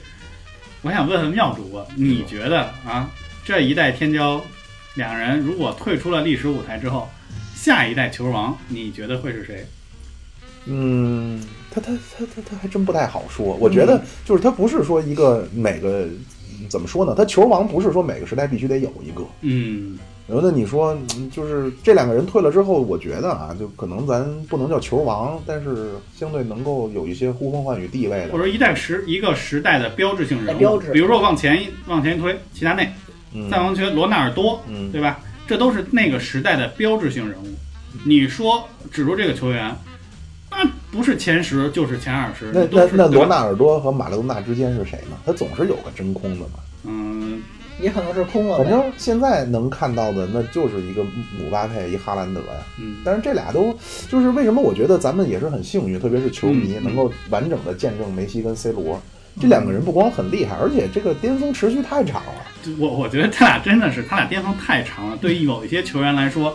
C: 我想问问妙主播，你觉得啊，这一代天骄两人如果退出了历史舞台之后，下一代球王，你觉得会是谁？
A: 嗯，他他他他他还真不太好说。我觉得就是他不是说一个每个嗯怎么说呢？他球王不是说每个时代必须得有一个。
C: 嗯，
A: 然后那你说，嗯就是这两个人退了之后，我觉得啊，就可能咱不能叫球王，但是相对能够有一些呼风唤雨地位
C: 或者
A: 的。
C: 说一代时一个时代的标志性人物，
B: 哎标志
C: 比如说往前一往前一推，齐达内，
A: 嗯
C: 再往前罗纳尔多，
A: 嗯，
C: 对吧？这都是那个时代的标志性人物。
A: 嗯
C: 你说指出这个球员，那不是前十就是前二十，
A: 那
C: 都
A: 那
C: 是
A: 那
C: 对吧
A: 罗纳尔多和马拉多纳之间是谁呢？他总是有个真空的嘛。
C: 嗯，
B: 也可能是空了呗。
A: 反正现在能看到的，那就是一个姆巴佩，一哈兰德呀。
C: 嗯，
A: 但是这俩都就是为什么我觉得咱们也是很幸运，特别是球迷
C: 嗯嗯
A: 能够完整的见证梅西跟 C 罗这两个人不光很厉害，而且这个巅峰持续太长了。
C: 我我觉得他俩真的是他俩巅峰太长了，对于某一些球员来说，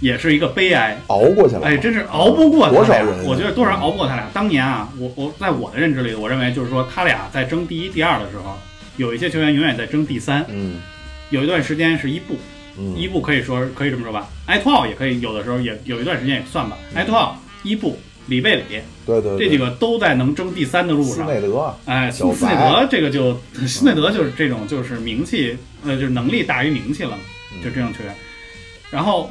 C: 也是一个悲哀。
A: 熬过去了，
C: 哎，真是熬不过他
A: 多少
C: 俩
A: 人，啊
C: 我觉得多少人熬不过他俩。当年啊，我我在我的认知里，我认为就是说他俩在争第一、第二的时候，有一些球员永远在争第三。
A: 嗯
C: 有一段时间是伊布，
A: 嗯，
C: 伊布可以说可以这么说吧，埃托奥也可以有的时候也有一段时间也算吧，埃托奥、伊布、里贝里
A: 对对
C: 这
A: 对，
C: 几个都在能争第三的路
A: 斯
C: 上。
A: 内德啊
C: 哎，
A: 小
C: 苏
A: 白
C: 斯内德这个就 [LAUGHS] 斯内德就是这种就是名气呃就是能力大于名气了嘛，
A: 嗯
C: 就这种球员，然后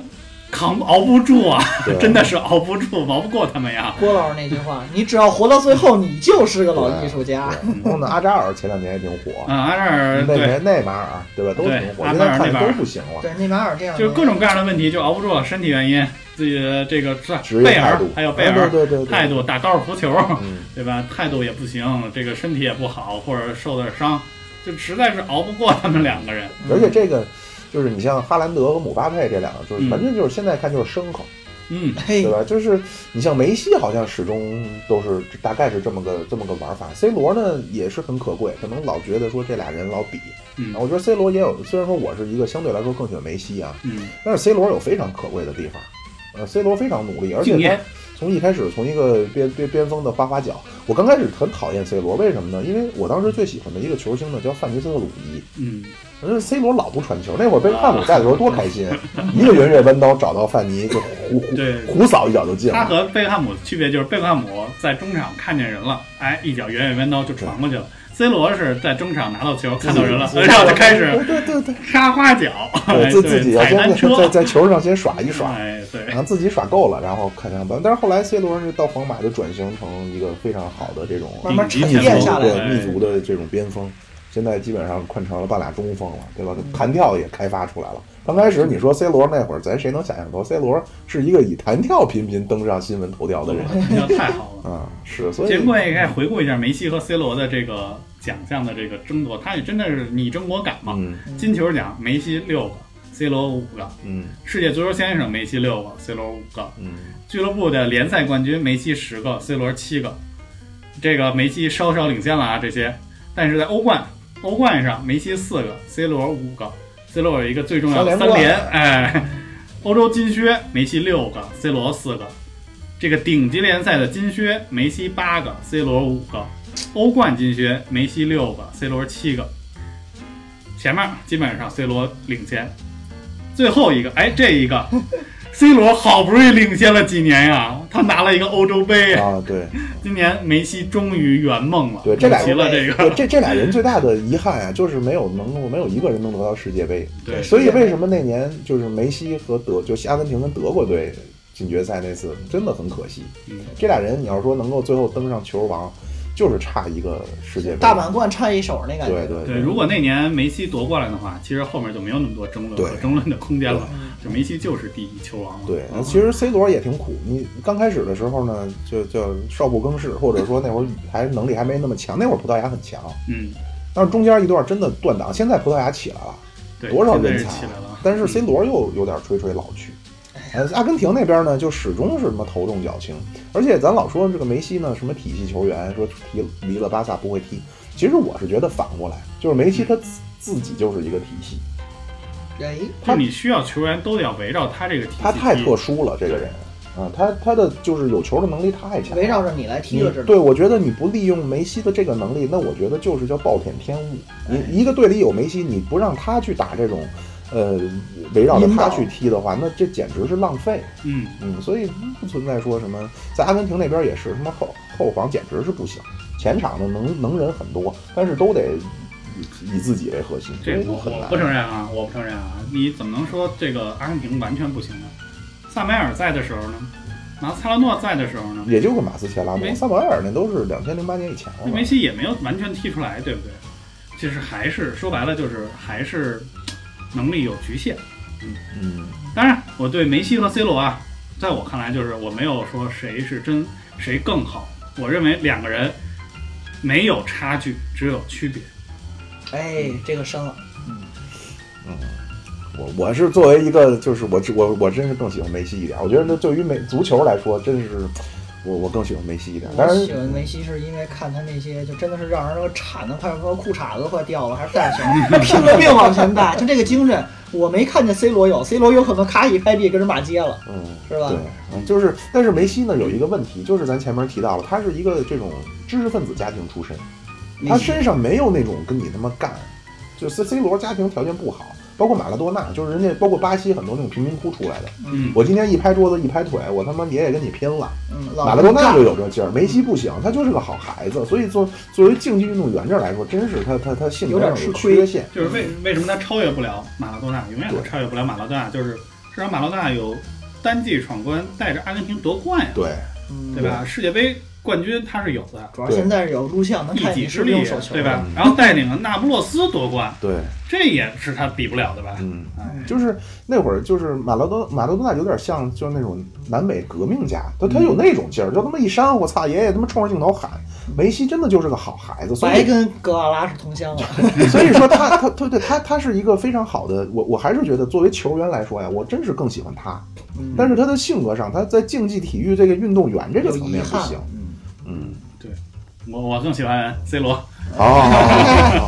C: 扛熬不住啊，
A: 对
C: 真的是熬不住，熬不过他们呀。
B: 郭老师那句话，你只要活到最后，你就是个老艺术家。
A: 对然后呢，阿扎尔前两年也挺火，
C: 嗯，阿扎尔
A: 那
C: 对，
A: 年内马尔啊对吧，都挺火，
C: 对
A: 现在
C: 阿扎尔内
A: 看
C: 马尔
A: 都不行了。
B: 对，内马尔这样
C: 就是各种各样的问题就熬不住，身体原因，自己的这个
A: 职业
C: 贝
A: 态
C: 尔
A: 度，
C: 还有贝尔
A: 啊对对对对
C: 态度，打高尔夫球，
A: 嗯
C: 对吧？态度也不行，这个身体也不好，或者受点伤，就实在是熬不过他们两个人。
A: 而且这个就是你像哈兰德和姆巴佩这两个，就是完全就是现在看就是牲口。
C: 嗯，
B: 嘿
A: 对，吧？就是你像梅西，好像始终都是大概是这么个这么个玩法。C 罗呢也是很可贵，可能老觉得说这俩人老比。
C: 嗯
A: 我觉得 C 罗也有，虽然说我是一个相对来说更喜欢梅西啊，
C: 嗯，
A: 但是 C 罗有非常可贵的地方。呃，C 罗非常努力，而且他
C: 敬业
A: 从一开始从一个边边边锋的花花脚，我刚开始很讨厌 C 罗，为什么呢？因为我当时最喜欢的一个球星呢叫范尼斯特鲁伊，
C: 嗯，
A: 我觉得 C 罗老不传球，那会儿被汉姆在的时候多开心，一个圆月弯刀找到范尼就胡胡
C: 啊对
A: 胡扫一脚就进了
C: 他。和贝克汉姆区别就是贝克汉姆在中场看见人了，哎，一脚远远弯刀就传过去了。C 罗是在中场拿到球，看到人了，然后就开始
A: 对对对
C: 沙花脚，
A: 对，
C: 哎
A: 自自己要
C: 踩
A: 先
C: 单
A: 在在
C: 车，
A: 在球上先耍一耍，
C: 哎，对
A: 然，后自己耍够了，然后看看吧。但是后来 C 罗是到皇马就转型成一个非常好的这种
B: 慢慢沉
C: 顶级
A: 密
C: 前
B: 淀
C: 锋
A: 足
B: 下来
A: 对
B: 了。
A: 密足的这种边锋，现在基本上换成了半俩中锋了，对吧？弹跳也开发出来了。刚开始你说 C 罗那会儿，咱谁能想象到 C 罗是一个以弹跳频频登上新闻头条的人
C: 比较太好了。
A: 啊？是，所以
C: 节目也可以回顾一下梅西和 C 罗的这个奖项的这个争夺，他也真的是你争我赶嘛。
A: 嗯
C: 金球奖梅西六个，C 罗五个；
A: 嗯
C: 世界足球先生梅西六个，C 罗五个；
A: 嗯，
C: 俱乐部的联赛冠军梅西十个，C 罗七个。这个梅西稍稍领先了啊，这些。但是在欧冠，欧冠上梅西四个，C 罗五个，C 罗有一个最重要的
A: 三连
C: 三
A: 冠
C: 连，哎，欧洲金靴梅西六个，C 罗四个。这个顶级联赛的金靴，梅西八个，C 罗五个；欧冠金靴，梅西六个，C 罗七个。前面基本上 C 罗领先，最后一个，哎，这一个 C 罗好不容易领先了几年呀、他拿了一个欧洲杯呀、
A: 啊，对。
C: 今年梅西终于圆梦了，
A: 对这俩
C: 补齐了这
A: 对，
C: 个，
A: 这这俩人最大的遗憾啊，就是没有能够没有一个人能得到世界杯。
C: 对
A: 所以为什么那年就是梅西和德就是阿根廷跟德国队进决赛那次真的很可惜。
C: 嗯
A: 这俩人你要说能够最后登上球王，就是差一个世界杯。
B: 大满贯差一手那感
A: 对
B: 觉。
A: 对
C: 对，如果那年梅西夺过来的话，其实后面就没有那么多争论和
A: 对
C: 争论的空间了，就梅西就是第一球王了。
A: 对，
C: 嗯
A: 其实 C 罗也挺苦。你刚开始的时候呢，就就少不更事，或者说那会儿还能力还没那么强。那会儿葡萄牙很强，
C: 嗯，
A: 但是中间一段真的断档。现在葡萄牙起来了，
C: 对，
A: 多少
C: 现在
A: 人
C: 是
A: 才
C: 起
A: 啊
C: 来了！嗯
A: 但是 C 罗又有点垂垂老去。呃，阿根廷那边呢，就始终是什么头重脚轻，而且咱老说这个梅西呢，什么体系球员，说踢离了巴萨不会踢。其实我是觉得反过来，就是梅西他自自己就是一个体系，
B: 哎，
C: 就你需要球员都得要围绕他这个体系踢，
A: 他太特殊了，这个人啊，他他的就是有球的能力太强了，
B: 围绕着你来踢了，
A: 你
B: 这
A: 对，我觉得你不利用梅西的这个能力，那我觉得就是叫暴殄天物。你一个队里有梅西，你不让他去打这种，呃，围绕着
B: 引
A: 他
B: 导
A: 去踢的话，那这简直是浪费。
C: 嗯，
A: 嗯，所以不存在说什么，在阿根廷那边也是，什么后后防简直是不行，前场的能能人很多，但是都得以以自己为核心，所
C: 这
A: 以就
C: 我
A: 很
C: 我
A: 难
C: 不。承认啊，我不承认啊！你怎么能说这个阿根廷完全不行呢？萨梅尔在的时候呢，拿塞拉诺在的时候呢，
A: 也就个马斯切拉
C: 梅
A: 诺、萨博埃尔那都是两千零八年以前了
C: 那
A: 嘛
C: 梅。西也没有完全踢出来，对不对？其实还是说白了就是还是能力有局限。
A: 嗯，
C: 当然，我对梅西和 C 罗啊，在我看来就是我没有说谁是真谁更好，我认为两个人没有差距，只有区别。
B: 哎，这个深了。
A: 我我是作为一个，就是我我我真是更喜欢梅西一点。我觉得那对于美足球来说，真是我我更喜欢梅西一点。当
B: 我
A: 然，
B: 喜欢梅西是因为看他那些，就真的是让人都铲的快，说裤衩子都快掉了，还
A: [LAUGHS]
B: 是带球，拼了命往前带，就这个精神，我没看见 C 罗有，C 罗有可能咔一拍地跟人骂街了，
A: 嗯，
B: 是吧
A: 对？，嗯就是但是梅西呢有一个问题，就是咱前面提到了，他是一个这种知识分子家庭出身，他身上没有那种跟你他妈干，就 C C 罗家庭条件不好，包括马拉多纳，就是人家包括巴西很多那种贫民窟出来的，
C: 嗯，
A: 我今天一拍桌子一拍腿，我他妈爷爷跟你拼了。
B: 嗯，
A: 马
B: 老
A: 拉多纳就有这劲儿，梅西不行，他就是个好孩子，所以作作为竞技运动员这儿来说，真是他他他性格上
B: 有点吃亏
A: 缺陷，
C: 就是为为什么他超越不了马拉多纳，永远都超越不了马拉多纳，就是至少马拉多纳有单季闯关，带着阿根廷夺冠呀，
A: 对，
B: 嗯
C: 对，吧？世界杯冠军他是有的，
B: 主要现在是有录像能
C: 一
B: 看
C: 己
B: 你
C: 之
B: 啊是
C: 力
B: 用手，球，
C: 对吧
A: 嗯？
C: 然后带领了那不勒斯夺冠，
A: 对，
C: 这也是他比不了的吧？
A: 嗯，
C: 哎，
A: 就是那会儿就是马拉多马拉多纳有点像就是那种南美革命家，他他有
B: 嗯
A: 那种劲儿，就他妈一扇我操，爷爷他妈冲着镜头喊， [LAUGHS] 梅西真的就是个好孩子，所
B: 白
A: 以
B: 跟格瓦拉是同乡了，
A: 所以说他他对对他他是一个非常好的，我我还是觉得作为球员来说呀，我真是更喜欢他，
B: 嗯
A: 但是他的性格上，他在竞技体育这个运动员这个
B: 有
A: 层
B: 遗
A: 面不嗯
B: 憾
A: 行，，嗯。
C: 我我更喜欢 C 罗，
A: 哦，